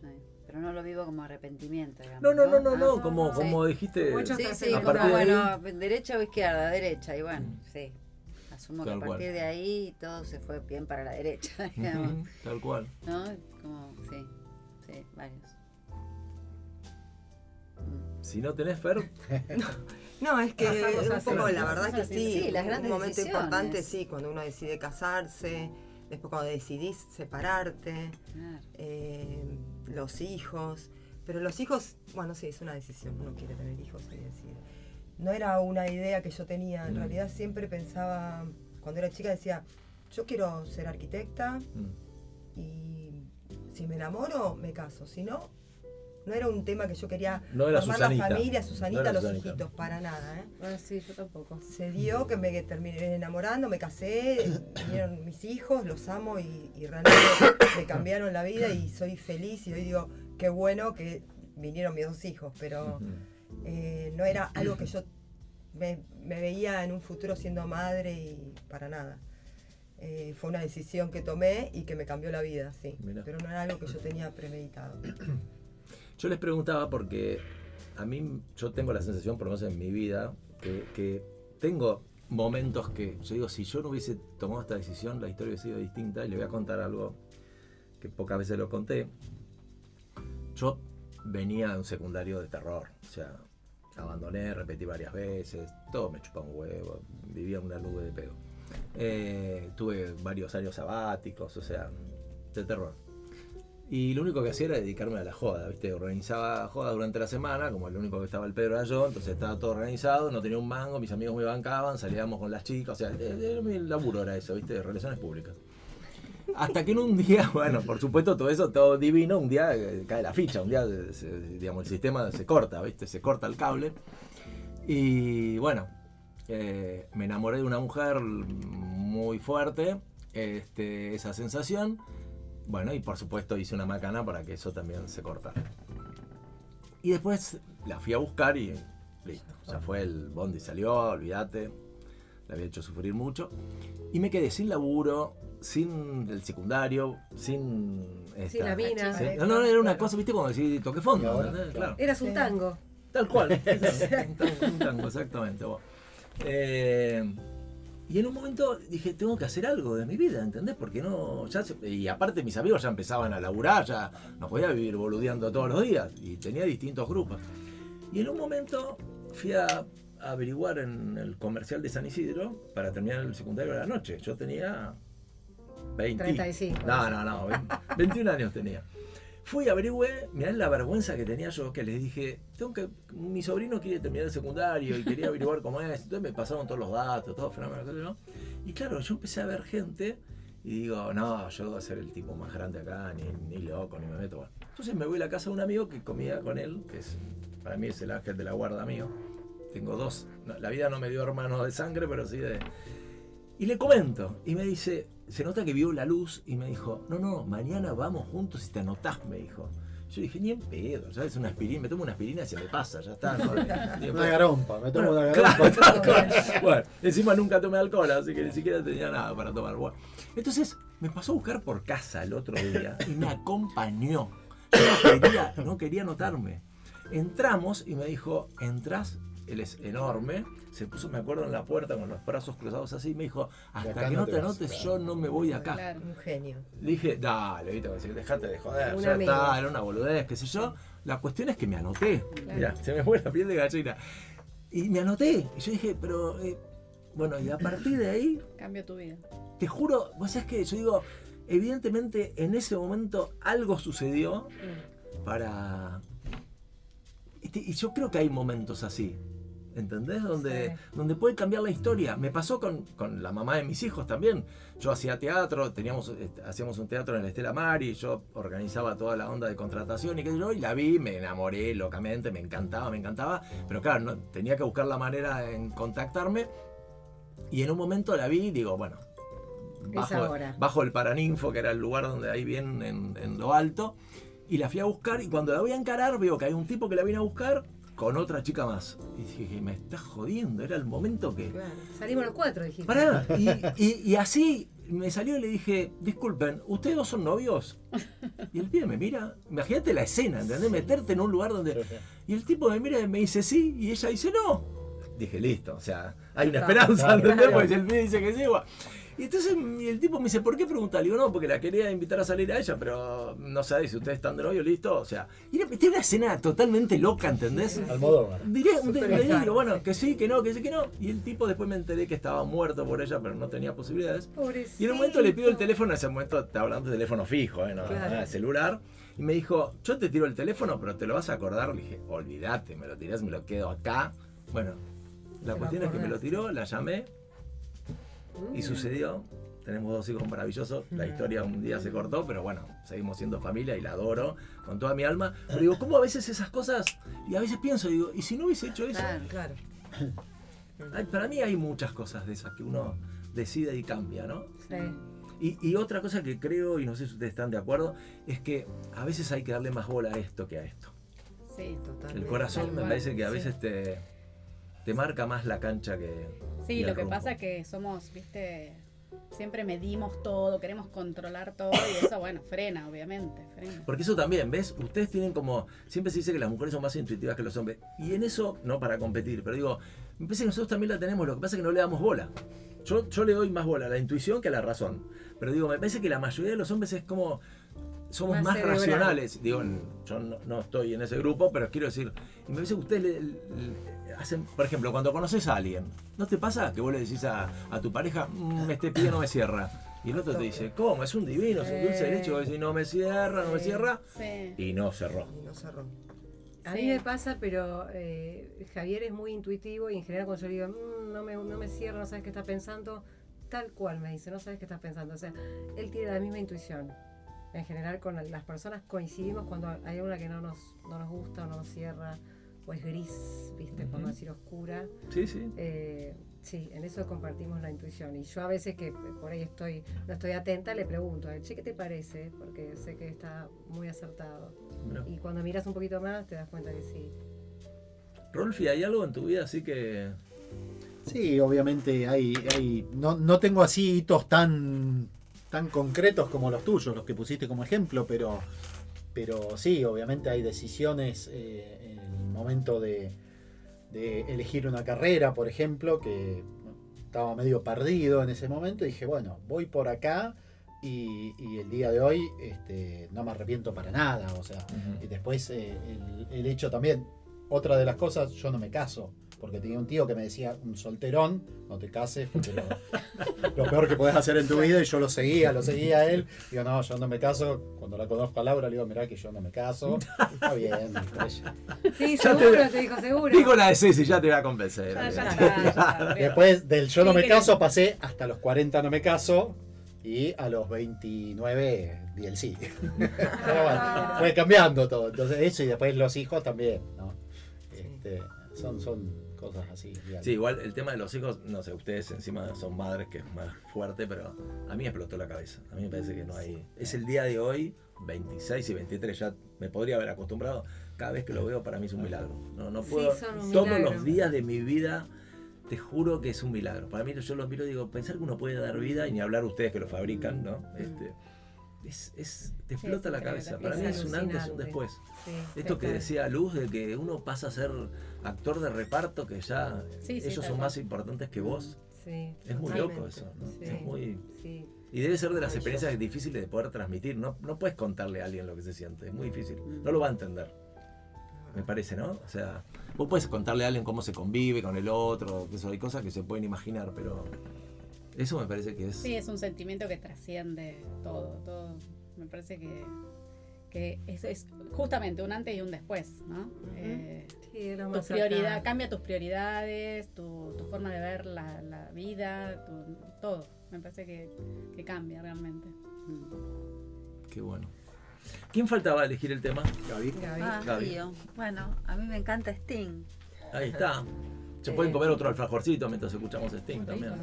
H: sí. Pero no lo vivo como arrepentimiento, digamos.
A: No, no, no, no,
H: Ah,
A: no, como,
H: sí.
A: como dijiste.
D: Mucho
H: Sí,
D: Estás
H: sí,
D: en
H: como,
A: contra.
H: bueno, Ah, derecha o izquierda, derecha, y bueno, sí. Asumo que
A: Tal
H: a
A: cual.
H: partir de ahí todo se fue bien para la derecha, digamos,
A: Ujú, Tal cual.
H: ¿no? Como, sí, sí, varios.
A: Si no tenés Fer,
F: No, es que
D: Pasamos a
F: un poco,
D: hacer-
F: la verdad que
H: pasamos a hacer-
F: sí,
H: sí, las grandes
F: un momento
H: decisiones.
F: importante, sí, cuando uno decide casarse, después cuando decidís separarte,
H: Claro.
F: eh, los hijos, pero los hijos, bueno, sí, es una decisión, uno quiere tener hijos y decide. No era una idea que yo tenía, en
A: Mm.
F: realidad siempre pensaba, cuando era chica decía, yo quiero ser arquitecta
A: mm,
F: y si me enamoro, me caso, si no, no era un tema que yo quería
A: No era
F: formar
A: Susanita.
F: la familia,
A: No
F: Susanita,
A: era
F: los
A: Susanita.
F: hijitos, para nada, ¿eh?
D: Ah, sí, yo tampoco.
F: se dio que me terminé enamorando, me casé, vinieron mis hijos, los amo y, y realmente me cambiaron la vida y soy feliz y hoy digo, qué bueno que vinieron mis dos hijos, pero
A: mm,
F: eh, no era algo que yo me, me veía en un futuro siendo madre y para nada. Eh, fue una decisión que tomé y que me cambió la vida, sí,
A: Mirá.
F: pero no era algo que yo tenía premeditado.
A: yo les preguntaba porque a mí yo tengo la sensación, por lo menos en mi vida, que, que tengo momentos que yo digo, si yo no hubiese tomado esta decisión, la historia hubiese sido distinta y le voy a contar algo que pocas veces lo conté. Yo venía de un secundario de terror, o sea, abandoné, repetí varias veces, todo me chupaba un huevo, vivía una nube de pedo. Eh, tuve varios años sabáticos, o sea, de terror. Y lo único que hacía era dedicarme a la joda, ¿viste? Organizaba joda durante la semana, como el único que estaba el Pedro era yo, entonces estaba todo organizado, no tenía un mango, mis amigos me bancaban, salíamos con las chicas, o sea, eh, era mi laburo era eso, ¿viste? Relaciones públicas. Hasta que en un día, bueno, por supuesto, todo eso, todo divino, un día eh, cae la ficha, un día, eh, se- digamos, el sistema se corta, ¿viste? Se corta el cable. Y bueno, eh, me enamoré de una mujer muy fuerte, este, esa sensación. Bueno, y por supuesto hice una macana para que eso también se cortara. Y después la fui a buscar y listo. Ya fue el bondi, salió, olvídate. La había hecho sufrir mucho. Y me quedé sin laburo, sin el secundario, sin.
D: Sin la mina.
A: sin- no, no, era una cosa, viste, como decir toque
B: Y
A: fondo.
B: ahora,
A: ¿entendés?
B: claro.
A: Claro.
D: Eras un tango.
A: Tal cual. un tango, un tango, exactamente. vos. Eh, y en un momento dije, tengo que hacer algo de mi vida, ¿entendés? Porque no. Ya se- y aparte mis amigos ya empezaban a laburar, ya no podía vivir boludeando todos los días. Y tenía distintos grupos. Y en un momento fui a averiguar en el comercial de San Isidro para terminar el secundario de la noche. Yo tenía 20.
D: 35.
A: No, no, no, 21 años tenía. Fui, averigüé, mirá la vergüenza que tenía yo, que les dije, tengo que, mi sobrino quiere terminar el secundario y quería averiguar cómo es, entonces me pasaron todos los datos, todo fenómeno, qué sé yo. Y claro, yo empecé a ver gente y digo, no, yo voy a ser el tipo más grande acá, ni, ni loco, ni me meto. Bueno, entonces me voy a la casa de un amigo que comía con él, que es, para mí es el ángel de la guarda mío. Tengo dos, no, la vida no me dio hermanos de sangre, pero sí de... Y le comento, y me dice, se nota que vio la luz, y me dijo, no, no, mañana vamos juntos y te anotás, me dijo. Yo dije, ni en pedo, ya es una aspirina, me tomo una aspirina y se me pasa, ya está. no, ni en
B: Una
A: pedo".
B: garompa, me tomo
A: Bueno,
B: una
A: claro,
B: garompa.
A: tal cual. Bueno, encima nunca tomé alcohol, así que ni siquiera tenía nada para tomar. Bueno, entonces me pasó a buscar por casa el otro día y me acompañó. Yo no quería, no quería notarme. Entramos y me dijo, entras, él es enorme, se puso, me acuerdo, en la puerta con los brazos cruzados así y me dijo, hasta
B: acá
A: que
B: no
A: no
B: te
A: te
B: vas,
A: anotes,
B: claro.
A: yo no me voy de acá.
G: Claro.
F: Un genio.
A: Le dije, dale, viste, como decir, dejate de joder,
D: Un
A: ya
D: amigo.
A: está, era una boludez, qué sé yo. La cuestión es que me anoté. Mirá, se me fue la piel de gallina. Y me anoté. Y yo dije, pero eh, Bueno, y a partir de ahí,
G: Cambia tu vida.
A: te juro, vos sabés que yo digo, evidentemente en ese momento algo sucedió para... Este, Y yo creo que hay momentos así. ¿Entendés? Donde, donde puede cambiar la historia. Me pasó con, con la mamá de mis hijos también. Yo hacía teatro, teníamos, este, hacíamos un teatro en la Estela Mari, yo organizaba toda la onda de contratación y qué sé yo, y la vi, me enamoré locamente, me encantaba, me encantaba. Pero claro, no- tenía que buscar la manera en contactarme. Y en un momento la vi y digo, bueno, bajo,
H: ahora.
A: bajo el Paraninfo, que era el lugar donde ahí bien en, en lo alto, y la fui a buscar y cuando la voy a encarar veo que hay un tipo que la viene a buscar con otra chica más. Y dije, me estás jodiendo, era el momento que...
D: Claro. Salimos los cuatro, dijiste.
A: Pará, y, y- y así me salió y le dije, disculpen, ¿ustedes dos son novios? Y el pibe me mira, imagínate la escena, ¿entendés? Meterte en un lugar donde... Y el tipo me mira y me dice sí, y ella dice no. Dije, listo, o sea, hay una
D: Claro,
A: esperanza,
D: claro,
A: ¿entendés?
D: claro.
A: Porque si el pibe dice que sí, guau. Y entonces y el tipo me dice, ¿por qué preguntar? Le digo, no, porque la quería invitar a salir a ella, pero no sabe si ustedes están de novio, listo, o sea... Y era, era una escena totalmente loca, ¿entendés?
B: Almodóvar.
A: Diré, un-
D: Súper
A: le digo,
D: extraño,
A: bueno, que sí, que no, que sí, que no. Y el tipo después me enteré que estaba muerto por ella, pero no tenía posibilidades.
D: Pobrecito.
A: Y en un momento le pido el teléfono, en ese momento está hablando de teléfono fijo, ¿eh? no,
D: Claro.
A: nada de celular. Y me dijo, yo te tiro el teléfono, pero te lo vas a acordar. Le dije, olvídate, me lo tirás, me lo quedo acá. Bueno, la
D: Te lo
A: cuestión es que me lo
D: acordás.
A: tiró, la llamé y
D: Mm.
A: sucedió. Tenemos dos hijos maravillosos. La historia un día se cortó, pero bueno, seguimos siendo familia y la adoro con toda mi alma. Pero digo, ¿cómo a veces esas cosas? Y a veces pienso, digo, ¿y si no hubiese hecho eso?
H: Claro.
D: Claro.
A: Ay, para mí hay muchas cosas de esas que uno decide y cambia, ¿no?
D: Sí.
A: Y, y otra cosa que creo, y no sé si ustedes están de acuerdo, es que a veces hay que darle más bola a esto que a esto.
G: Sí.
D: Totalmente.
A: El corazón me
G: cual,
A: parece que a
G: sí.
A: veces te, te marca más la cancha que... y
G: Sí,
A: el
G: lo que
A: rumbo.
G: pasa que somos, viste, siempre medimos todo, queremos controlar todo y eso, bueno, frena, obviamente, frena.
A: Porque eso también, ¿ves? Ustedes tienen como... Siempre se dice que las mujeres son más intuitivas que los hombres. Y en eso, no para competir, pero digo, me parece que nosotros también la tenemos, lo que pasa es que no le damos bola. Yo, yo le doy más bola a la intuición que a la razón. Pero digo, me parece que la mayoría de los hombres es como... Somos
D: Más
A: más,
D: cerebral.
A: racionales. Digo, n- yo no, no estoy en ese grupo, pero quiero decir, y me parece que ustedes le- le- hacen, por ejemplo, cuando conoces a alguien, ¿no te pasa que vos le decís a, a tu pareja, "Mm, este pibe no me cierra? Y el otro te dice, ¿cómo? Es un divino, es un dulce de leche. Y vos decís, no me cierra, no me cierra.
G: Sí.
A: Y no cerró.
F: Y no cerró.
D: A
G: Sí.
D: mí me pasa, pero eh, Javier es muy intuitivo y en general cuando yo le digo, "Mm, no, me, no me cierra, no sabes qué está pensando, tal cual me dice, no sabes qué estás pensando. O sea, él tiene la misma intuición. En general con las personas coincidimos cuando hay una que no nos, no nos gusta o no nos cierra o es gris, viste, por no decir oscura.
A: Sí, sí.
D: Eh, sí, en eso compartimos la intuición. Y yo a veces que por ahí estoy, no estoy atenta, le pregunto, eh, che, ¿qué te parece? Porque sé que está muy acertado.
A: Mirá.
D: Y cuando miras un poquito más te das cuenta que sí.
A: Rolfi, ¿hay algo en tu vida así que...
B: Sí, obviamente hay, hay no, no tengo así hitos tan, tan concretos como los tuyos, los que pusiste como ejemplo, pero, pero sí, obviamente hay decisiones eh, en el momento de, de elegir una carrera, por ejemplo, que estaba medio perdido en ese momento, y dije, bueno, voy por acá y, y el día de hoy este, no me arrepiento para nada, o sea, y después eh, el, el hecho también, otra de las cosas, yo no me caso, porque tenía un tío que me decía, un solterón, no te cases, porque lo, lo peor que podés hacer en tu vida, y yo lo seguía, lo seguía a él. Digo, no, yo no me caso. Cuando la conozco a Laura, le digo, mirá que yo no me caso. Está bien, viste.
D: Sí,
A: Ya te-
D: seguro, Ah, te... dijo, seguro.
A: Digo la de Ceci, ya te voy a convencer.
G: Ya, ya
A: olvidate.
G: está, ya está, creo.
B: Después del yo no
G: Sí,
B: me
G: que-
B: caso, pasé hasta los 40 no me caso, y a los 29 di el sí. Pero bueno, fue cambiando todo. Entonces, eso, y después los hijos también, ¿no? Este, son, son cosas así. digamos.
A: Sí, igual el tema de los hijos, no sé, ustedes encima son madres que es más fuerte, pero a mí me explotó la cabeza. A mí me parece que no hay. Es el día de hoy, 26 y 23, ya me podría haber acostumbrado. Cada vez que lo veo para mí es un milagro. No, no
D: Sí,
A: puedo.
D: son un
A: todos
D: milagro.
A: los días de mi vida, te juro que es un milagro. Para mí yo los miro y digo, pensar que uno puede dar vida y ni hablar ustedes que lo fabrican, ¿no? Este, es, es- te
G: Sí,
A: explota
G: es
A: la
G: increíble.
A: cabeza. Para
D: Es
A: mí es un antes y un
D: alucinante.
A: después.
D: Sí,
A: Esto que
D: total.
A: decía Luz de que uno pasa a ser actor de reparto, que ya
G: Sí, sí,
A: ellos
G: tal
A: son
G: cual.
A: más importantes que vos.
D: Sí,
A: Es muy
D: totalmente.
A: loco eso. ¿no?
D: Sí.
A: Es muy...
D: Sí.
A: Y debe ser de las
D: Maravilloso.
A: experiencias difíciles de poder transmitir. No, no puedes contarle a alguien lo que se siente. Es muy difícil. No lo va a entender. Me parece, ¿no? O sea, Vos puedes contarle a alguien cómo se convive con el otro, que eso, hay cosas que se pueden imaginar, pero eso me parece que es...
G: Sí, es un sentimiento que trasciende todo, todo. Me parece que, que es, es justamente un antes y un después, ¿no? Eh,
D: Sí, era
G: tu
D: más
G: prioridad,
D: acá.
G: cambia tus prioridades, tu, tu forma de ver la, la vida, tu- todo. Me parece que, que cambia realmente.
A: Qué bueno. ¿Quién faltaba elegir el tema?
M: Gaby.
D: Gaby.
H: Ah,
A: Gaby.
H: tío. Bueno, a mí me encanta Sting.
A: Ahí está. Se pueden comer otro alfajorcito mientras escuchamos Sting también.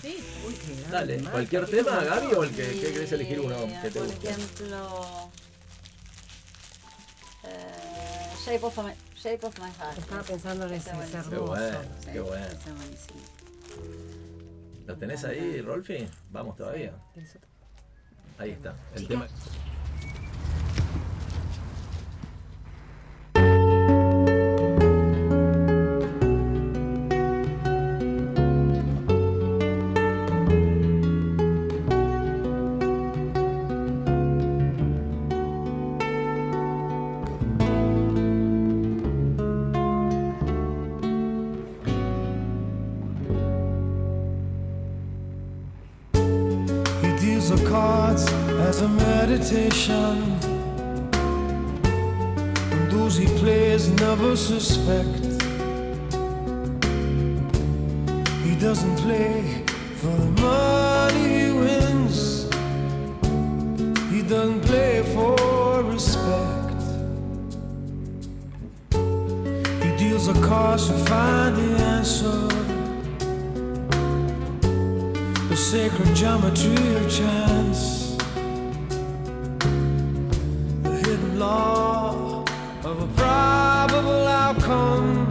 G: Sí,
D: Uy, qué grande,
A: Dale,
D: Marta.
A: cualquier tema, Gaby, o el que, que querés elegir uno que te
H: Por
A: guste.
H: ejemplo, eh, Shape, of my, Shape of My Heart.
D: Estaba pensando en ese,
H: Está
D: es
H: buenísimo.
A: Qué
D: hermoso.
A: bueno,
H: Sí,
A: Eh, qué bueno.
H: está buenísimo.
A: ¿Lo tenés ahí, Rolfi? Vamos todavía.
D: Eso-
A: Ahí está. El tema.
L: He deals the cards as a meditation. And those he plays never suspect. He doesn't play for the money he wins. He doesn't play for respect. He deals the cards to find the answer the sacred geometry of chance, the hidden law of a probable outcome.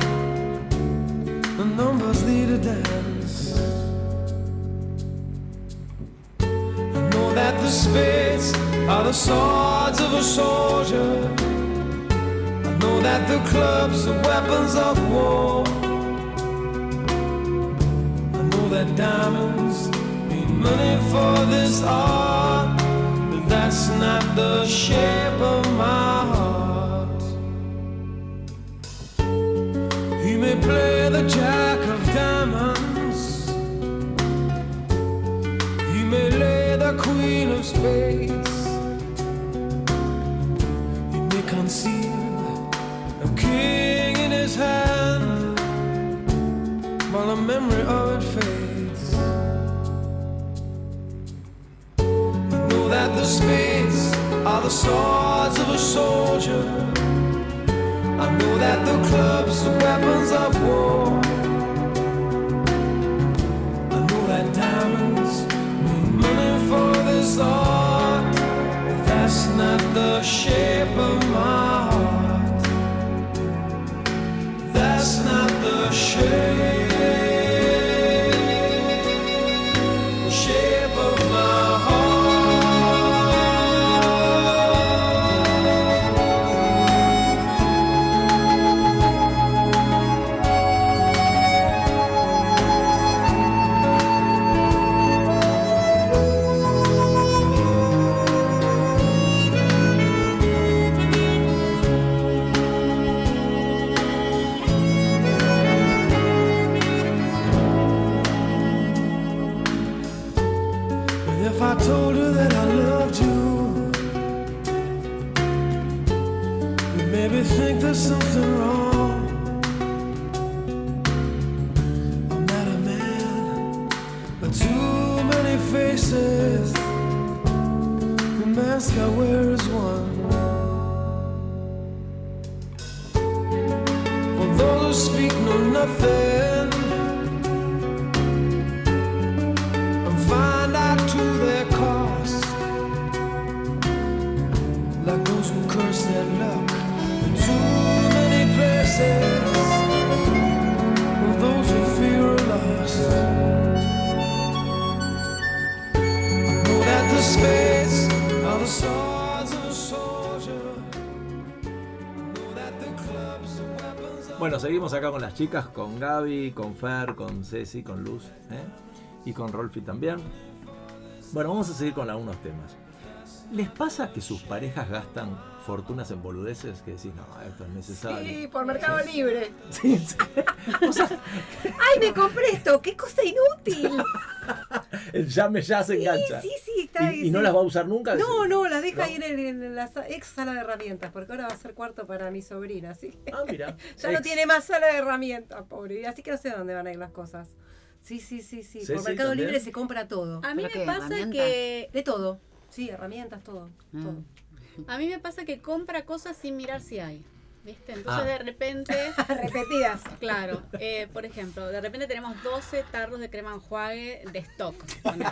L: The numbers lead a dance. I know that the spades are the swords of a soldier. I know that the clubs are weapons of war. I know that diamonds mean money for this art, but that's not the shape of my heart. He may play the jack of diamonds, he may lay the queen of spades, he may conceal a king in his hand while the memory of it fades. I know that the spades are the swords of a soldier. I know that the clubs are weapons of war. I know that diamonds mean money for this art, but that's not the shape of my heart. That's not the shape, shape of my heart. But if I told you that I loved you, you maybe think there's something wrong. I'm not a man with too many faces. The mask I wear is one. For those who speak know nothing and find out to their cost. Like those who curse their luck in too many places, or those who fear are lost. I know that the spades are the swords of a soldier. I know that the clubs are weapons of
A: Bueno, seguimos acá con las chicas, con Gaby, con Fer, con Ceci, con Luz ¿eh? y con Rolfi también. Bueno, vamos a seguir con algunos temas. ¿Les pasa que sus parejas gastan fortunas en boludeces que decís, no, esto es necesario.
D: Sí, por Mercado Libre. Ay, me compré esto, qué cosa inútil.
A: El ya me ya se engancha.
D: Sí, sí, está
A: y,
D: ahí.
A: y no
D: sí.
A: las va a usar nunca.
D: No, no, las deja
A: No.
D: ahí en, el- en la sa- ex sala de herramientas, porque ahora va a ser cuarto para mi sobrina, así que
A: Ah, mira.
D: ya no tiene más sala de herramientas, pobre. Así que no sé dónde van a ir las cosas. Sí, sí, sí, sí.
A: Sí,
D: por
A: sí,
D: Mercado
A: también.
D: Libre se compra todo.
G: A mí
H: ¿Pero
G: me
H: qué,
G: pasa
H: herramienta?
G: que
D: De todo. Sí, herramientas, todo.
H: Mm.
D: todo.
G: a mí me pasa que compra cosas sin mirar si hay. ¿Viste? Entonces
A: Ah.
G: de repente
D: Repetidas.
G: Claro, eh, por ejemplo, de repente tenemos 12 tarros de crema enjuague de stock. ponele.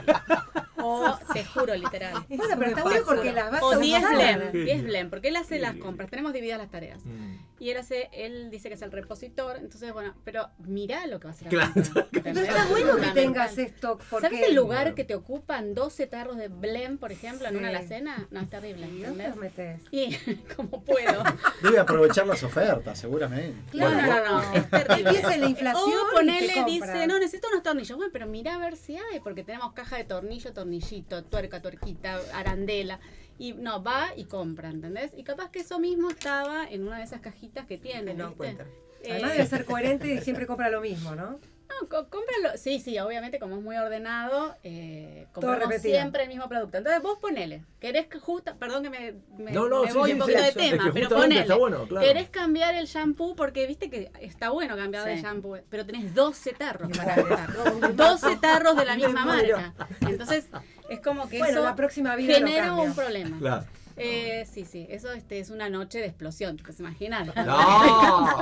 G: O, te juro, literal.
D: Bueno, pero está
F: me pasa.
D: bueno porque las vas
G: O
D: a
G: 10 blem,
D: usar.
G: 10 blem, porque él hace las compras, tenemos divididas las tareas.
A: Mm.
G: Y él hace, él dice que es el repositor, entonces bueno, pero mirá lo que va a hacer.
A: Claro.
D: No está bueno que tengas stock porque
G: ¿Sabes el lugar que te ocupan 12 tarros de blem, por ejemplo, en una
D: Sí.
G: alacena? No, es terrible,
D: ¿Y dónde
G: ¿entendés?
D: las metes?
G: Y como puedo.
B: Debe aprovechar las ofertas, seguramente.
G: Claro, no, no, no, es terrible.
D: Empieza la inflación
G: O
D: y te
G: ponele,
D: compras.
G: dice, no, necesito unos tornillos. Bueno, pero mira a ver si hay, porque tenemos caja de tornillo, tornillito, tuerca, tuerquita, arandela. Y no, va y compra, ¿entendés? Y capaz que eso mismo estaba en una de esas cajitas que tiene.
F: No
G: ¿viste?
F: encuentra.
G: Eh,
D: Además debe ser coherente y siempre compra lo mismo, ¿no?
G: no, co- cómpralo. Sí, sí, obviamente, como es muy ordenado, eh, compramos
D: repetido.
G: siempre el mismo producto. Entonces vos ponele. Querés que justa, perdón que me, me-
A: No, no,
G: me
A: sí,
G: voy
A: sí,
G: un
A: sí,
G: poquito de
A: es que
G: tema, pero
A: justamente
G: ponele.
A: está bueno, claro.
G: Querés cambiar el shampoo porque viste que está bueno cambiar de
H: Sí.
G: shampoo, pero tenés 12 tarros para agregar. 12 tarros de la misma marca. Entonces, es como que
D: Bueno,
G: eso
D: la próxima vida lo
G: genera
D: cambio.
G: un problema.
A: Claro.
G: Eh, sí, sí, eso este, es una noche de explosión, te imaginas.
A: No,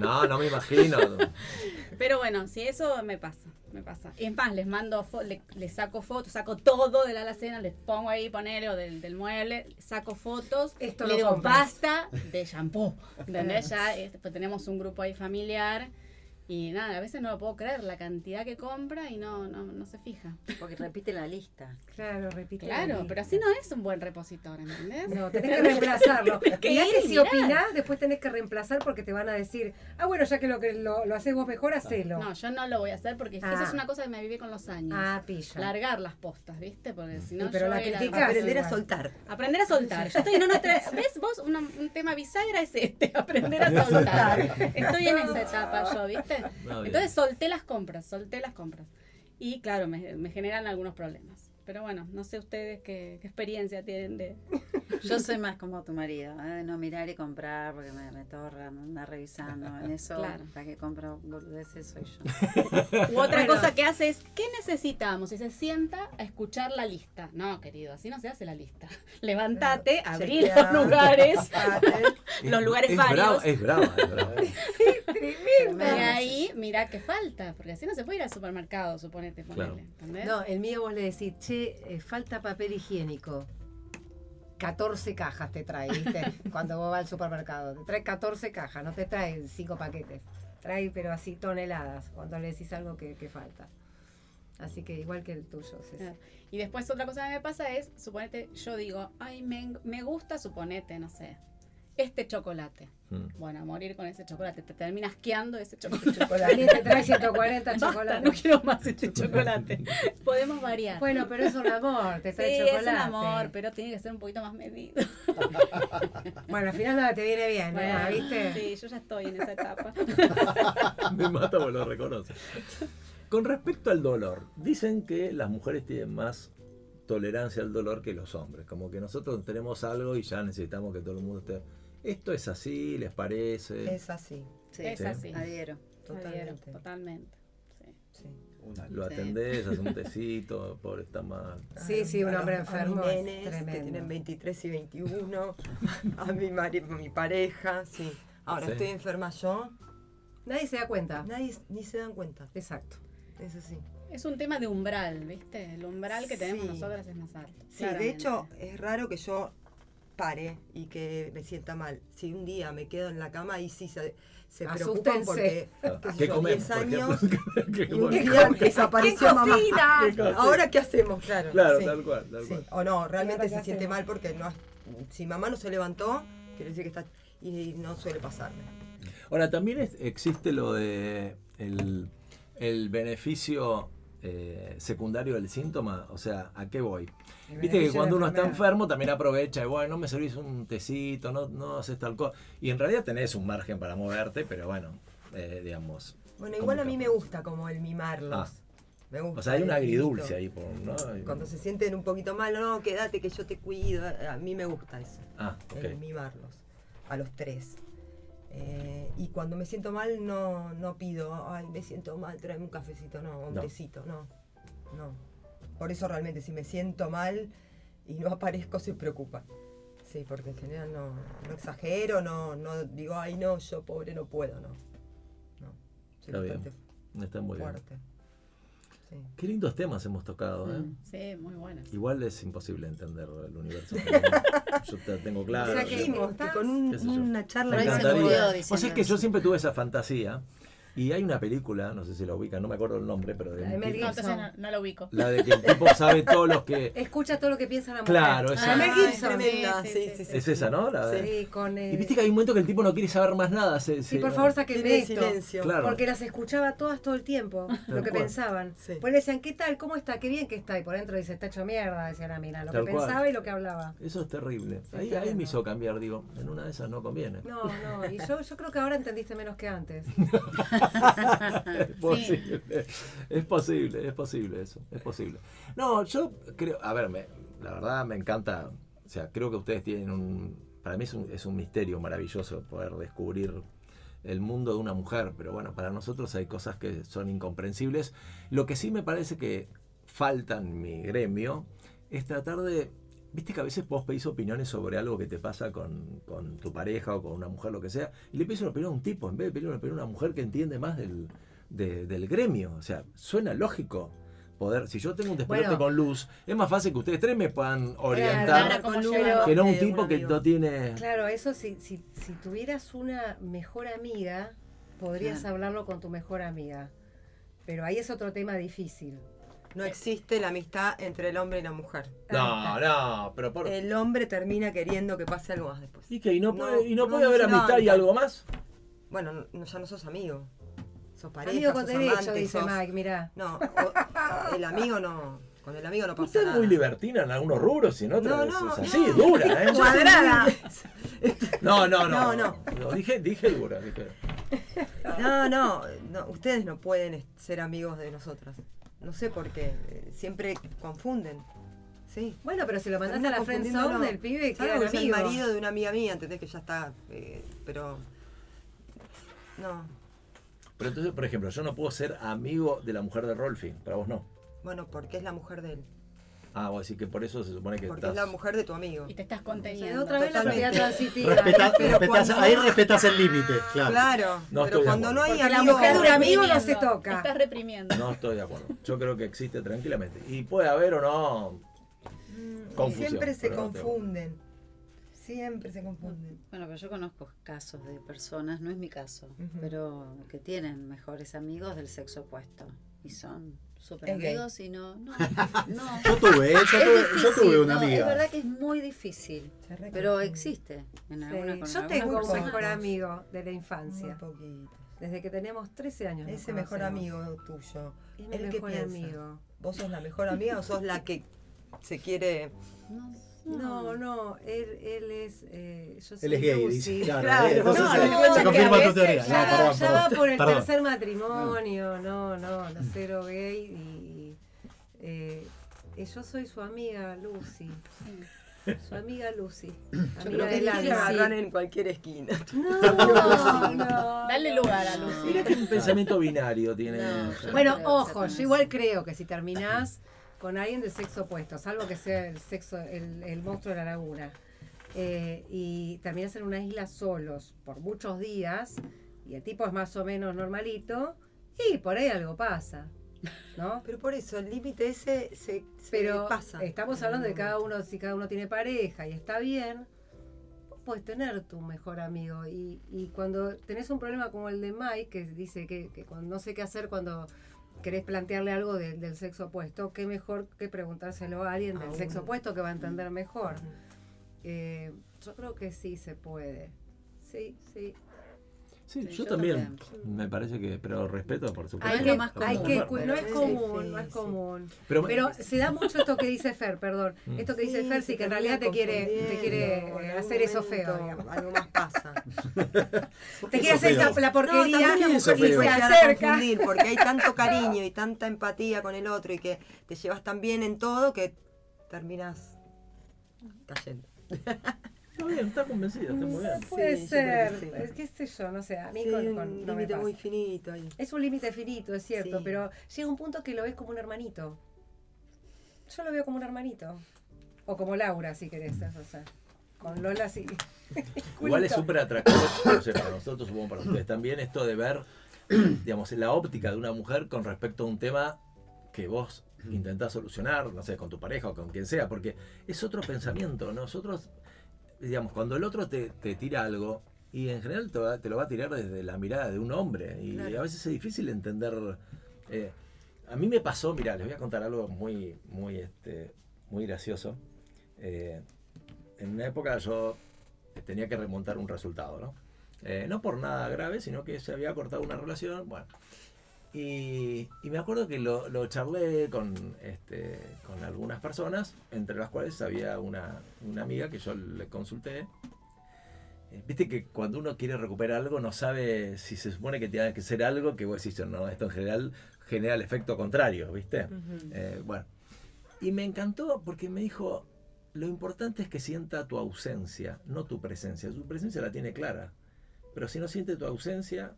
A: no, no me imagino.
G: Pero bueno, sí, eso me pasa, me pasa. Y es más, les mando, fo- le, les saco fotos, saco todo de la alacena, les pongo ahí, ponele, o del, del mueble, saco fotos,
D: Esto
G: y
D: lo
G: le digo,
D: compras.
G: basta de shampoo. ¿Entendés? ya eh, pues, tenemos un grupo ahí familiar y nada, a veces no lo puedo creer, la cantidad que compra y no, no, no se fija.
H: Porque repite la lista.
D: Claro, repite.
G: Claro, pero así no es un buen repositor, ¿entendés?
D: No, tenés que reemplazarlo.
G: que
D: Mirá
G: ir
D: que
G: y
D: si
G: mirar.
D: opinás, después tenés que reemplazar porque te van a decir, ah, bueno, ya que lo, que lo, lo haces vos mejor, hacelo.
G: No, yo no lo voy a hacer porque
D: Ah.
G: esa es una cosa que me viví con los años.
D: ah, pilla.
G: Largar las postas, ¿viste? Porque si no,
D: Sí, pero
G: yo
D: la
G: era-
D: criticás.
F: Aprender a
D: igual.
F: soltar.
G: Aprender a soltar. Yo estoy en una tra- ¿Ves vos? Una- un tema bisagra es este, aprender a soltar. Estoy en esa etapa yo, ¿viste?
A: No, bien.
G: Entonces solté las compras, solté las compras. Y claro, me, me generan algunos problemas. Pero bueno, no sé ustedes qué, qué experiencia tienen de...
H: Yo soy más como tu marido, ¿eh? no mirar y comprar porque me, me torra, me anda revisando. En eso,
G: Claro.
H: la que compra boludeces soy yo.
G: U otra
D: Bueno.
G: cosa que hace es, ¿qué necesitamos? Y se sienta a escuchar la lista. No, querido, así no se hace la lista. Levántate, abrí los
F: Chequeá.
G: lugares,
F: Aparte,
G: los lugares
A: es
G: varios.
A: Brava, es brava, es brava.
H: Tremendo.
G: Y ahí, mira qué falta, porque así no se puede ir al supermercado, suponete,
A: Claro.
G: ponele, ¿entendés?
D: No, el mío vos le decís, che, eh, falta papel higiénico. 14 cajas te trae, ¿viste? Cuando vos vas al supermercado. Te trae 14 cajas, no te trae 5 paquetes. Trae, pero así toneladas, cuando le decís algo que, que falta. Así que igual que el tuyo, Ceci.
G: Claro. Y después otra cosa que me pasa es, suponete, yo digo, ay, me, en- me gusta, suponete, no sé, este chocolate.
A: Mm.
G: Bueno, a morir con ese chocolate, te terminas queando ese chocolate.
D: Chocolate te trae 140
G: Basta, no
D: chocolates.
G: quiero más este chocolate. Podemos variar.
D: Bueno, pero es un amor, te
G: sí,
D: trae chocolate.
G: es un amor, pero tiene que ser un poquito más medido.
D: Bueno, al final nada te viene bien, ¿eh? ¿no?
G: Bueno,
D: ¿viste?
G: Sí, yo ya estoy en esa etapa.
A: Me mata porque lo reconoce. Con respecto al dolor, dicen que las mujeres tienen más tolerancia al dolor que los hombres. Como que nosotros tenemos algo y ya necesitamos que todo el mundo esté. ¿Esto es así? ¿Les parece?
F: es así,
H: Sí,
G: Es así.
H: adhiero.
F: totalmente.
G: Totalmente. sí.
F: Sí.
A: Lo
H: Sí.
A: atendés, haces un tecito, pobre, está mal.
D: Sí, sí, un
F: A
D: hombre
F: los- a
D: enfermo
F: mis
D: es
F: nenes, que
D: tremendo.
F: tienen 23 y 21, a mi, mari- mi pareja, sí. Ahora
A: Sí.
F: estoy enferma yo,
D: Nadie se da cuenta.
F: nadie s- ni se dan cuenta,
D: Exacto.
F: es así.
G: Es un tema de umbral, ¿viste? El umbral que tenemos
F: Sí.
G: nosotras es más alto.
F: Sí, de
G: claramente.
F: hecho, es raro que yo pare y que me sienta mal. Si un día me quedo en la cama y sí se, se preocupan
D: Asústense.
F: porque
A: Claro.
F: qué sé
A: Ah, ¿Qué
F: yo,
A: comes?
F: 10 años
A: ¿Qué
F: y un
A: comemos?
F: día desapareció mamá.
A: ¿Qué co-
F: Ahora qué hacemos, claro.
A: Claro,
F: sí.
A: tal cual, tal
F: Sí,
A: cual.
F: O no, realmente
D: ahora
F: se
D: qué
F: siente
D: hacemos?
F: mal porque no si mamá no se levantó, quiere decir que está y no suele pasarme.
A: Ahora, también es- existe lo de el, el beneficio eh, secundario del síntoma? O sea, ¿a qué voy?
D: El
A: Viste que
D: beneficio
A: cuando
D: de
A: uno está
D: enfermedad.
A: enfermo también aprovecha, y bueno, no me servís un tecito, no, no haces tal cosa. Y en realidad tenés un margen para moverte, pero bueno, eh, digamos. ah,
F: Bueno, igual a
A: ¿cómo
F: mí
A: que-
F: me gusta como el mimarlos. Me gusta.
A: O sea, hay un
F: el
A: agridulce
F: mimito.
A: ahí, por, ¿no?
F: Cuando se sienten un poquito mal, no, quédate que yo te cuido. A mí me gusta eso.
A: Ah,
F: el
A: ok.
F: mimarlos, a los tres. Eh, y cuando me siento mal, no, no pido, ay, me siento mal, tráeme un cafecito, no, un
A: No.
F: tecito, no, no. Por eso realmente, si me siento mal y no aparezco, se preocupa. Sí, porque en general no, no exagero, no, no digo, ay, no, yo pobre no puedo, no. No, soy
A: Está bien,
F: bastante
A: Está muy bien.
F: fuerte. Sí.
A: Qué lindos temas hemos tocado,
F: Mm,
D: Mm.
A: ¿eh?
G: Sí, muy buenas.
A: Igual es imposible entender el universo. femenino. yo te tengo claro.
F: O sea,
A: yo-
F: que dijimos que con un-
A: Qué sé yo.
F: una
A: Me
F: charla
H: Por ahí se
F: más
A: encantaría.
H: murió
F: aguda.
H: diciendo
A: Vos sabés que yo
H: eso.
A: siempre tuve esa fantasía. Y hay una película, no sé si la ubican, no me acuerdo el nombre, pero de
D: La de
A: un
D: Mel
A: tipo-
G: No, entonces no, no lo ubico.
A: la de que el tipo sabe todos los que.
D: Escucha todo lo que piensa la mujer.
A: Claro, esa.
F: La Mel
G: Ah,
F: Gibson,
G: es tremenda, sí, sí, sí.
A: Es esa, ¿no? La de-
D: Sí, con
A: Y
D: el...
A: viste que hay un momento que el tipo no quiere saber más nada. Se,
D: Sí,
A: se-
D: por favor,
F: Tiene
D: sáquenme esto.
F: silencio.
A: Claro.
D: Porque las escuchaba todas todo el tiempo, lo que
A: cual.
D: pensaban.
F: Sí.
D: Pues le decían, ¿qué tal? ¿Cómo está? Qué bien que está. Y por dentro dice, está hecho mierda, decían la mina. Lo
A: Tal
D: que
A: cual.
D: pensaba y lo que hablaba.
A: Eso es terrible.
D: Sí,
A: ahí, ahí
D: tremendo.
A: me hizo cambiar, digo, en una de esas no conviene.
D: No, no. Y yo, yo creo que ahora entendiste menos que antes.
A: es posible. Es posible, es posible eso, es posible. No, yo creo, a ver, me- la verdad me encanta, o sea, creo que ustedes tienen un, para mí es un, es un misterio maravilloso poder descubrir el mundo de una mujer, pero bueno, para nosotros hay cosas que son incomprensibles. Lo que sí me parece que falta en mi gremio es tratar de, viste que a veces vos pedís opiniones sobre algo que te pasa con, con tu pareja o con una mujer, lo que sea, y le pedís una opinión a un tipo, en vez de pedir una opinión a una mujer que entiende más del, de- del gremio. O sea, suena lógico poder, si yo tengo un despelote
D: Bueno.
A: con luz, es más fácil que ustedes tres me puedan orientar
G: Claro,
F: Con
G: como yo.
F: Lula,
A: que no un
F: eh,
A: tipo que
F: amigo.
A: no tiene...
D: Claro, eso si, si, si tuvieras una mejor amiga, podrías
H: Claro.
D: hablarlo con tu mejor amiga. Pero ahí es otro tema difícil.
F: No existe la amistad entre el hombre y la mujer.
A: No, no, pero por...
F: El hombre termina queriendo que pase algo más después.
A: ¿Y qué? ¿Y no
F: No,
A: puede, y no
F: no,
A: puede haber
F: no,
A: amistad y
F: no.
A: algo más?
F: Bueno, no- no, ya no sos amigo. Sos pareja,
D: Amigo con
F: sos
D: derecho,
F: amante,
D: dice
F: sos-
D: Mike, mirá.
F: No, o- el amigo no. Con el amigo no pasa
A: Usted es
F: nada.
A: muy libertina en algunos rubros y en otros
F: No,
A: es-
F: no,
A: es así, dura, ¿eh?
F: ¡Cuadrada!
A: No, no, no.
F: No, no.
A: No, dije, dije dura. dije.
F: No, no, no, ustedes no pueden es- ser amigos de nosotras. No sé por qué. eh, Siempre confunden. Sí.
D: Bueno, pero si lo mandas a
F: Termina
D: la
F: confundiéndolo.
D: friendzone del pibe,
F: Salvo
D: queda
F: que sea el
D: amigo.
F: marido de una amiga mía, entendés que ya está. eh, pero. No.
A: Pero entonces, por ejemplo, yo no puedo ser amigo de la mujer de Rolfi, para vos no.
F: Bueno, porque es la mujer de él.
A: Ah, vos decís que por eso se supone que
F: Porque
A: estás...
F: es la mujer de tu amigo.
G: Y te estás
D: O
G: conteniendo.
D: sea, otra vez la propiedad transitiva.
B: Respeta-
F: Pero
B: respetas-
F: cuando-
B: ahí respetas el límite, claro.
F: Claro,
A: No estoy
F: pero
A: de
F: cuando no
A: acuerdo.
F: hay
D: Porque la
F: amigo,
D: mujer de un amigo no
G: Reprimiendo,
D: se toca.
G: Estás reprimiendo.
A: No estoy de acuerdo. Yo creo que existe tranquilamente. Y puede haber o no...
D: Mm,
A: Confusión,
F: siempre se
A: pero no te-
F: confunden. Siempre se confunden.
H: Bueno, pero yo conozco casos de personas, no es mi caso,
F: Ujú.
H: pero que tienen mejores amigos del sexo opuesto y son súper
F: Es gay.
H: amigos y no, no, no.
B: Yo tuve, yo
H: Es
B: tuve, yo
H: difícil,
B: tuve una
H: no, Es
B: amiga.
H: verdad que es muy difícil,
F: Se reconfunden.
H: pero existe en alguna
D: Sí,
H: con algunas
D: Yo tengo un
F: persona.
H: personas.
D: mejor amigo de la
F: Muy
D: infancia.
F: poquito.
D: Desde que tenemos 13 años. nos
F: Ese mejor
D: conocemos.
F: amigo tuyo.
D: Es mi
F: ¿El que
D: mejor
F: piensa?
D: amigo.
F: ¿Vos sos la mejor amiga o sos la que se quiere?
H: No,
D: No,
H: no.
D: no, él, él es. eh, yo soy
B: Él es gay,
D: Lucy.
B: dice. Claro,
F: Claro,
B: eh, entonces
F: no,
B: se-
F: lo que pasa
B: se
F: es que
B: confirma
F: a
B: tu teoría.
D: Ya,
B: No, perdón,
D: ya va
B: perdón,
D: por el
B: perdón.
D: tercer matrimonio, no, no, no, cero gay. Y, eh, eh, yo soy su amiga Lucy. Su amiga Lucy. Amiga
H: creo que
D: del
H: es difícil.
D: alma.
F: agarran en cualquier esquina.
D: No, no.
G: Dale lugar a Lucy.
A: Mira que un pensamiento binario tiene...
H: No.
A: Yo-
D: Bueno,
H: creo que
D: ojo,
H: sea tan
D: yo igual
H: así.
D: creo que si terminás con alguien del sexo opuesto, salvo que sea el sexo, el, el monstruo de la laguna, eh, y terminás en una isla solos por muchos días, y el tipo es más o menos normalito, y por ahí algo pasa, ¿no?
F: Pero por eso, el límite ese se, se
D: Pero
F: pasa.
D: estamos hablando de cada uno, si cada uno tiene pareja y está bien, vos podés tener tu mejor amigo. Y, y cuando tenés un problema como el de Mike, que dice que, que cuando- no sé qué hacer cuando querés plantearle algo de- del sexo opuesto, qué mejor que preguntárselo a alguien
F: A
D: del
F: uno.
D: sexo opuesto que va a
K: Mm.
D: entender mejor. Eh, yo creo que sí se puede. Sí, sí.
K: Sí,
H: Sí,
K: yo,
H: yo
K: también. Me parece que, pero respeto, por supuesto.
D: Hay
H: es
D: que,
H: lo más
D: hay
H: común,
D: que-
H: pero
D: no es
H: es
D: común, no es
F: difícil.
D: común.
K: Pero-
D: Pero, se da mucho esto que dice Fer, perdón.
K: Mm.
D: Esto que dice
F: Sí,
D: Fer,
F: se
D: sí, que en
F: termina
D: realidad te quiere, te quiere
F: confundiendo, en
D: eh,
F: algún
D: hacer eso
F: momento
D: feo, digamos.
F: Algo más pasa.
D: Te quiere hacer esa- la
F: No,
D: porquería
F: también la
D: y
F: mujer
D: se
F: se puede llegar a
D: acerca.
F: confundir, porque hay tanto cariño y tanta empatía con el otro y que te llevas tan bien en todo que terminas cayendo.
K: Está bien, está convencida, está muy bien.
D: Puede
F: Sí, yo creo que
D: ser,
F: sí.
D: es qué sé yo, no sé, a mí
F: Sí,
D: con, con-
F: un
D: no me
F: límite
D: pasa.
F: muy finito ahí.
D: Es un límite finito, es cierto,
F: Sí.
D: pero llega un punto que lo ves como un hermanito. Yo lo veo como un hermanito. O como Laura, si querés, o sea, con Lola sí.
A: Igual es súper atractivo, no sé, para nosotros, supongo para ustedes también, esto de ver, digamos, la óptica de una mujer con respecto a un tema que vos intentás solucionar, no sé, con tu pareja o con quien sea, porque es otro pensamiento. Nosotros, digamos, cuando el otro te, te tira algo, y en general te, va- te lo va a tirar desde la mirada de un hombre, y a veces es difícil entender. eh, a mí me pasó, mira, les voy a contar algo muy, muy, este, muy gracioso. Eh, en una época yo tenía que remontar un resultado, ¿no? Eh, no por nada grave, sino que se había cortado una relación, bueno. Y, y me acuerdo que lo, lo charlé con, este, con algunas personas, entre las cuales había una, una amiga que yo le consulté. Eh, Viste que cuando uno quiere recuperar algo no sabe si se supone que tiene que ser algo que vos decís, no, esto en general genera el efecto contrario, ¿viste? Eh, bueno. Y me encantó porque me dijo, lo importante es que sienta tu ausencia, no tu presencia. Tu presencia la tiene clara. Pero si no siente tu ausencia,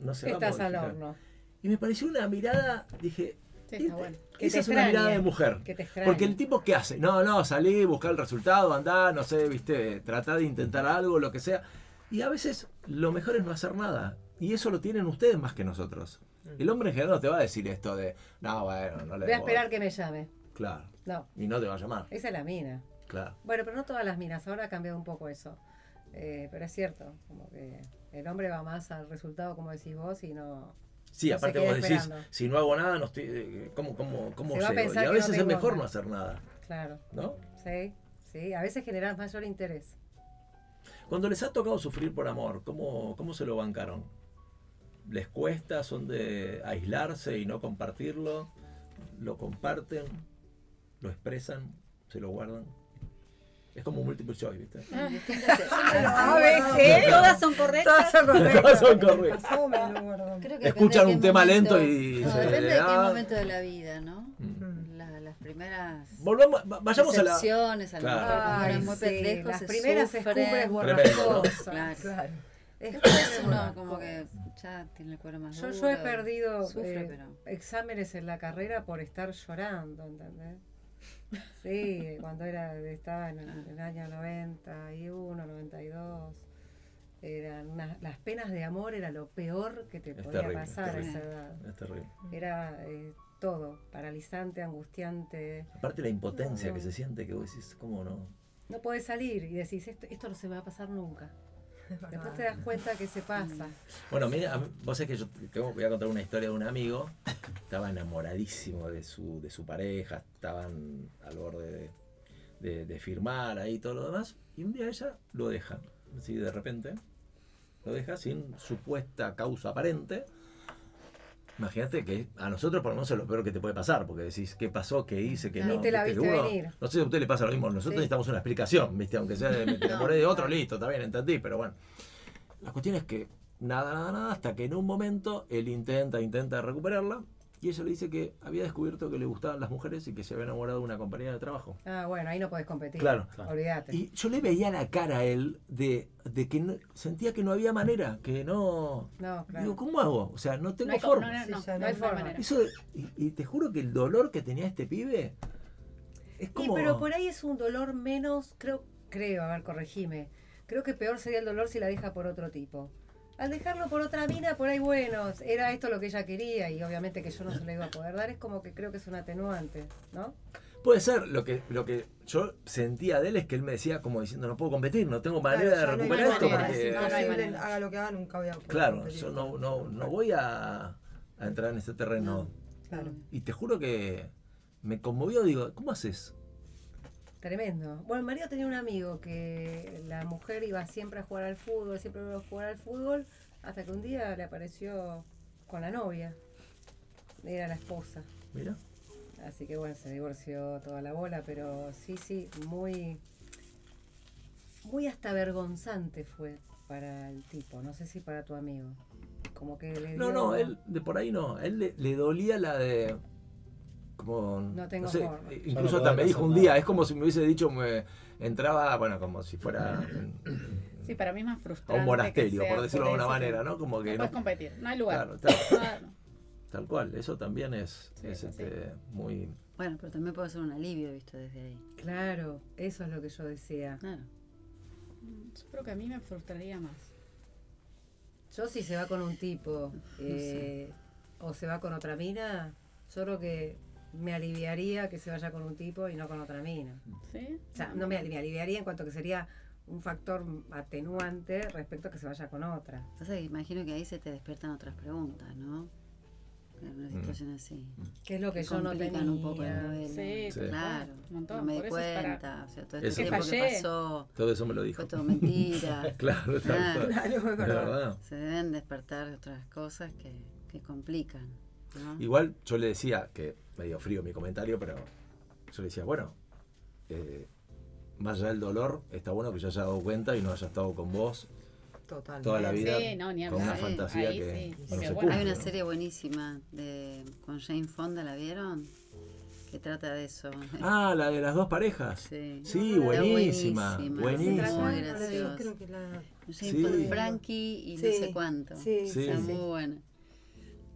A: no se va a
D: Estás al
A: modificar.
D: horno.
A: Y me pareció una mirada, dije,
G: Sí, está bueno.
D: Que
A: esa
D: te
A: es una
D: extrañe,
A: mirada de mujer.
D: Que te extraña.
A: Porque el tipo que hace, no, no, salí, buscar el resultado, andá, no sé, viste, tratá de intentar algo, lo que sea. Y a veces lo mejor es no hacer nada. Y eso lo tienen ustedes más que nosotros. El hombre en general no te va a decir esto de, no, bueno, no le
D: Mm. Voy a
A: voy".
D: esperar que me llame.
A: Claro.
D: No,
A: Y no te va a llamar.
D: esa es la mina.
A: Claro.
D: Bueno, pero no todas las minas, ahora ha cambiado un poco eso. Eh, pero es cierto, como que el hombre va más al resultado, como decís vos, y no.
A: Sí,
D: No se
A: aparte
D: queda
A: vos decís,
D: esperando.
A: si no hago nada, no estoy, eh, ¿cómo, cómo, cómo
D: Se va a
A: llego?
D: pensar
A: Y a
D: que no
A: veces es
D: tengo
A: mejor
D: nada.
A: no hacer nada,
D: Claro,
A: ¿no?
D: sí, sí. A veces generas mayor interés.
A: Cuando les ha tocado sufrir por amor, ¿cómo, cómo se lo bancaron? ¿Les cuesta? ¿Son de aislarse y no compartirlo? ¿Lo comparten? ¿Lo expresan? ¿Se lo guardan? Es
D: Mm.
A: como múltiple choice, ¿viste?
D: Ah, A
G: Ah, ¿Eh? Todas son correctas.
A: Son correctos.
H: Creo que
A: Escuchan un
H: depende de qué
A: tema
H: momento-
A: lento y
H: No,
A: se
H: depende
A: le
H: de qué
A: da.
H: momento de la vida, ¿no?
A: Mm.
H: La- las primeras
A: Volvamos, va- vayamos a la...
H: decepciones, a lo
A: Claro.
H: mejor cuando
D: Ay,
H: eran muy
D: sí,
H: pendejos,
D: las
H: se
D: primeras
H: sufren.
D: escumbres
A: Tremendo, ¿no?
D: borrachosas.
H: Claro.
D: Claro.
H: Después uno como que ya tiene el cuero más
D: Yo,
H: duro.
D: yo he perdido
H: Sufre,
D: eh,
H: pero-
D: exámenes en la carrera por estar llorando, ¿entendés? Sí, cuando era, estaba en el, en el año 91, 92. Eran unas- las penas de amor era lo peor que te
A: Es
D: podía
A: terrible, es
D: pasar a esa
H: terrible.
D: edad.
A: Es terrible.
D: Era eh, todo, paralizante, angustiante.
A: Aparte la impotencia que se siente, que vos decís, ¿cómo no?
D: No podés salir y decís, esto, esto no se me va a pasar nunca. Después te das cuenta que se pasa.
A: Bueno, mira, a mí- vos sabés que yo tengo, voy a contar una historia de un amigo. Estaba enamoradísimo de su, de su pareja, estaban al borde de, de- de firmar ahí y todo lo demás. Y un día ella lo deja, así de repente. Lo deja sin supuesta causa aparente. Imagínate que a nosotros por lo menos es lo peor que te puede pasar, porque decís, ¿qué pasó? ¿Qué hice? ¿Qué
D: Ni
A: no?
D: te la
A: ¿Viste?
D: viste
A: Uno-
D: venir.
A: No sé si a usted le pasa lo mismo, nosotros
D: Sí.
A: necesitamos una explicación, ¿viste? Aunque sea de me enamoré de otro, listo, está bien, entendí, pero bueno. La cuestión es que nada, nada, nada, hasta que en un momento él intenta, intenta recuperarla y ella le dice que había descubierto que le gustaban las mujeres y que se había enamorado de una compañera de trabajo.
D: Ah, bueno, ahí no podés competir.
A: Claro.
D: Olvídate.
A: Y yo le veía la cara a él de, de que no- sentía que no había manera, que no...
D: No, claro.
A: Digo, ¿cómo hago? O sea, no tengo
G: No hay, co-
A: forma.
G: no, no, no,
F: Sí, ya
G: no
F: no
G: hay
F: hay
G: forma.
D: manera.
A: Eso, y, y te juro que el dolor que tenía este pibe es
D: Y
A: como...
D: pero por ahí es un dolor menos, creo, creo, a ver, corregime. Creo que peor sería el dolor si la deja por otro tipo. Al dejarlo por otra mina, por ahí, bueno, era esto lo que ella quería y obviamente que yo no se lo iba a poder dar, es como que creo que es un atenuante, ¿no?
A: Puede ser, lo que, lo que yo sentía de él es que él me decía como diciendo, no puedo competir, no tengo manera
F: Claro, ya
A: de
F: no hay
A: recuperar esto
F: manera,
A: porque...
F: es
G: no, no hay
F: imposible,
G: manera.
F: Haga lo que haga, nunca voy a poder
A: Claro,
F: competir.
A: yo no, no, no voy a, a entrar en ese terreno.
F: Claro.
A: Y te juro que me conmovió, digo, ¿cómo haces?
D: Tremendo. Bueno, mi marido tenía un amigo que la mujer iba siempre a jugar al fútbol, siempre iba a jugar al fútbol, Hasta que un día le apareció con la novia. Era la esposa.
A: Mira.
D: Así que bueno, se divorció toda la bola, pero sí, sí, muy. Muy hasta vergonzante fue para el tipo. No sé si para tu amigo. Como que le
A: No,
D: dio-
A: no, él de por ahí no. A él le, le dolía la de. Como,
D: No tengo
A: sé,
D: forma.
A: eh,
B: Ya no
A: incluso
B: podés
A: hasta me dijo
B: hacer
A: un
B: nada.
A: día, es como si me hubiese dicho, me entraba, bueno, como si fuera
G: Sí, para mí es más
A: a
G: frustrante.
A: un monasterio,
G: que sea
A: por decirlo de
G: eso,
A: alguna
G: que
A: manera, ¿no? Como
G: No
A: que
G: puedes
A: no-
G: competir, no hay lugar.
A: Claro, tal,
G: Ah, No, no.
A: tal cual, eso también es,
G: Sí,
A: es,
G: sí, sí.
A: este, muy...
H: Bueno, pero también puede ser un alivio visto desde ahí.
D: Claro, eso es lo que yo decía.
H: Claro.
G: Yo creo que a mí me frustraría más.
D: Yo si se va con un tipo eh, o se va con otra mina, yo creo que me aliviaría que se vaya con un tipo y no con otra mina.
G: ¿Sí?
D: O sea, no me, me aliviaría en cuanto que sería un factor atenuante respecto a que se vaya con otra.
H: Pasa que imagino que ahí se te despiertan otras preguntas, ¿no? En una
A: Mm.
H: situación así.
D: Que es lo que
H: Que
D: yo no tenía.
H: complican un poco la novela.
G: Sí,
A: Sí.
H: Claro,
G: un montón.
H: no me
G: por
H: di
G: eso es para-
H: cuenta. O sea, todo este
A: Eso. Que
H: tiempo que
G: fallé.
H: pasó
A: Todo eso me lo dijo.
H: fue todo mentira.
A: Claro, tal
H: Claro.
A: cual.
F: Claro, es
A: De
F: verdad.
A: verdad.
H: Se deben despertar otras cosas que, que complican. ¿no?
A: Igual yo le decía, que medio frío mi comentario, pero yo le decía, bueno, eh, más allá del dolor, está bueno que yo haya dado cuenta y no haya estado con vos
F: Total.
A: toda la vida
G: Sí, no, ni
A: con una
G: hablar. ¿eh?
A: fantasía
G: Ahí
A: que
G: sí.
A: no
G: Porque
A: se
G: bueno,
A: cumple,
H: Hay una
A: ¿no?
H: serie buenísima de, con Jane Fonda, ¿la vieron? Que trata de eso.
A: Ah, la de las dos parejas.
H: Sí.
A: Sí,
H: Está
A: buenísima.
H: buenísima.
A: Buenísima.
H: Muy
F: Bueno, la de-
H: graciosa.
F: creo que la-
H: Jane
A: Sí.
H: Fonda, Frankie y no
F: Sí.
H: sé cuánto.
F: Sí,
A: Sí.
H: Está
F: sí,
H: muy
F: sí.
H: buena.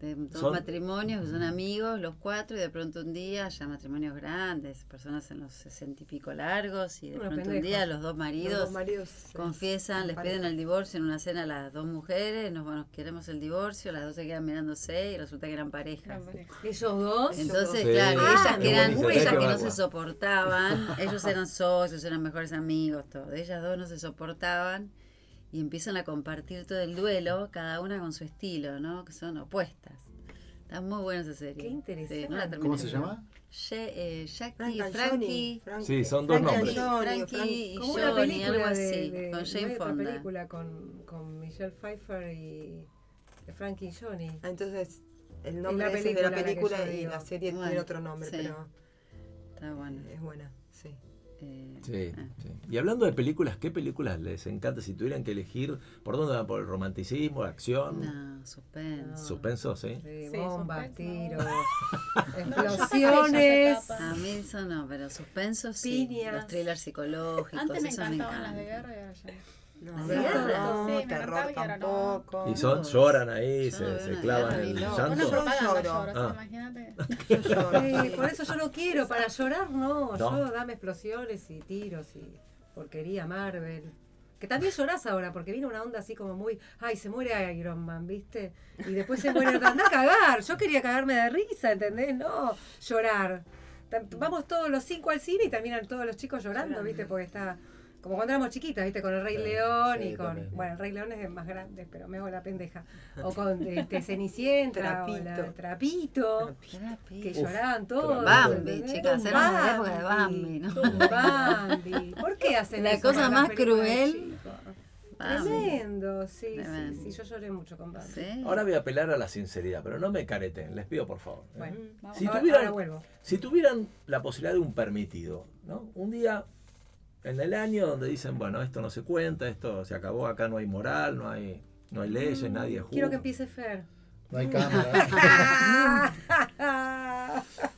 H: De dos
A: Son-
H: matrimonios que son amigos, los cuatro, y de pronto un día, ya matrimonios grandes, personas en los sesenta y pico largos, y de
D: Unos
H: pronto un
D: pendejos.
H: día los dos
F: Los
H: maridos,
F: dos maridos, sí.
H: confiesan, les
F: Pareja.
H: piden el divorcio en una cena a las dos mujeres, nos, nos queremos el divorcio, las dos se quedan mirándose y resulta que eran pareja.
G: Gran pareja.
D: Ellos dos,
H: Entonces,
A: Sí, Ah,
H: claro,
A: es
H: ellas que eran,
A: buenísimo.
H: ellas que no
A: Buenísimo.
H: se soportaban, ellos eran socios, eran mejores amigos, todo. Ellas dos no se soportaban y empiezan a compartir todo el duelo, cada una con su estilo, ¿no? Que son opuestas. Está muy buena esa serie.
D: Qué interesante.
H: Sí, no la terminé
B: ¿Cómo se
H: de ver.
B: llama?
H: Ye- eh, Jackie,
F: Frank and
H: Frankie.
F: Johnny, Frank-
A: Sí, son dos
F: Frank and
A: nombres.
F: Johnny,
H: Frankie
F: Frank-
D: como
H: y
D: una
H: Johnny, algo
D: película
H: así,
D: de, de-
H: con
D: no
H: Jane
D: hay otra
H: Fonda.
D: película con, con Michelle Pfeiffer y Frankie y Johnny.
F: Ah, entonces, el
D: la
F: nombre ese es de la
D: película
F: película
D: la que yo
F: y
D: digo.
F: la serie tiene
H: Bueno,
F: otro nombre,
H: sí.
F: pero
H: Está bueno.
F: es buena, sí.
H: eh,
A: Sí,
H: ah.
A: sí. Y hablando de películas, ¿qué películas les encanta si tuvieran que elegir? ¿Por dónde van? ¿Por el romanticismo, la acción?
H: No, suspenso.
A: Suspenso, sí.
D: Sí,
G: Sí,
D: bombas,
G: suspenso.
D: tiros,
G: Ella
D: explosiones.
G: se tapa.
H: A mí eso no, pero suspenso sí.
D: Piñas.
H: Los thrillers psicológicos,
G: Antes me
H: eso me
G: encantaban las
H: encanta.
G: de guerra y ahora ya. no.
F: No,
G: Sí,
F: no,
H: ¿Sí?
G: me encantaba
F: terror
G: y ahora no.
F: tampoco.
A: Y son,
H: no.
A: lloran ahí,
H: Yo
A: se,
H: no veo
A: se
H: una
A: clavan en
H: guerra ni
A: el
H: loco.
G: Con
A: llanto.
G: una
F: Yo
G: propaganda
F: lloro.
G: lloro,
A: Ah.
G: sí, imagínate.
F: Yo lloro,
D: Sí,
F: sí.
D: por eso yo no quiero, para llorar no,
A: No.
D: yo dame explosiones y tiros y porquería Marvel. Que también llorás ahora, porque vino una onda así como muy, ay, se muere Iron Man, ¿viste? Y después se muere otra, anda a cagar, yo quería cagarme de risa, ¿entendés? No, llorar. Tam- Vamos todos los cinco al cine y terminan todos los chicos llorando, ¿viste? Porque está... Como cuando éramos chiquitas, ¿viste? Con el Rey
B: Sí,
D: León
B: sí,
D: y con...
B: también.
D: Bueno, el Rey León es de más grande, pero me hago la pendeja. O con este, Cenicienta, o la-
F: Trapito.
D: Trapito que
H: Terapi.
D: lloraban todos.
H: Bambi,
D: ¿entendés?
H: chicas, era una época de Bambi, ¿no?
D: Bambi, Bambi. ¿Por qué hacen
H: La
D: eso
H: cosa
D: con las
H: más
D: películas de
H: cruel.
D: chicos?
H: Vamos.
D: Tremendo, sí, sí,
H: Tremendo.
D: sí, yo lloré mucho con Bambi.
H: Sí.
A: Ahora voy a apelar a la sinceridad, pero no me careten, les pido por favor. ¿eh?
D: Bueno,
G: Vamos.
A: Si
D: ahora,
A: tuvieran-
D: ahora vuelvo.
A: Si tuvieran la posibilidad de un permitido, ¿no? Un día en el año donde dicen, bueno, esto no se cuenta, esto se acabó, acá no hay moral, no hay, no hay leyes, nadie juzga.
D: Quiero que empiece Fer.
B: No hay cámara.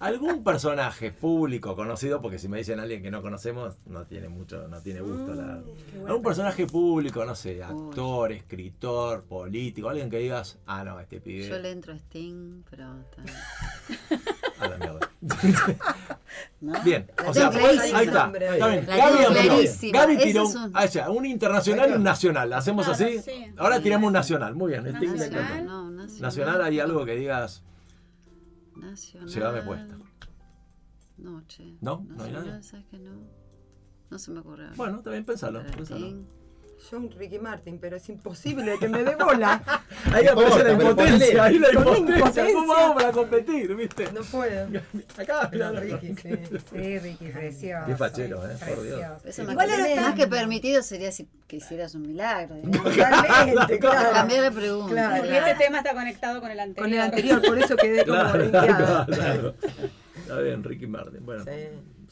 A: Algún personaje público conocido, porque si me dicen alguien que no conocemos, no tiene mucho, no tiene gusto la.
H: Mm,
A: Algún personaje público, no sé, actor, escritor, político, alguien que digas, ah no, este pibe.
H: Yo le entro a Sting, pero está-
A: A la mierda.
H: ¿no?
A: Bien,
H: La
A: o sea,
H: tengo
A: pues,
H: clarísima.
A: ahí está.
F: Hombre.
A: Está bien.
H: La
A: Gaby
H: tengo
A: apeló.
H: clarísima.
A: Gaby
H: Ese
A: tiró
H: es
A: un,
H: un-
A: ah, ya, un internacional y un nacional. ¿La hacemos
G: Claro,
A: así?
G: sí.
A: Ahora
H: Sí.
A: tiramos un nacional. Muy bien. este-
G: Nacional.
H: No, nacional.
A: Nacional hay algo que digas,
H: Nacional.
A: llegame puesta.
H: Noche.
A: ¿No? ¿No hay nada?
H: ¿Sabes que no? No se me ocurre. ahora.
A: Bueno, está bien, pensalo.
H: Para
A: pensalo.
H: Sting.
F: Yo un Ricky Martin, pero es imposible que me dé bola.
A: Ahí aparece la
B: importa, pero ponele.
A: impotencia, ahí la
F: Con
A: impotencia. ¿Cómo
F: impotencia.
A: vamos para competir, viste?
F: No puedo.
A: Acá, mirá.
F: Pero Ricky, sí.
D: Sí, Ricky, precioso.
A: Qué fachero, eh, por Dios.
D: precioso.
H: Eso
F: Igual
H: más,
F: era
H: que,
F: tan-
H: más que permitido sería si que hicieras un milagro. digamos.
F: Totalmente, claro.
H: Cambiar la pregunta.
F: Claro.
G: Porque este tema está conectado con el anterior.
F: Con el anterior, por eso quedé como
A: Claro, claro,
F: limpiada.
A: claro. Está bien, Ricky Martin. Bueno,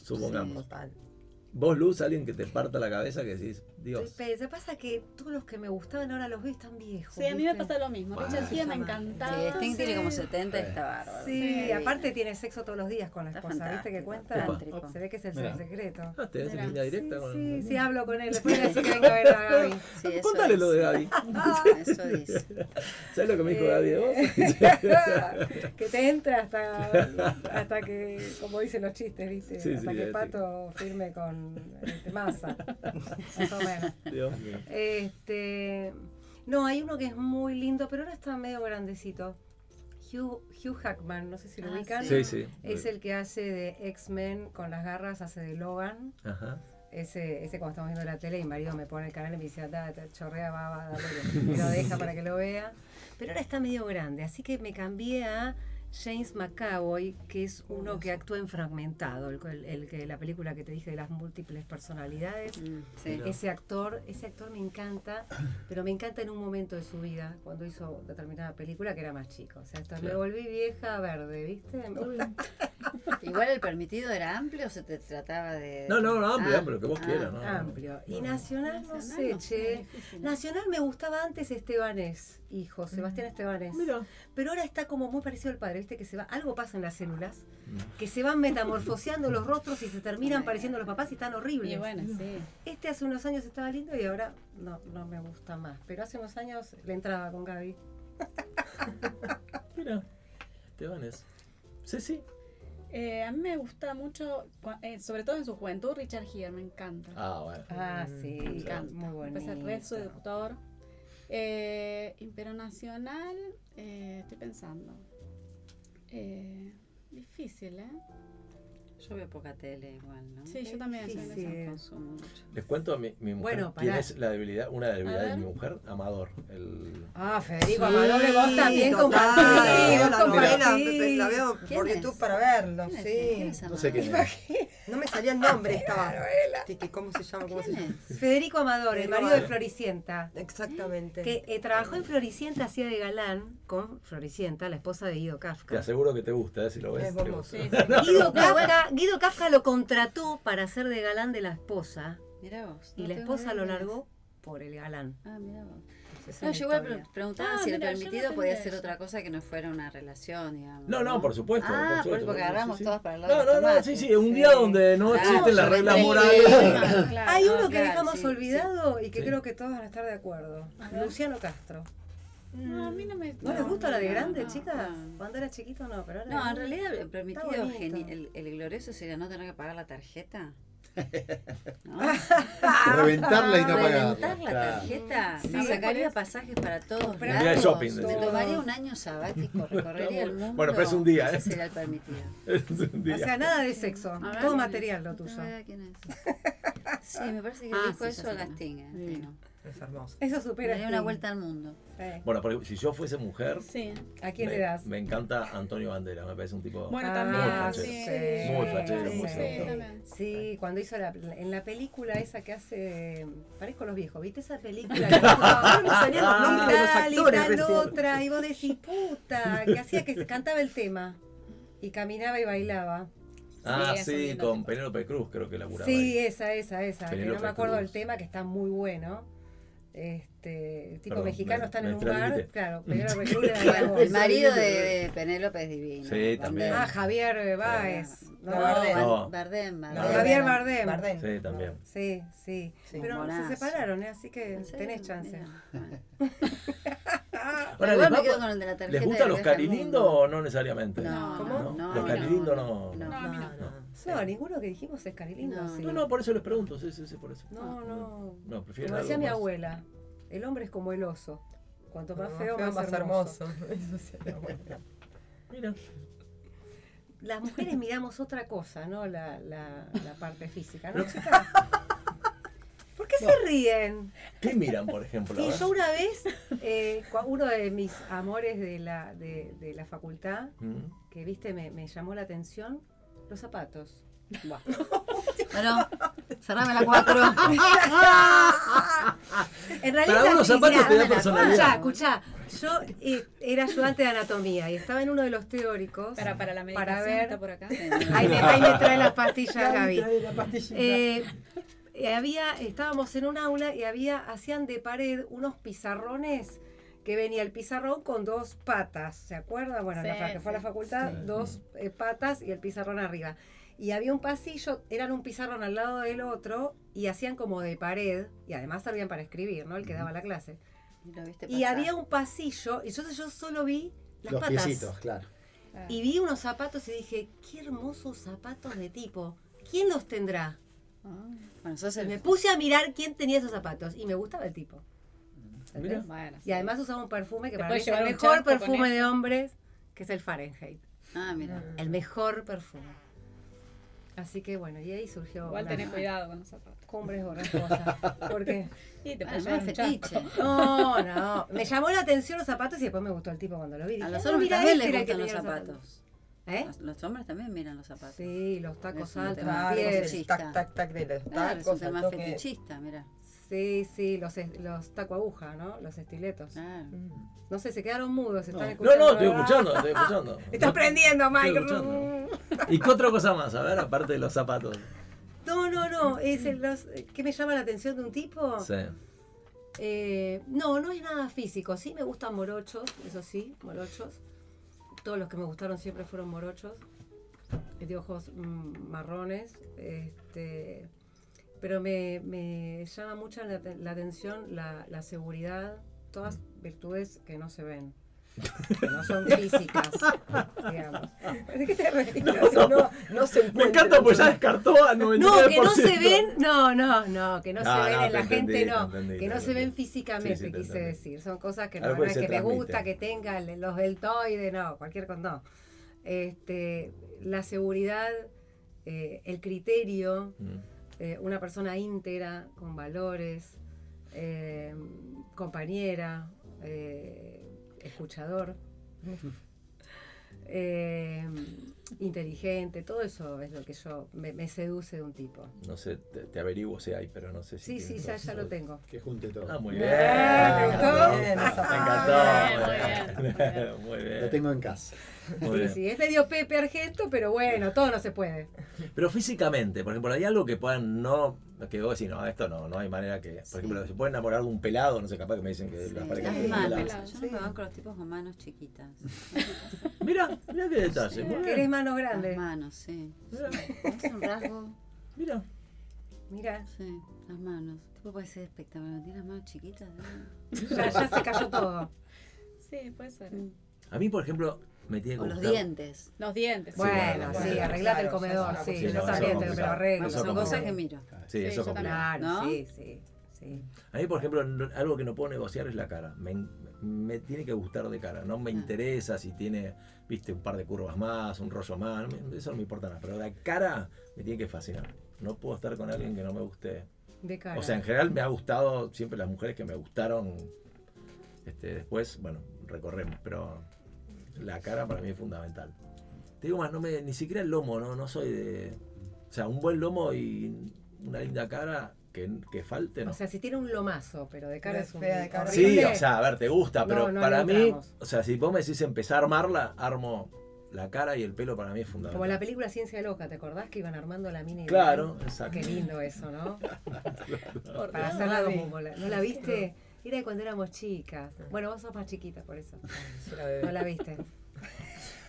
A: supongamos. Vos, Luz, alguien que te parta la cabeza que decís, Dios.
D: Pe- se pasa que todos los que me gustaban ahora los veo tan viejos.
G: Sí, a mí me
D: ¿viste?
G: pasa lo mismo.
A: Bueno.
G: Richard Gere me
H: Sí,
G: encantaba.
H: Sting tiene como 70 y
A: Sí.
H: está bárbaro.
D: Sí,
H: Sí.
D: aparte tiene sexo todos los días con la
H: Está
D: esposa, ¿viste que
H: fantástico,
D: cuenta?
H: fantástico.
D: Se ve que es el
B: Mirá.
D: secreto.
A: Ah, ¿Tenés
G: Mira,
A: en línea directa
D: sí,
A: con
D: sí, sí, hablo con él, después le decir que venga a ver a Gaby.
H: Sí, eso
A: Contale lo de
H: dice.
A: Gaby.
H: Eso dice.
A: ¿Sabes lo que me
D: Eh.
A: dijo Gaby de vos?
D: que te entra hasta, hasta que, como dicen los chistes, ¿viste?
A: Sí,
D: hasta
A: sí,
D: que
A: sí.
D: Pato firme con este, masa. Más o menos.
A: Dios mío.
D: Este, no, hay uno que es muy lindo, pero ahora está medio grandecito. Hugh, Hugh Hackman, no sé si lo
H: Ah,
D: ubican.
A: Sí, sí.
D: Es el que hace de X-Men con las garras, hace de Logan.
A: Ajá.
D: Ese, ese cuando estamos viendo la tele y mi marido me pone el canal y me dice, anda, te chorrea, va, va, dale, y lo deja para que lo vea. Pero ahora está medio grande, así que me cambié a James McAvoy, que es uno que actúa en Fragmentado, el, el- el que la película que te dije de las múltiples personalidades.
H: Mm, Sí.
D: Ese actor, ese actor me encanta, pero me encanta en un momento de su vida, cuando hizo determinada película que era más chico. O sea, hasta me
A: Claro.
D: volví vieja verde, ¿viste? Me gusta.
H: Igual el permitido era amplio o se te trataba de.
A: No, no, no, amplio,
H: Ah,
A: amplio, lo que vos
H: ah,
A: quieras. ¿no?
D: Amplio. Y nacional, no
G: Nacional,
D: sé,
G: no sé,
D: che.
G: difícil.
D: Nacional me gustaba antes Estebanés, hijo,
A: Mm.
D: Sebastián Estebanés.
A: Mira.
D: Pero ahora está como muy parecido al padre, ¿viste? Que se va, algo pasa en las células, que se van metamorfoseando los rostros y se terminan pareciendo a los papás y están horribles.
G: Y bueno, sí.
D: Este hace unos años estaba lindo y ahora no, no me gusta más. Pero hace unos años le entraba con Gaby.
A: Mira. Estebanes. Ceci.
G: Eh, a mí me gusta mucho, cua- eh, sobre todo en su juventud, Richard Gere, me encanta.
A: Ah, bueno.
D: Ah, sí,
G: Me encanta.
D: muy bueno.
G: Pues el resto de autor. Eh, pero nacional, eh, estoy pensando. Eh, difícil, ¿eh?
H: Yo veo poca tele igual, ¿no?
G: Sí, yo también. soy
D: difícil.
G: nacional.
H: No consumo mucho.
A: Les cuento a mi, mi mujer.
D: Bueno,
A: ¿Quién
D: pará.
A: es la debilidad? Una de las debilidades de
G: ver.
A: mi mujer, Amador. El...
D: Ah, Federico Amadore, vos también
F: total.
D: compartís.
F: Yo
D: vos
F: la
D: compartís.
F: novela, Pepe, la veo
H: ¿Quién
F: por
H: es?
F: YouTube para verlo,
H: ¿Quién es? ¿Quién
F: sí.
H: es
A: No sé
H: Amador?
A: quién es.
F: No me salía el nombre, estaba. Tiki, ¿Cómo se llama? ¿Cómo se
H: ¿Quién
F: llama?
H: es?
D: Federico Amador, el
F: Federico
D: marido de
F: Amador.
D: Floricienta.
F: Exactamente.
D: Que eh, trabajó en Floricienta, hacía de galán con Floricienta, la esposa de Guido
A: Te
D: Kafka.
A: aseguro que te gusta, ¿eh? si lo ves.
F: Es
A: te
F: hermoso.
A: gusta.
F: Sí,
D: Guido Kafka, Guido Kafka lo contrató para ser de galán de la esposa
H: Mirá vos. pues,
D: y
H: no
D: la
H: tengo
D: esposa lo
H: idea.
D: largó por el galán.
H: Ah, mirá vos.
D: Esa es
H: No,
D: la
H: yo igual
D: historia.
H: pre- preguntaba
G: Ah,
H: si el
G: mira, yo no
H: permitido
G: tenía
H: podía ser
G: eso.
H: otra cosa que no fuera una relación, digamos.
A: No, no, por supuesto.
H: Ah,
A: por supuesto,
H: porque
A: sí,
H: agarramos
A: sí.
H: todas para el lado
A: No,
H: del
A: no, no,
H: tomate.
A: sí, sí, un día donde no
H: Claro,
A: existen las
H: yo
A: reglas
H: entendí.
A: morales.
G: Claro,
D: Hay
G: no,
D: uno que
H: claro,
D: dejamos
H: sí,
D: olvidado y que
A: Sí.
D: creo que todos van a estar de acuerdo. Luciano Castro.
G: No, a mí no me.
D: ¿No, les gusta la de grande,
H: no,
D: chicas?
H: no.
D: Cuando era chiquito no, pero ahora. de
H: No, en
D: grande
H: realidad el
D: está
H: permitido,
D: bonito.
H: geni- el, el glorioso sería no tener que pagar la tarjeta. ¿No?
B: Reventarla y no
H: Reventar
B: pagarla.
H: la tarjeta, me
G: Sí.
H: sacaría pasajes para todos
A: día de
H: lados,
A: shopping,
H: me
A: decimos.
H: tomaría un año sabático, recorrería el mundo.
A: Bueno, pero es un día,
H: Ese
A: ¿eh?
H: sería el permitido.
A: Es un
D: O
A: día.
D: sea, nada de sexo,
G: ver,
D: todo
G: dime.
D: material lo
H: No
D: tuyo.
H: tengo idea quién es. Sí, me parece que
G: Ah,
H: dijo
G: sí, ya
H: eso
G: sé
H: a
G: quién es.
H: Gastín. ¿eh?
G: Sí.
H: Digo,
F: Es hermoso.
D: Eso
H: Me
D: supera.
H: daría una vuelta al mundo.
D: Sí.
A: Bueno, porque si yo fuese mujer,
G: Sí.
D: ¿A quién
A: me,
D: le das?
A: me encanta Antonio Bandera, me parece un tipo.
G: Bueno,
D: Ah,
G: también.
A: sí.
G: sí.
A: Muy fachero,
G: Sí,
A: muy seductor.
G: también.
D: Sí, cuando hizo la, en la película esa que hace. Parezco los viejos, ¿viste esa película? Que dijo, "Ahora me salían los nombres de los
F: Tal y
D: actores
F: tal
D: recién".
F: otra,
D: Ah, y vos decís, puta, que hacía que se cantaba el tema y caminaba y bailaba.
A: ah,
G: Sí, eso
A: sí,
G: bien,
A: con
G: no.
A: Penélope Cruz creo que laburaba.
D: Sí,
A: ahí.
D: esa, esa, esa. Que no
A: Penélope
D: me acuerdo
A: Cruz.
D: del tema, que está muy bueno. Este, el tipo
A: Perdón,
D: mexicano
A: me-
D: está
A: me
D: en un
A: extralimité.
D: bar. Claro, Penélope Cruz le da la voz.
H: El marido de, de Penélope es divino.
A: Sí, también.
D: Ah, Javier eh, Báez.
H: No,
F: No, Bardem.
A: No.
H: Bardem, Bardem.
F: No,
D: Javier Javier Bardem.
F: Bardem.
A: Sí, también.
D: Sí, sí.
H: Sí,
D: Pero
H: monazo.
D: se separaron, ¿eh? así que
H: ¿En serio?
D: tenés chance.
H: Mira, bueno.
A: Ahora,
H: Igual
A: ¿les,
H: me
A: va-
H: quedo con el de la tarjeta
A: ¿les
H: de
A: gustan los
H: Viaje al
A: carilindos
H: Mundo.
A: o no necesariamente?
H: No,
D: ¿Cómo?
H: no, no,
A: los
H: no,
A: carilindos no.
H: no.
G: No, a mí no.
D: No, ninguno que dijimos es carilindo.
H: No,
D: sí.
A: No, no, por eso les pregunto, sí, sí, sí, por eso.
D: No, no.
A: No, prefiero.
D: Como
A: algo
D: decía mi
A: más.
D: abuela, el hombre es como el oso. Cuanto más
F: Más
D: feo, más, hermoso.
F: Eso sí, era bueno.
A: Mira,
D: Las mujeres miramos otra cosa, ¿no? La, la, la parte física, ¿no? chicas? ¿Por qué se ríen?
A: ¿Qué miran, por ejemplo? A
D: Sí,
A: ver.
D: yo una vez, eh, cua- uno de mis amores de la, de, de la facultad,
A: Mm.
D: que viste, me, me llamó la atención, los zapatos. Buah.
H: Bueno, cerrame la cuatro. Ah,
D: En realidad,
A: Para unos zapatos
D: mirá,
A: te da
D: mirá,
A: personalidad.
D: Escuchá, escuchá. Yo eh, era ayudante de anatomía y estaba en uno de los teóricos.
G: Para, para la medicación
D: Para ver-
G: está por acá.
D: Ahí me, ahí me trae las pastillas,
F: Gaby,
D: Gaby.
F: trae la pastillita.
D: Eh, eh, había, estábamos en un aula y había, hacían de pared unos pizarrones que venía el pizarrón con dos patas, ¿se acuerda? Bueno, la
G: Sí,
D: fa- que fue a la
G: sí.
D: facultad, dos eh, patas y el pizarrón arriba. Y había un pasillo, eran un pizarrón al lado del otro y hacían como de pared, y además servían para escribir, ¿no? El que daba la clase.
H: Lo viste
D: Y
H: pasar.
D: había un pasillo, y entonces yo solo vi las
B: Los
D: patas.
B: piecitos, claro.
D: Y vi unos zapatos y dije, qué hermosos zapatos de tipo. ¿Quién los tendrá?
H: Ah, Bueno, sos el
D: Me puse a mirar quién tenía esos zapatos y me gustaba el tipo.
A: Mira.
G: Bueno, sí.
D: Y además usaba un perfume que
G: Te
D: para mí
G: puedes
D: es el
G: llevar un
D: mejor
G: charco con
D: perfume
G: eso.
D: de hombres, que es el Fahrenheit.
H: Ah, mira.
D: El mejor perfume. Así que bueno, y ahí surgió
G: Igual
D: una-
G: tenés cuidado con Ah, los zapatos.
D: cumbres borrascosas. Porque
G: Y te
D: Ah,
H: Bueno,
G: puedes
H: no es
G: llevar un chasco.
H: fetiche.
D: no, no, me llamó la atención los zapatos y después me gustó el tipo cuando lo vi.
H: A
D: Dije,
H: los
D: "Ah,
H: hombres
D: mira,
H: también
D: este
H: les
D: era el que
H: gustan los
D: tenía los
H: zapatos.
D: ¿Eh?
H: Los- Los hombres también miran los zapatos.
D: Sí, los tacos
H: Es un
D: altos,
H: tema
D: los pies.
H: fetichista.
F: tac, tac, tac de los
H: Claro, es un
F: tacos. al
H: tema
F: toque.
H: fetichista, mira.
D: Sí, sí, los, es- los taco aguja, ¿no? Los estiletos. Mm.
H: Claro.
D: No sé, se quedaron mudos, están
A: No,
D: escuchando.
A: no, estoy
D: ¿verdad?
A: escuchando, estoy escuchando.
D: Estás prendiendo, Mike.
A: Estoy escuchando. ¿Y qué otra cosa más? A ver, aparte de los zapatos.
D: No, no, no. Es el- los, ¿Qué me llama la atención de un tipo?
A: Sí.
D: Eh, no, no es nada físico. Sí me gustan morochos, eso sí, morochos. Todos los que me gustaron siempre fueron morochos. eh, De ojos mm, marrones. Este, pero me, me llama mucho la, la atención la, la seguridad. Todas virtudes que no se ven. Que no son físicas, digamos. ¿De qué te referís?
F: No, no, no se
A: Me
F: encuentra.
A: encanta porque ya descartó ah, al 99%.
D: No, que no se ven, no, no, no, que no,
A: No,
D: se ven
A: no,
D: en la
A: te entendí,
D: gente,
A: te
D: no,
A: entendí,
D: que
A: te
D: no se ven
A: entendí.
D: físicamente,
A: Sí, sí, te
D: quise
A: entendí.
D: decir, son cosas que no,
A: Algo
D: no
A: que
D: es
A: se
D: que me
A: transmite.
D: gusta, que tengan le- los deltoides, no, cualquier cosa, no. Este, la seguridad, eh, el criterio,
A: Mm.
D: eh, una persona íntegra, con valores, eh, compañera, eh, escuchador, eh, inteligente, todo eso es lo que yo me, me seduce de un tipo.
A: No sé, te, te averiguo si hay, pero no sé si.
D: Sí, sí,
A: tienen
D: ya,
A: los-
D: ya lo tengo.
B: Que junte todo.
A: Ah, muy
F: Bien,
A: bien.
F: ¿te
A: Me
F: gustó?
A: encantó. Me encantó. Muy bien.
B: Lo tengo en casa.
A: Muy
D: Sí,
A: bien.
D: sí, es medio Pepe Argento, pero bueno, todo no se puede.
A: Pero físicamente, por ejemplo, hay algo que puedan no. Que vos decís, no, esto no, no hay manera que. Por ejemplo, se puede enamorar de un pelado, no sé, capaz que me dicen que las parejas
H: Las
A: tienen
H: manos.
A: pelados.
H: Yo no me van con los tipos con manos chiquitas.
A: Mirá, mirá qué detalle. Muy
D: Querés
A: bien.
D: mano
H: Las
D: grande.
H: manos, sí.
A: Mirá,
H: Es un rasgo.
A: mirá.
D: Mira,
H: Sí, las manos. El tipo puede ser espectacular. Tiene las manos chiquitas. ¿eh?
D: ya, ya se cayó todo.
G: Sí, puede ser.
A: A mí, por ejemplo, me tiene que
H: O los
A: gustar-
H: dientes.
G: Los dientes.
D: Bueno,
A: bueno,
D: sí,
A: bueno.
D: arreglate el
F: Claro,
D: comedor,
F: ya está.
D: sí,
A: Sí,
D: yo
A: no,
D: también,
A: eso es
D: te- pero
A: complicado.
D: arreglo.
H: Bueno,
A: Eso
H: son
A: como-
H: cosas que miro.
A: Sí,
G: Sí,
A: eso
G: yo
A: es complicado.
D: Claro,
H: ¿No?
D: sí, sí, sí.
A: A mí, por ejemplo, no- algo que no puedo negociar es la cara. Me, me tiene que gustar de cara. No me
H: Ah.
A: interesa si tiene, viste, un par de curvas más, un rollo más. no me- Eso no me importa nada. Pero la cara me tiene que fascinar. No puedo estar con alguien que no me guste.
D: De cara.
A: O sea, en general me ha gustado siempre las mujeres que me gustaron. Este, después, bueno, recorremos, pero la cara para mí es fundamental. Te digo más, no me, ni siquiera el lomo, no, no soy de. O sea, un buen lomo y una linda cara que, que falte, no.
D: O sea, si tiene un lomazo, pero de cara
F: No es
D: es un.
F: fea de cara.
A: Sí,
D: horrible.
A: o sea, a ver, te gusta, pero
D: No, no,
A: para
D: no
A: mí,
D: entramos.
A: o sea, si vos me decís empezar a armarla, armo la cara y el pelo para mí es fundamental.
D: Como la película Ciencia Loca, ¿te acordás que iban armando la mini?
A: Claro, exacto.
D: Qué lindo eso, ¿no?
G: Por
D: Para
G: Dios.
D: hacerla
F: la vi.
D: como. bola- ¿No la viste? Era de cuando éramos chicas. Bueno, vos sos más chiquita, por eso. No la viste.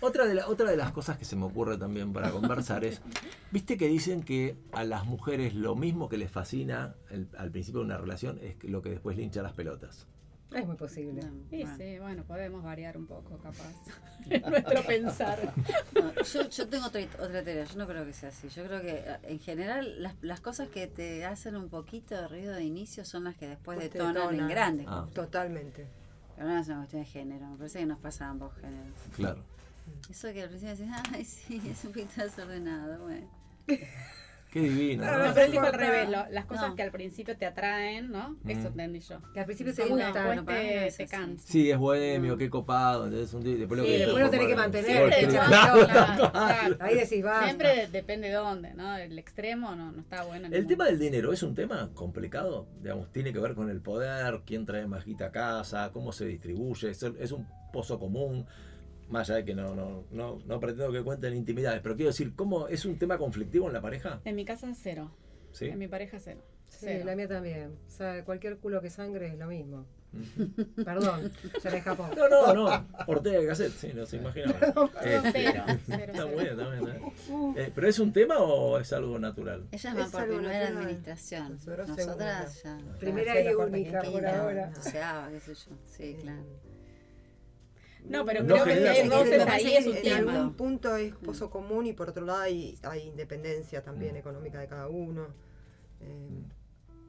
A: Otra de, la- otra de las cosas que se me ocurre también para conversar es, viste que dicen que a las mujeres lo mismo que les fascina el- al principio de una relación es que lo que después le hincha las pelotas.
D: Es muy posible.
H: No,
G: Y
H: bueno.
G: sí, bueno, podemos variar un poco, capaz. en nuestro pensar.
H: No, yo, yo tengo otra, otra teoría, yo no creo que sea así. Yo creo que eh, en general las, las cosas que te hacen un poquito de ruido de inicio son las que después
D: Pues
F: Te
H: detonan, en
F: detonan.
H: grande.
A: Ah,
F: Totalmente.
H: Pero no es una cuestión de género, me parece que nos pasa a ambos géneros.
A: claro.
H: Eso que al principio decís, ay, sí, es un poquito desordenado, bueno.
K: Qué divino.
G: No,
K: ¿no?
G: pero él dijo al revés, lo- las cosas
H: No.
G: que al principio te atraen, ¿no? Eso
K: Mm.
G: entendí yo.
D: Que al principio
H: Sí,
D: te
G: Según
H: no,
D: gusta.
G: después
H: bueno, para mí no
G: te,
H: es
G: te
H: así.
G: cansa.
K: Sí, es bohemio, qué copado. Entonces un día, después lo
G: Sí,
K: que
G: después
D: lo tenés que mantener.
G: Siempre,
D: Porque-
G: cuando,
K: Claro,
G: claro,
K: claro.
G: claro.
D: Ahí decís, va.
G: Siempre de- depende de dónde, ¿no? El extremo no, no está bueno.
A: El tema del dinero es un tema complicado, digamos, tiene que ver con el poder, quién trae más guita a casa, cómo se distribuye, es, es un pozo común, más allá de que no, no, no, no pretendo que cuenten intimidades, pero quiero decir, ¿cómo es un tema conflictivo en la pareja?
G: En mi casa cero,
A: ¿Sí?
G: en mi pareja cero.
D: Sí,
G: Cero.
D: la mía también. O sea, cualquier culo que sangre es lo mismo. Perdón, ya me escapó.
A: No, no, no, Ortega y Gasset, sí, no se imaginaba. Este,
G: Cero, cero,
A: Está
G: cero.
A: bueno, está bueno. está
D: Uh.
A: bien. Eh, ¿Pero es un tema o es algo natural?
H: Ellas van
F: Es
H: por
F: algo
H: primera
F: natural.
H: administración.
F: Nosotros
H: Nosotras ya.
D: Primera
F: Hacía
D: y
F: la corta
D: única
F: que
D: por
F: queda.
D: ahora.
H: O sea, qué sé yo. Sí, claro.
G: No, pero
A: No
G: creo que si
A: genera
G: hay
A: conflicto.
G: roces
F: Me parece
G: ahí
F: que
G: es un
F: en
G: tema.
F: algún punto es pozo común y por otro lado hay, hay independencia
A: Mm.
F: también económica de cada uno. Eh,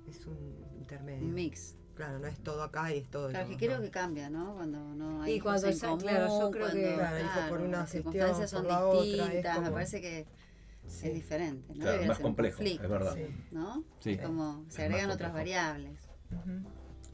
F: es un intermedio.
H: Un mix.
F: Claro, no es todo acá y es todo.
H: Claro, que
F: acá.
H: creo que cambia, ¿no? Cuando no hay
D: Y
H: hijos
D: cuando
H: en
D: ya-
H: común,
D: claro, yo creo
H: cuando,
D: que-
F: Claro, hijo por una
H: las
F: gestión,
H: circunstancias son
F: por la otra, es
H: distintas, me
F: como-
H: parece que es diferente, ¿no?
A: Claro,
H: Debería
A: más
H: ser un
A: complejo,
H: conflicto,
A: es verdad.
H: ¿no?
A: Sí.
H: Es Como
A: Es
H: se agregan
A: más
H: otras
A: complejo.
H: variables,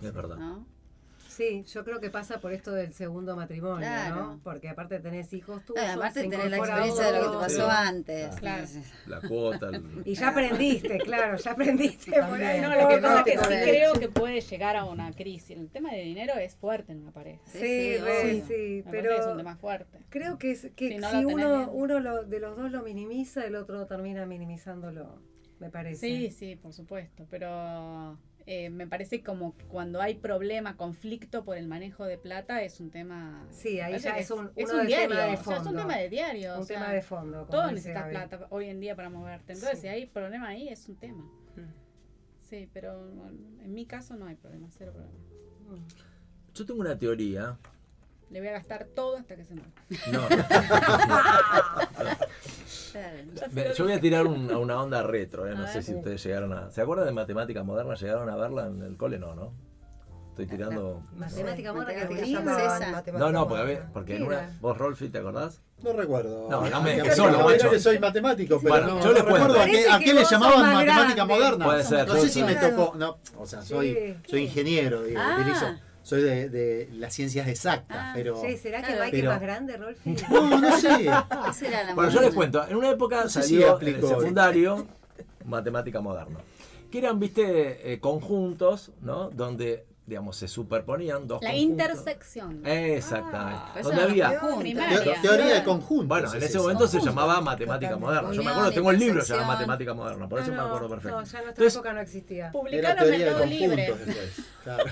A: Es verdad.
H: ¿no?
D: Sí, yo creo que pasa por esto del segundo matrimonio,
H: Claro.
D: ¿no? Porque aparte tenés hijos tuyos.
H: Claro, aparte
D: se
H: tener la
D: incorpora
H: experiencia de lo que te
D: otro.
H: pasó
A: Sí.
H: antes.
G: Claro.
H: ¿no?
A: La cuota, el-
D: Y ya aprendiste, claro, ya aprendiste por ahí.
F: También.
G: No,
D: todo
G: lo que pasa es que
D: te
G: sí
D: corre.
G: creo que puede llegar a una crisis. El tema de dinero es fuerte en una pareja.
D: Sí,
H: Sí,
D: re,
H: obvio.
D: sí,
G: Me parece que es un
D: pero
G: tema fuerte.
D: creo que, es- que
G: Si
D: si,
G: no lo tenés bien.
D: uno, uno lo- de los dos lo minimiza, el otro termina minimizándolo, me parece.
G: Sí, sí, por supuesto, pero eh, me parece como que cuando hay problema, conflicto por el manejo de plata, es un tema...
D: Sí, ahí
G: me parece
D: ya
G: que
D: es un,
G: es
D: uno de
G: diario,
D: tema de
G: o sea, es un
D: fondo.
G: tema de diario.
D: Un
G: o sea,
D: tema de fondo. como
G: todo
D: dice
G: necesitas
D: Gaby.
G: plata hoy en día para moverte. Entonces,
D: Sí.
G: si hay problema ahí, es un tema.
F: Mm.
G: Sí, pero bueno, en mi caso no hay problema, cero problema.
D: Mm.
A: Yo tengo una teoría.
G: Le voy a gastar todo hasta que se muera.
A: No,
H: Claro.
A: Ve, yo voy a tirar un- a una onda retro, eh, no
G: A
A: sé
G: ver.
A: si ustedes llegaron a... ¿Se acuerdan de matemática moderna? ¿Llegaron a verla en el cole? No, ¿no? Estoy tirando...
D: Matemática moderna que
H: Matemática
D: te
F: Porque
H: Francesa.
D: llaman.
F: llamaban matemática
A: No, no, porque, a ver,
F: moderna.
A: porque
D: ¿Qué
A: en una-
D: era?
A: vos, Rolfi, ¿te acordás?
B: No recuerdo.
A: No, no me dejes
B: Matemática
A: solo,
B: moderna,
A: macho.
B: que soy matemático, pero
A: Bueno,
B: no,
A: yo les
B: no recuerdo a
D: cuento.
B: qué, a qué
D: Parece que
B: le
D: vos sos
B: llamaban
D: más
B: matemática
D: grande.
B: moderna.
A: Puede ser,
B: No
A: puede
B: sé si
A: ser.
B: me tocó, no, o sea, soy,
D: Sí.
B: soy ingeniero, digo,
H: Ah.
B: utilizo- soy de, de las ciencias exactas,
H: Ah,
B: pero...
D: Che, ¿será que
H: Claro.
D: Mike es
B: Pero-
D: más grande, Rolfi?
B: No, no sé.
H: Esa era la
A: Bueno, yo les
H: moderna.
A: cuento. En una época
B: sé si
A: salió en el
B: aplicó.
A: secundario matemática moderna. Que eran, viste, eh, conjuntos, ¿no? Donde, digamos, se superponían dos
G: La
A: conjuntos.
G: intersección.
A: Exactamente.
G: Ah,
H: Pero eso
A: donde
H: era
A: había...
H: la conjunta.
G: Primaria.
B: Teo- Teoría de conjunto.
A: Bueno, en ese momento se llamaba matemática moderna. Yo me
H: Unión,
A: acuerdo, tengo el libro que se llama
H: intersección.
A: matemática moderna, por eso
D: Ah, no,
A: me acuerdo
D: no,
A: perfecto.
D: No, ya en nuestra
A: Entonces,
D: época no existía.
B: Era
G: Publicado en
B: teoría de
G: Mercado Libre.
B: conjuntos después. Claro.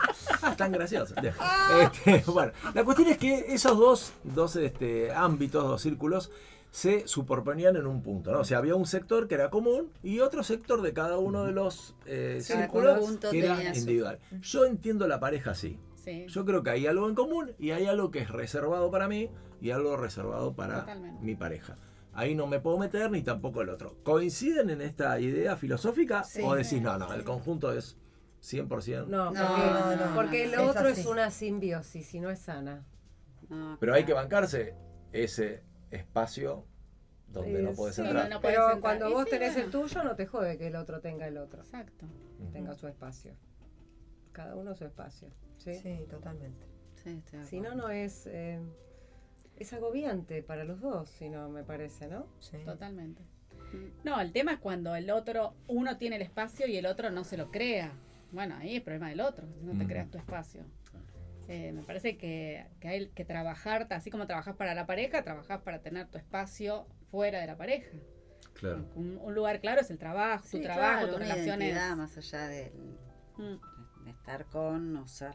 A: Ah, tan gracioso. Bien. Este, bueno, la cuestión es que esos dos, dos este, ámbitos, dos círculos, se superponían en un punto, ¿no? O sea, había un sector que era común y otro sector de cada uno de los eh,
H: Sí, cada
A: círculos
H: punto
A: que era
H: tenía su-
A: individual. Yo entiendo la pareja así.
G: Sí.
A: Yo creo que hay algo en común y hay algo que es reservado para mí y algo reservado para
G: Totalmente.
A: mi pareja. Ahí no me puedo meter ni tampoco el otro. ¿Coinciden en esta idea filosófica
H: Sí.
A: o decís, no, no, el conjunto es 100%?
D: No,
H: No,
D: porque,
H: no, no,
D: porque
H: no,
D: lo
F: es
D: otro
F: así.
D: es una simbiosis y no es sana.
H: No,
A: Pero hay que bancarse ese espacio donde
D: Eh,
A: no puedes
D: sí,
A: entrar.
G: no, puedes
D: Pero
G: entrar.
D: cuando
G: Y
D: vos
G: sí,
D: tenés
G: bueno.
D: el tuyo, no te jode que el otro tenga el otro,
G: Exacto.
D: tenga su espacio. Cada uno su espacio. ¿sí?
F: Sí, totalmente.
H: Sí, estoy de
D: Si no,
H: acuerdo.
D: no es. eh, es agobiante para los dos, si no, me parece, ¿no?
F: Sí.
G: Totalmente. No, el tema es cuando el otro, uno tiene el espacio y el otro no se lo crea. Bueno, ahí es problema del otro, si no te
H: Mm.
A: Ujú.
G: creas tu espacio. Eh, me parece que, que hay que trabajar, así como trabajas para la pareja, trabajas para tener tu espacio fuera de la pareja.
A: Claro.
G: Un, un lugar claro es el trabajo,
H: Sí,
G: tu trabajo,
H: claro,
G: tus
H: una
G: relaciones.
H: identidad más allá de
G: Mm.
H: de estar con o ser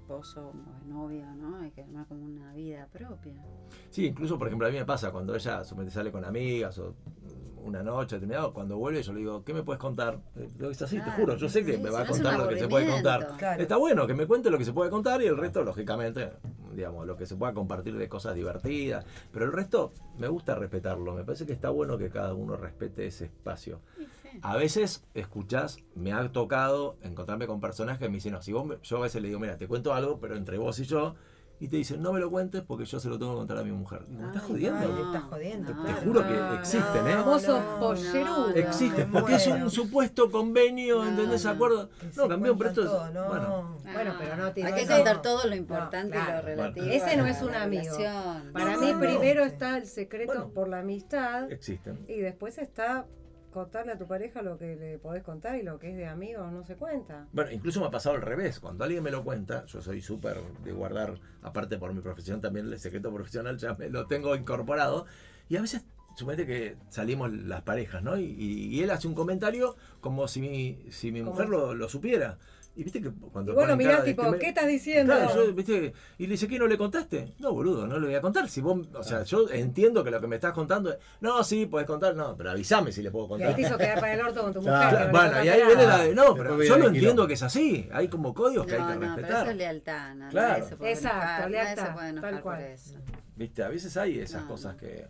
H: esposo o novio, ¿no? Hay que armar como una vida propia.
A: Sí, incluso, por ejemplo, a mí me pasa cuando ella supuestamente sale con amigas o mm, una noche determinado, cuando vuelve yo le digo, ¿qué me puedes contar? Eh, Lo dice así, te
H: Claro,
A: juro, yo sé que
H: sí,
A: me
H: si
A: va a
H: no es un
A: contar lo que se puede contar.
H: aburrimiento.
F: Claro.
A: Está bueno que me cuente lo que se puede contar y el resto, lógicamente, digamos, lo que se pueda compartir de cosas divertidas. Pero el resto me gusta respetarlo. Me parece que está bueno que cada uno respete ese espacio.
G: Sí, sí.
A: A veces escuchás, me ha tocado encontrarme con personas que me dicen, no, si vos me- yo a veces le digo, mira, te cuento algo, pero entre vos y yo, y te dicen, no me lo cuentes porque yo se lo tengo que contar a mi mujer. Digo, ¿me estás
F: Ay,
A: jodiendo?
F: no, te estás jodiendo.
A: Te- te
F: claro.
A: juro que existen, ¿eh?
D: Vos sos
F: no,
D: pollerudo.
A: Existe,
F: me
A: porque es
F: muero.
A: un supuesto convenio,
G: No,
A: ¿entendés?
G: no.
A: Acuerdo.
F: Que se
A: No, cambió, pero esto es.
F: cuentan todo,
A: Bueno,
D: Bueno, pero no te
H: Hay que
D: no,
H: contar
D: no.
H: todo lo importante
D: No, claro.
H: y lo relativo.
D: Ese
H: a
D: no
H: la-
D: es un
H: la
D: amigo.
H: relación.
D: Para
A: No,
D: mí
A: no, no.
D: primero está el secreto
A: Bueno.
D: por la amistad
A: existen.
D: y después está contarle a tu pareja lo que le podés contar y lo que es de amigos no se cuenta.
A: Bueno, incluso me ha pasado al revés. Cuando alguien me lo cuenta, yo soy súper de guardar, aparte por mi profesión también, el secreto profesional ya me lo tengo incorporado. Y a veces, suponete que salimos las parejas, ¿no? Y, y- y él hace un comentario como si mi, si mi
D: Como-
A: mujer lo, lo supiera. Y viste que cuando.
D: Y vos lo
A: ponen
D: mirás
A: cara de
D: tipo,
A: que me-
D: ¿qué estás diciendo?
A: Claro, yo, viste, y le dice, ¿qué no le contaste? No, boludo, no le voy a contar. Si vos, o
D: Ah.
A: sea, yo entiendo que lo que me estás contando es, no, sí, podés contar, no, pero avísame si le puedo
D: y
A: contar.
D: ahí te hizo quedar para el orto con tu
B: Claro.
A: Claro,
D: mujer. que no le
A: bueno, y ahí
D: contaste
A: viene la
D: nada.
A: de, no,
B: Después
A: pero
B: viene
A: yo
B: el
A: lo
B: quilombo.
A: entiendo que es así. Hay como códigos que hay que
H: No, no, pero eso
A: respetar.
H: es lealtad. No,
A: Claro.
H: Nadie se puede
D: Exacto,
H: enojar, nadie
D: lealtad,
H: se puede enojar
D: tal cual.
H: por eso.
A: Viste, a veces hay esas
H: No,
A: cosas
H: no.
A: que,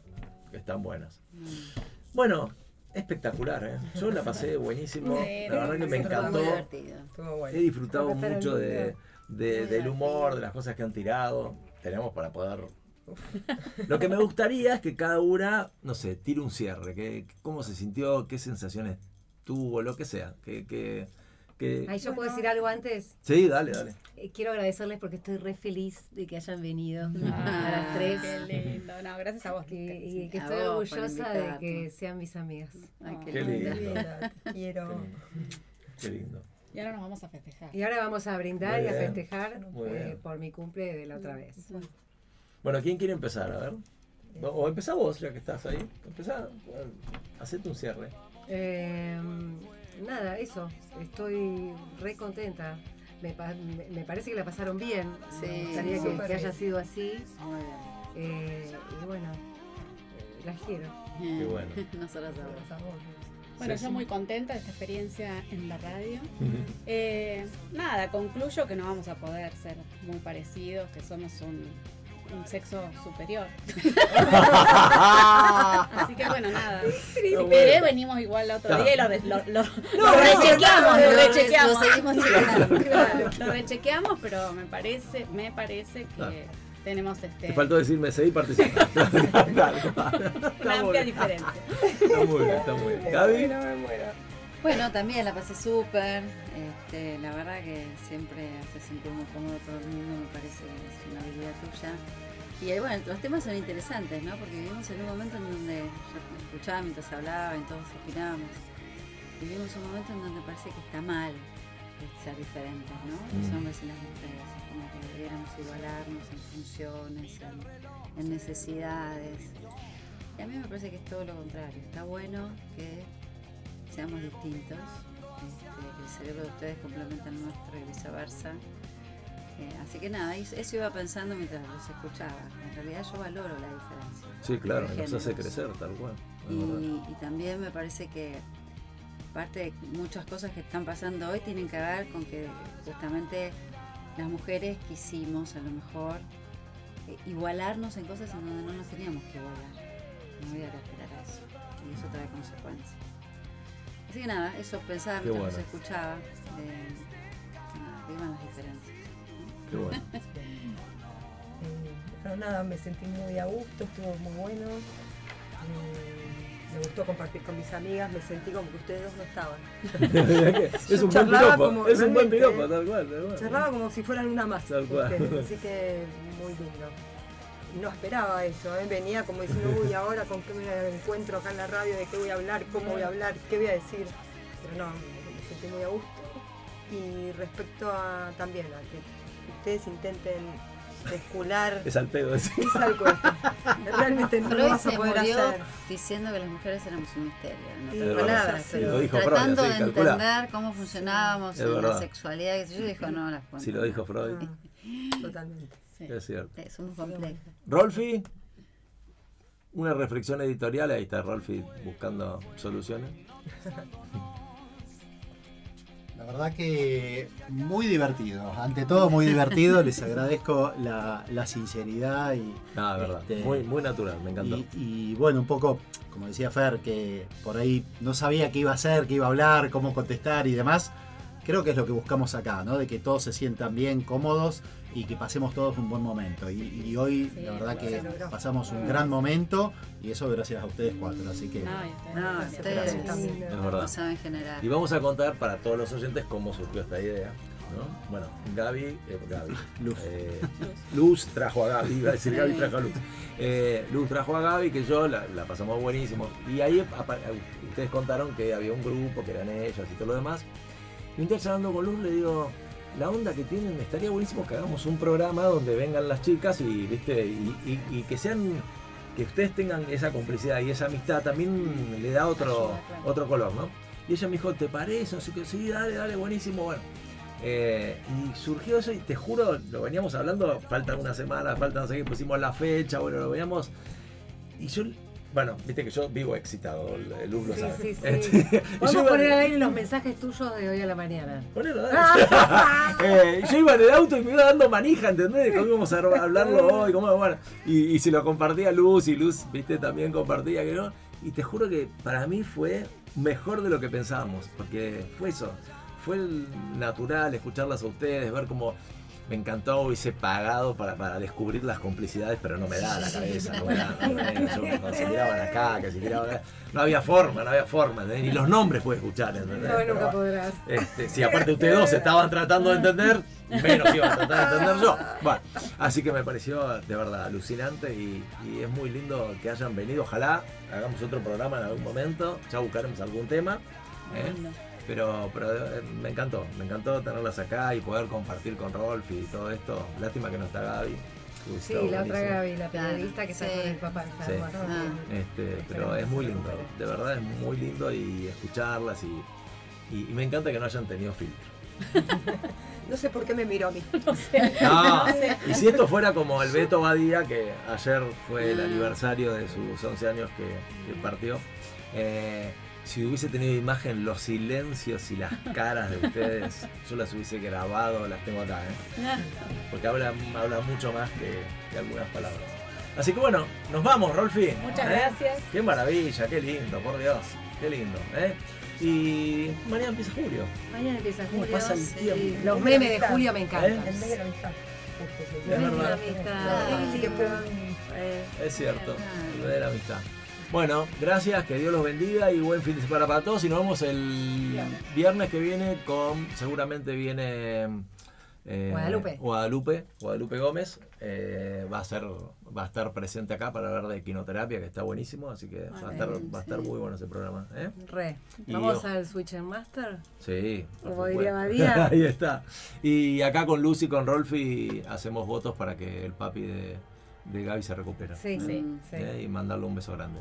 A: que están buenas.
H: Mm.
A: Bueno, espectacular, ¿eh? Yo la pasé buenísimo.
G: Sí,
A: la verdad que me
D: sí,
H: Fue
A: encantó.
H: muy divertido.
F: Estuvo
A: He
F: bueno.
A: disfrutado
D: Creo que estar en
A: mucho
D: el
A: de,
D: medio.
A: de-
H: Muy
A: del humor, de las cosas que han tirado. Tenemos para poder. Lo que me gustaría es que cada una, no sé, tire un cierre. Que, ¿Cómo se sintió? ¿Qué sensaciones tuvo? Lo que sea. Que, que, que-
D: Ahí yo puedo decir algo antes.
A: Sí, dale, dale.
N: Eh, Quiero agradecerles porque estoy re feliz de que hayan venido
G: Ah,
N: a las tres.
G: Qué lindo. No, gracias a vos.
D: que-
G: Cristian.
D: y que
H: A
D: estoy
H: vos por
D: orgullosa de que
H: invitarnos.
D: sean mis amigas.
H: Ay, qué,
A: Qué
H: linda.
A: lindo.
F: Linda, te quiero.
A: Qué lindo.
G: Y ahora nos vamos a festejar.
D: Y ahora vamos a brindar
A: Muy
D: y a
A: bien.
D: festejar
A: Muy
D: eh,
A: bien.
D: por mi cumple de la otra vez.
A: Bueno, ¿quién quiere empezar? A ver. O- O empezá vos, ya que estás ahí. Empezá, bueno, hacete un cierre.
D: Eh, nada, eso. Estoy re contenta. Me, pa- me- me parece que la pasaron bien.
H: Sí,
D: me gustaría que- que,
F: súper
D: haya
F: bien.
D: sido así.
H: Muy
D: Eh, y bueno, eh, las quiero.
H: bien.
A: Qué bueno.
H: Nosotros ahora.
G: Bueno, yo muy contenta de esta experiencia en la radio. Eh, nada, concluyo que no vamos a poder ser muy parecidos, que somos un, un sexo superior. Así que bueno, nada. Si querés, venimos igual otro
A: Claro.
G: día y lo, re- lo, lo- lo
H: no,
G: rechequeamos,
H: no,
G: lo
H: no,
G: rechequeamos.
H: lo seguimos chequeando.
G: Claro, lo rechequeamos, pero me parece, me parece que
A: Claro.
G: tenemos este,
A: Te faltó decirme, seguí participando.
G: una
A: está, muy
G: amplia
A: bien,
G: diferencia.
A: está muy bien, está muy bien. Gaby,
H: Bueno, también la pasé súper. Este, la verdad que siempre hace sentir muy cómodo a todo el mundo, me parece que es una habilidad tuya. Y eh, bueno, los temas son interesantes, ¿no? Porque vivimos en un momento en donde yo escuchaba mientras hablaba, y todos opinábamos. Vivimos un momento en donde parece que está mal ser diferentes, ¿no? Los
A: Mm.
H: hombres y las mujeres, es como que debiéramos igualarnos en funciones, en- en necesidades. Y a mí me parece que es todo lo contrario. Está bueno que seamos distintos, este, que el cerebro de ustedes complementa el nuestro y viceversa. Eh, así que nada, es- eso iba pensando mientras los escuchaba. En realidad yo valoro la diferencia.
A: Sí, claro,
H: de
A: nos hace
H: géneros.
A: crecer, tal cual.
H: Y,
A: Es verdad.
H: y también me parece que parte de muchas cosas que están pasando hoy tienen que ver con que justamente las mujeres quisimos a lo mejor eh, igualarnos en cosas en donde no nos teníamos que igualar. No había que esperar a eso. Y eso trae consecuencias. Así que nada, eso pensaba
A: Qué
H: mientras los
A: bueno.
H: escuchaba. eh, que nada, vivan las diferencias.
A: Qué bueno.
F: Eh, Pero nada, me sentí muy a gusto, estuvo muy bueno. Eh, Me gustó compartir con mis amigas, me sentí como que ustedes dos no estaban.
A: es un buen
F: Charlaba
A: piropo,
F: como-
A: es un buen
F: realmente,
A: piropo,
F: ¿eh?
A: tal cual. tal cual.
F: Cerraba como si fueran una más.
A: Tal cual.
F: ustedes, Así Este, que muy lindo. No esperaba eso, ¿eh? venía como diciendo, uy, ahora con qué me encuentro acá en la radio, de qué voy a hablar, cómo voy a hablar, qué voy a decir. Pero no, me sentí muy a gusto. Y respecto a también a que ustedes intenten escular
A: Es al pedo decir.
F: es algo que realmente no lo
H: Freud
F: vas a
H: se
F: poder
H: murió
F: hacer.
H: diciendo que las mujeres éramos un misterio. en
F: Sí,
H: otras
A: es verdad.
H: palabras,
F: Sí,
H: pero
A: lo dijo Freud,
H: tratando
A: así,
H: de
A: calcula.
H: entender cómo funcionábamos
A: Es
H: en
A: verdad.
H: la sexualidad. qué sé Yo dijo, no, las
A: Si lo dijo Freud,
F: Ah, Totalmente.
G: Sí.
A: es cierto.
H: Es un complejo.
A: Rolfi, una reflexión editorial, ahí está Rolfi buscando soluciones.
B: La verdad que muy divertido. Ante todo, muy divertido. Les agradezco la, la sinceridad y,
A: Ah, es verdad.
B: Este-
A: Muy, muy natural, me encantó.
B: y- y, bueno, un poco, como decía Fer, que por ahí no sabía qué iba a hacer, qué iba a hablar, cómo contestar y demás. Creo que es lo que buscamos acá, ¿no? De que todos se sientan bien, cómodos y que pasemos todos un buen momento. Y, y hoy, la verdad que
H: bueno.
B: pasamos un gran momento y eso gracias a ustedes cuatro. Así que
H: No, ustedes
B: Gracias.
A: Es verdad.
H: no saben generar.
A: Y vamos a contar para todos los oyentes cómo surgió esta idea. ¿no? Bueno, Gaby, eh, Gaby,
B: Luz.
A: eh, Luz trajo a Gaby, iba a decir Gaby
H: Sí.
A: trajo a Luz. Eh, Luz trajo a Gaby, que yo la, la pasamos buenísimo. Y ahí apa- ustedes contaron que había un grupo, que eran ellas y todo lo demás. Y un día charlando con Luz le digo, la onda que tienen, estaría buenísimo que hagamos un programa donde vengan las chicas y, ¿viste? y, y- y que sean, que ustedes tengan esa complicidad y esa amistad también le da otro,
G: Ayuda, claro.
A: otro color, ¿no? Y ella me dijo, ¿te parece? Así que sí, dale, dale, buenísimo, bueno. Eh, y surgió eso y te juro, lo veníamos hablando, falta una semana, falta no sé qué, pusimos la fecha, bueno, lo veníamos. Y yo, bueno, viste que yo vivo excitado, Luz lo
D: Sí,
A: sabe.
D: sí, sí.
A: Este, y
D: Vamos
A: yo
D: a
A: iba-
D: poner al aire los mensajes tuyos de hoy a la mañana. Ah,
A: Ponelo, dale. Eh, yo iba en el auto y me iba dando manija, ¿entendés? De cómo íbamos a ro- hablarlo hoy, cómo, bueno. Y, y se lo compartía a Luz, y Luz, viste, también compartía que no. Y te juro que para mí fue mejor de lo que pensábamos, porque fue eso. Fue el natural escucharlas a ustedes, ver cómo. Me encantó, hubiese pagado para, para descubrir las complicidades, pero no me da la cabeza, no me da, no me da, yo, cuando se tiraban acá, que se tiraban acá. No había forma, no había forma, ¿entendés? ni los nombres pude escuchar, ¿entendés?
D: No,
A: Pero
D: nunca
A: bueno.
D: podrás.
A: Este, si aparte ustedes dos estaban tratando de entender, menos iba a tratar de entender yo. Bueno, así que me pareció de verdad alucinante y, y es muy lindo que hayan venido. Ojalá hagamos otro programa en algún momento, ya buscaremos algún tema. ¿eh? Pero, pero eh, me encantó, me encantó tenerlas acá y poder compartir con Rolf y todo esto. Lástima que no está Gaby. Uy,
D: Sí,
A: está
D: la otra
A: buenísimo.
D: Gaby, la
H: Claro,
D: periodista que está
H: sí.
D: con el papá enfermo.
A: Sí.
D: ¿no?
H: Ah.
A: Este, pero es muy lindo, de verdad es muy lindo y escucharlas y, y- y me encanta que no hayan tenido filtro.
F: No sé por qué me miró a mí.
A: No, y si esto fuera como el Beto Badía, que ayer fue
G: Ah.
A: el aniversario de sus 11 años que, que partió, eh, si hubiese tenido imagen los silencios y las caras de ustedes, yo las hubiese grabado, las tengo acá, ¿eh? porque habla, habla mucho más que, que algunas palabras. Así que bueno, nos vamos, Rolfi.
G: Muchas
A: ¿eh?
G: gracias.
A: Qué maravilla, qué lindo, por Dios, qué lindo. ¿eh? Y mañana empieza julio.
D: Mañana empieza
A: ¿Cómo
D: Julio.
A: pasa el
D: sí.
A: tiempo?
D: Los memes de Julio me encantan.
A: ¿Eh?
D: Sí.
A: Es verdad.
D: Así que puedan, eh,
A: Es cierto, verdadera amistad. Bueno, gracias, que Dios los bendiga y buen fin de semana para todos. Y nos vemos el viernes, que viene con, seguramente viene eh,
D: Guadalupe.
A: Guadalupe, Guadalupe Gómez. Eh, va a ser, va a estar presente acá para hablar de quinoterapia, que está buenísimo, así que va a estar, va a estar muy bueno ese programa. ¿eh?
D: Re.
A: Y
D: Vamos
A: ojo.
D: al Switch and Master.
A: Sí. por
D: Como diría
A: supuesto.
D: Badía.
A: Ahí está. Y acá con Lucy y con Rolfi hacemos votos para que el papi de, de Gaby se recupere.
D: Sí, sí, sí.
A: ¿eh? y mandarle un beso grande.